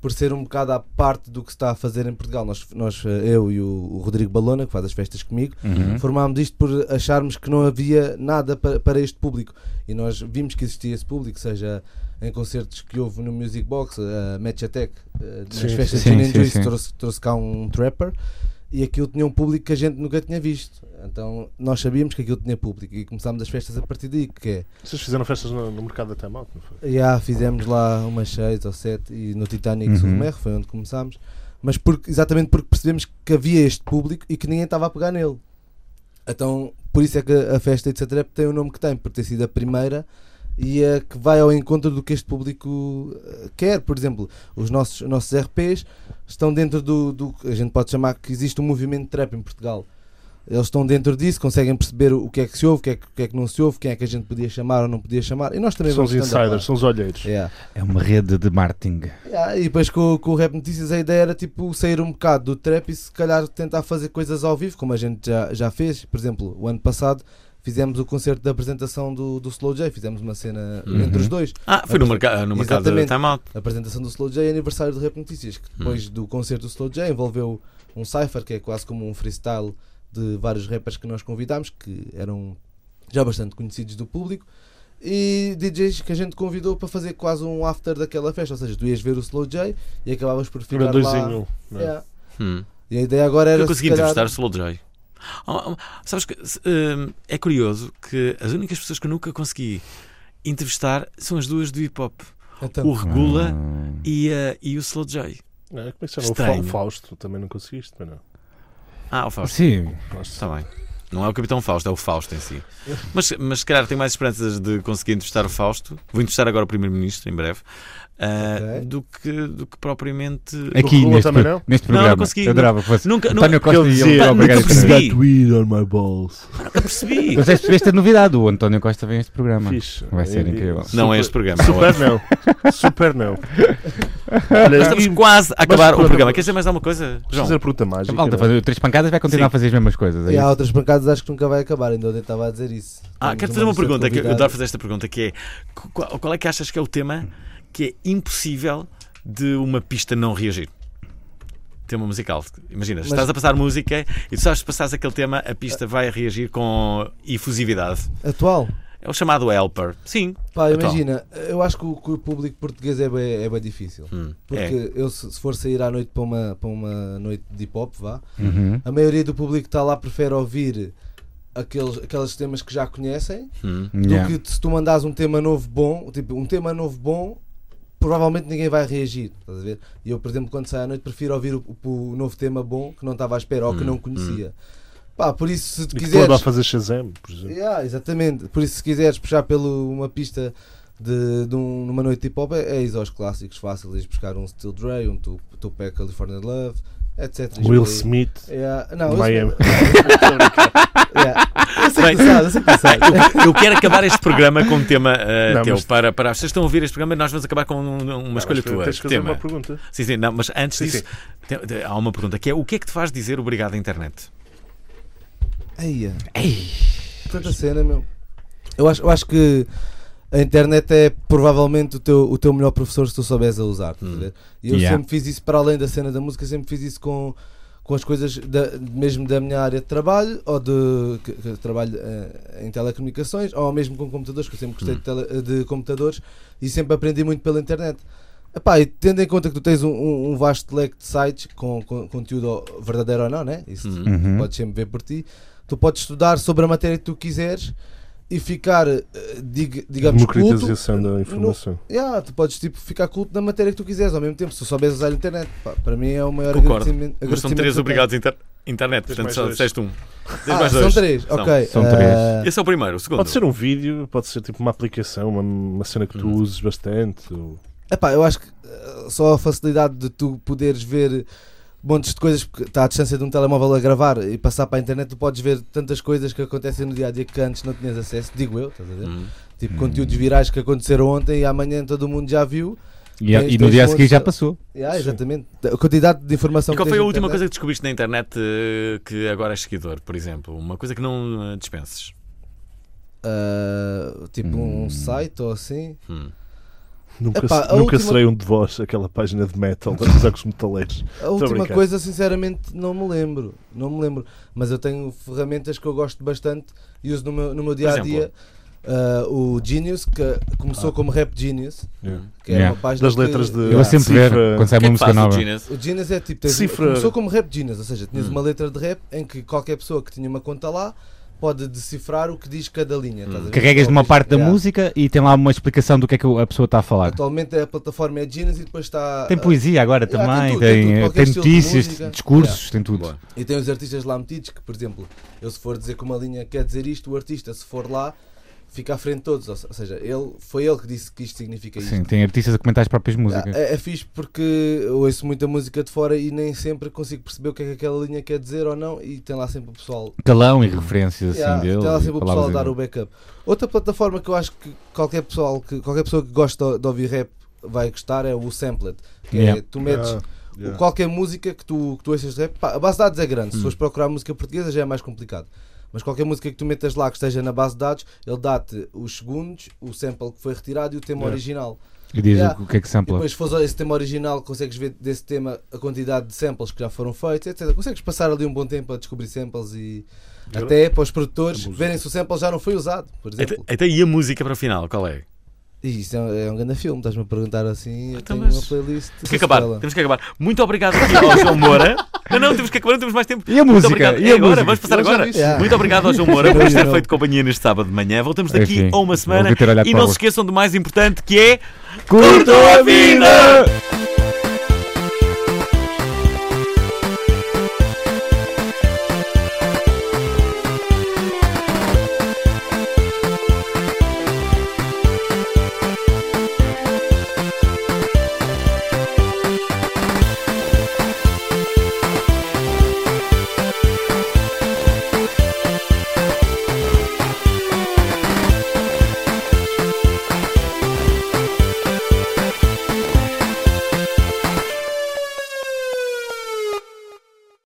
[SPEAKER 5] por ser um bocado à parte do que se está a fazer em Portugal. Nós, nós eh, eu e o, o Rodrigo Balona, que faz as festas comigo, formámos isto por acharmos que não havia nada para, para este público. E nós vimos que existia esse público, seja em concertos que houve no Music Box, a Match Attack, eh, nas
[SPEAKER 3] Sim,
[SPEAKER 5] festas
[SPEAKER 4] sim. Sim,
[SPEAKER 5] de Gin
[SPEAKER 4] sim,
[SPEAKER 5] and Juice,
[SPEAKER 4] sim.
[SPEAKER 5] trouxe, trouxe cá um trapper e aquilo tinha um público que a gente nunca tinha visto. Então nós sabíamos que aquilo tinha público e começámos as festas a partir daí, que
[SPEAKER 3] Vocês fizeram festas no, no mercado da Time Out, não foi?
[SPEAKER 5] é, já fizemos lá umas 6 ou 7 e no Titanic
[SPEAKER 4] Uhum.
[SPEAKER 5] uhum. Merro foi onde começámos, mas porque, exatamente porque percebemos que havia este público e que ninguém estava a pegar nele. Então por isso é que a festa de Satrep tem o nome que tem, por ter sido a primeira e a que vai ao encontro do que este público eh, quer. Por exemplo, os nossos, os nossos RPs estão dentro do, do que a gente pode chamar que existe um movimento de trap em Portugal. Eles estão dentro disso, conseguem perceber o que é que se ouve, o que é que, o que é que não se ouve, quem é que a gente podia chamar ou não podia chamar. E nós também
[SPEAKER 3] São os
[SPEAKER 5] vamos estando a
[SPEAKER 3] insiders,
[SPEAKER 5] par.
[SPEAKER 3] são os olheiros.
[SPEAKER 5] Yeah.
[SPEAKER 4] É uma rede de marketing.
[SPEAKER 5] Yeah, Ah, e depois com, com o Rap Notícias a ideia era tipo sair um bocado do trap e se calhar tentar fazer coisas ao vivo, como a gente já, já fez. Por exemplo, o ano passado fizemos o concerto da apresentação do, do Slow J, fizemos uma cena entre os dois.
[SPEAKER 2] Ah, foi no, merca... no mercado da
[SPEAKER 5] Exatamente.
[SPEAKER 2] Time Out.
[SPEAKER 5] A apresentação do Slow J é aniversário do Rap Notícias, que
[SPEAKER 2] Hum.
[SPEAKER 5] depois do concerto do Slow J envolveu um cipher, que é quase como um freestyle de vários rappers que nós convidámos, que eram já bastante conhecidos do público, e DJs que a gente convidou para fazer quase um after daquela festa, ou seja, tu ias ver o Slow J e acabavas por
[SPEAKER 3] Era
[SPEAKER 5] ficar
[SPEAKER 3] dois
[SPEAKER 5] lá.
[SPEAKER 3] em um. não é?
[SPEAKER 5] Yeah.
[SPEAKER 2] Hum.
[SPEAKER 5] E a ideia agora era
[SPEAKER 2] Eu consegui
[SPEAKER 5] se calhar-
[SPEAKER 2] entrevistar o Slow J. Ah, ah, sabes que se, hum, é curioso que as únicas pessoas que eu nunca consegui entrevistar são as duas do hip hop:
[SPEAKER 5] Então,
[SPEAKER 2] o Regula e, ah, e o Slow J.
[SPEAKER 3] Não, como é que se chama? O Fa-
[SPEAKER 2] Estranho.
[SPEAKER 3] O Fausto, também não conseguiste, mas não.
[SPEAKER 2] Ah, o Fausto.
[SPEAKER 4] Sim.
[SPEAKER 2] Está bem. Não é o Capitão Fausto, é o Fausto em si. Mas, mas se calhar tenho mais esperanças de conseguir entrevistar o Fausto. Vou entrevistar agora o Primeiro-Ministro em breve. ah,
[SPEAKER 5] Ok.
[SPEAKER 2] do, que, do que propriamente.
[SPEAKER 4] Aqui
[SPEAKER 3] Lula
[SPEAKER 4] neste,
[SPEAKER 3] também
[SPEAKER 4] pro-
[SPEAKER 3] não?
[SPEAKER 4] neste
[SPEAKER 2] Não,
[SPEAKER 4] programa.
[SPEAKER 2] não consegui,
[SPEAKER 4] Eu adorava que fosse.
[SPEAKER 2] Nunca- nunca-
[SPEAKER 4] António Costa e
[SPEAKER 3] Ele
[SPEAKER 4] ele
[SPEAKER 3] dizia,
[SPEAKER 4] próprio
[SPEAKER 2] nunca
[SPEAKER 4] ganham
[SPEAKER 2] percebi.
[SPEAKER 4] esse programa.
[SPEAKER 3] weed on my balls.
[SPEAKER 2] Nunca percebi.
[SPEAKER 4] Não sei se percebeste a novidade, o António Costa vem a este programa.
[SPEAKER 3] Fixe.
[SPEAKER 4] Vai ser
[SPEAKER 3] E-
[SPEAKER 4] incrível.
[SPEAKER 3] e-
[SPEAKER 2] Não é
[SPEAKER 3] super-
[SPEAKER 2] este programa. é outro.
[SPEAKER 3] Super não. Super não. Olha,
[SPEAKER 2] Nós estamos quase a acabar o
[SPEAKER 3] pronto,
[SPEAKER 2] programa.
[SPEAKER 3] mas-
[SPEAKER 2] Queres dizer mais alguma coisa,
[SPEAKER 3] Vamos
[SPEAKER 2] João?
[SPEAKER 3] fazer a pergunta mágica. não
[SPEAKER 4] Malta,
[SPEAKER 3] é?
[SPEAKER 4] fazer três pancadas vai continuar
[SPEAKER 2] Sim.
[SPEAKER 4] a fazer as mesmas coisas. é
[SPEAKER 5] E há
[SPEAKER 4] isso?
[SPEAKER 5] outras pancadas acho que nunca vai acabar, ainda ontem estava a dizer isso.
[SPEAKER 2] Ah,
[SPEAKER 5] Temos
[SPEAKER 2] quero fazer uma
[SPEAKER 5] moça
[SPEAKER 2] pergunta. Que eu
[SPEAKER 5] convidada.
[SPEAKER 2] adoro fazer esta pergunta: que é qu- qual, qual é que achas que é o tema que é impossível de uma pista não reagir? Tema musical. Imagina, estás a passar música e tu sabes que passares aquele tema, a pista vai reagir com efusividade.
[SPEAKER 5] Atual?
[SPEAKER 2] É o chamado helper. Sim.
[SPEAKER 5] Pá,
[SPEAKER 2] Atual.
[SPEAKER 5] imagina, eu acho que o, que o público português é bem, é bem difícil.
[SPEAKER 2] Hum, é.
[SPEAKER 5] Porque eu, se se for sair à noite para uma, para uma noite de hip hop, vá,
[SPEAKER 4] Uhum.
[SPEAKER 5] a maioria do público que está lá prefere ouvir aqueles, aqueles temas que já conhecem
[SPEAKER 2] Hum.
[SPEAKER 4] Yeah.
[SPEAKER 5] do que se tu mandares um tema novo bom, tipo, um tema novo bom, provavelmente ninguém vai reagir. Estás a ver? E eu, por exemplo, quando saio à noite, prefiro ouvir o, o novo tema bom que não estava à espera ou
[SPEAKER 2] Hum,
[SPEAKER 5] que não conhecia. Pá, por isso, se tu
[SPEAKER 3] E que toda a
[SPEAKER 5] quiseres.
[SPEAKER 3] fazer Shazam, por exemplo.
[SPEAKER 5] Yeah, exatamente. Por isso, se quiseres puxar pelo uma pista de, de um- numa noite de hip hop é, é ir aos clássicos fáceis, ires buscar um Steel Dre, um Tu- Tupac California Love, etc.
[SPEAKER 3] Will Smith,
[SPEAKER 5] Yeah. Não, Will
[SPEAKER 3] Miami.
[SPEAKER 5] Smith- Yeah.
[SPEAKER 3] Ah,
[SPEAKER 5] Eu sei que tu
[SPEAKER 2] Bem,
[SPEAKER 5] sabes, eu sei que tu sabes.
[SPEAKER 2] bem, eu, eu quero acabar este programa com um tema eh,
[SPEAKER 3] Não,
[SPEAKER 2] teu.
[SPEAKER 3] mas-
[SPEAKER 2] Para, para vocês que estão a ouvir este programa, nós vamos acabar com um- uma escolha
[SPEAKER 3] espera,
[SPEAKER 2] tua.
[SPEAKER 3] tens de fazer
[SPEAKER 2] tema.
[SPEAKER 3] uma pergunta.
[SPEAKER 2] Sim, sim, não, mas antes
[SPEAKER 3] Sim,
[SPEAKER 2] disso,
[SPEAKER 3] sim.
[SPEAKER 2] tem- tem- há uma pergunta que é: o que é que te faz dizer obrigado à internet?
[SPEAKER 5] Eia.
[SPEAKER 2] Ei.
[SPEAKER 5] Tanta cena, meu. Eu acho, eu acho que a internet é provavelmente o teu, o teu melhor professor se tu souberes a usar. estás a ver? E eu
[SPEAKER 2] Yeah.
[SPEAKER 5] sempre fiz isso para além da cena da música, sempre fiz isso com, com as coisas da- mesmo da minha área de trabalho ou de que- que trabalho eh, em telecomunicações ou mesmo com computadores, que eu sempre gostei de, tele- de computadores e sempre aprendi muito pela internet. Epá, e tendo em conta que tu tens um, um- um vasto leque de sites com, com conteúdo verdadeiro ou não, né? Isso tu
[SPEAKER 4] Uhum.
[SPEAKER 5] podes sempre ver por ti. Tu podes estudar sobre a matéria que tu quiseres e ficar, eh, dig- digamos, culto.
[SPEAKER 3] Democratização da informação.
[SPEAKER 5] Yeah, tu podes tipo, ficar culto na matéria que tu quiseres ao mesmo tempo, se tu souberes usar a internet. Pá, para mim é o maior
[SPEAKER 2] Concordo.
[SPEAKER 5] agradecimento.
[SPEAKER 2] Mas são
[SPEAKER 5] agradecimento
[SPEAKER 2] três
[SPEAKER 5] que eu
[SPEAKER 2] obrigados à inter- internet,
[SPEAKER 3] Tens
[SPEAKER 2] portanto
[SPEAKER 3] mais
[SPEAKER 2] só
[SPEAKER 3] dois.
[SPEAKER 2] disseste um. Tens
[SPEAKER 5] tenho. Ah,
[SPEAKER 2] mais
[SPEAKER 5] são
[SPEAKER 2] dois.
[SPEAKER 5] três,
[SPEAKER 2] São.
[SPEAKER 5] ok.
[SPEAKER 4] São
[SPEAKER 5] eh,
[SPEAKER 4] três.
[SPEAKER 2] Esse é o primeiro, o segundo.
[SPEAKER 3] Pode ser um vídeo, pode ser tipo uma aplicação, uma, uma cena que tu uses bastante. ou-
[SPEAKER 5] Epá, eu acho que eh, só a facilidade de tu poderes ver montes de coisas, porque está à distância de um telemóvel a gravar e passar para a internet, tu podes ver tantas coisas que acontecem no dia a dia que antes não tinhas acesso, digo eu, estás a ver?
[SPEAKER 2] Hum.
[SPEAKER 5] Tipo conteúdos virais que aconteceram ontem e amanhã todo mundo já viu.
[SPEAKER 4] E, e
[SPEAKER 5] Tens-
[SPEAKER 4] no
[SPEAKER 5] tens
[SPEAKER 4] dia a
[SPEAKER 5] um
[SPEAKER 4] seguir
[SPEAKER 5] outro-
[SPEAKER 4] já passou.
[SPEAKER 5] Yeah, exatamente. A quantidade de informação
[SPEAKER 2] E qual
[SPEAKER 5] que
[SPEAKER 2] foi
[SPEAKER 5] tens
[SPEAKER 2] a
[SPEAKER 5] na
[SPEAKER 2] última coisa
[SPEAKER 5] internet-
[SPEAKER 2] que descobriste na internet eh, que agora és seguidor, por exemplo? Uma coisa que não eh, dispenses.
[SPEAKER 5] Ah, tipo
[SPEAKER 2] Hum.
[SPEAKER 5] um site ou assim.
[SPEAKER 3] Nunca,
[SPEAKER 5] Epá,
[SPEAKER 3] se-
[SPEAKER 5] a
[SPEAKER 3] nunca
[SPEAKER 5] última-
[SPEAKER 3] serei um de vós, aquela página de metal, das usar com os metaleiros.
[SPEAKER 5] A última
[SPEAKER 3] brincando.
[SPEAKER 5] coisa, sinceramente, não me lembro. Não me lembro. Mas eu tenho ferramentas que eu gosto bastante e uso no meu, no meu dia a dia. Ah, o Genius, que começou como Rap Genius, que é
[SPEAKER 4] Yeah.
[SPEAKER 5] uma página.
[SPEAKER 3] Das
[SPEAKER 5] que-
[SPEAKER 3] letras de.
[SPEAKER 4] Eu vou sempre ver
[SPEAKER 3] cifra.
[SPEAKER 4] quando sai
[SPEAKER 2] O que é
[SPEAKER 4] uma
[SPEAKER 2] que
[SPEAKER 4] música
[SPEAKER 2] faz o
[SPEAKER 4] nova.
[SPEAKER 2] Genius?
[SPEAKER 5] O Genius é tipo. Tens,
[SPEAKER 3] Cifra.
[SPEAKER 5] Começou como Rap Genius, ou seja,
[SPEAKER 4] Hum.
[SPEAKER 5] tinhas uma letra de rap em que qualquer pessoa que tinha uma conta lá pode decifrar o que diz cada linha. estás a ver?
[SPEAKER 4] Carregas numa
[SPEAKER 5] Talvez-
[SPEAKER 4] parte da
[SPEAKER 5] Yeah.
[SPEAKER 4] música e tem lá uma explicação do que é que a pessoa está a falar.
[SPEAKER 5] Atualmente a plataforma é Genius e depois está.
[SPEAKER 4] Tem
[SPEAKER 5] ah,
[SPEAKER 4] poesia agora
[SPEAKER 5] Yeah, tem
[SPEAKER 4] também,
[SPEAKER 5] tudo, tem
[SPEAKER 4] tem,
[SPEAKER 5] tudo,
[SPEAKER 4] eh,
[SPEAKER 5] qualquer
[SPEAKER 4] tem
[SPEAKER 5] estilo de
[SPEAKER 4] notícias,
[SPEAKER 5] música.
[SPEAKER 4] discursos, tem tudo.
[SPEAKER 2] Boa.
[SPEAKER 5] E tem os artistas lá metidos que, por exemplo, eu se for dizer que uma linha quer dizer isto, o artista, se for lá, fica à frente de todos. Ou se- ou seja, ele, foi ele que disse que isto significa isto.
[SPEAKER 4] Sim, tem artistas a comentar as próprias músicas.
[SPEAKER 5] É, é fixe porque eu ouço muita música de fora e nem sempre consigo perceber o que é que aquela linha quer dizer ou não, e tem lá sempre o pessoal.
[SPEAKER 4] Calão e referências assim
[SPEAKER 5] Yeah,
[SPEAKER 4] dele.
[SPEAKER 5] tem lá
[SPEAKER 4] e
[SPEAKER 5] sempre o pessoal a
[SPEAKER 4] palavras
[SPEAKER 5] dar
[SPEAKER 4] dele.
[SPEAKER 5] o backup. Outra plataforma que eu acho que qualquer, pessoal que, qualquer pessoa que gosta de ouvir rap vai gostar é o Samplet. Que
[SPEAKER 4] Yeah.
[SPEAKER 5] é, tu metes
[SPEAKER 3] Ah, yeah.
[SPEAKER 5] qualquer música que tu, que tu achas de rap, pá, a base de dados é
[SPEAKER 4] Hum.
[SPEAKER 5] grande. Se fores procurar música portuguesa já é mais complicado. Mas qualquer música que tu metas lá que esteja na base de dados, ele dá-te os segundos, o sample que foi retirado e o tema original.
[SPEAKER 4] E diz
[SPEAKER 5] Yeah.
[SPEAKER 4] o que é que
[SPEAKER 5] E
[SPEAKER 4] sampla.
[SPEAKER 5] depois, se fores a esse tema original, consegues ver desse tema a quantidade de samples que já foram feitos, etc. Consegues passar ali um bom tempo a descobrir samples e até para os produtores verem se o sample já não foi usado, por exemplo.
[SPEAKER 2] Então, então, e a música para o final? Qual é?
[SPEAKER 5] E isso é um, é um grande filme, estás-me a perguntar assim. Eu
[SPEAKER 2] Então,
[SPEAKER 5] tenho
[SPEAKER 2] mas-
[SPEAKER 5] uma playlist.
[SPEAKER 2] Temos que acabar, temos que acabar. Muito obrigado aqui ao João Moura. Não, não, temos que acabar, não temos mais tempo.
[SPEAKER 4] E a
[SPEAKER 2] Muito
[SPEAKER 4] música?
[SPEAKER 2] obrigado.
[SPEAKER 4] E
[SPEAKER 2] É
[SPEAKER 4] a
[SPEAKER 2] agora,
[SPEAKER 4] música?
[SPEAKER 2] vamos passar
[SPEAKER 5] Eu já
[SPEAKER 2] agora.
[SPEAKER 5] disse. Yeah.
[SPEAKER 2] Muito obrigado ao João Moura por
[SPEAKER 5] Eu
[SPEAKER 2] nos ter
[SPEAKER 5] não.
[SPEAKER 2] feito companhia neste sábado de manhã. Voltamos
[SPEAKER 4] É
[SPEAKER 2] daqui
[SPEAKER 4] Enfim,
[SPEAKER 2] a uma semana.
[SPEAKER 4] vou ter olhado
[SPEAKER 2] E
[SPEAKER 4] para
[SPEAKER 2] não
[SPEAKER 4] o-
[SPEAKER 2] se esqueçam do mais importante que é.
[SPEAKER 4] Curtam a vida!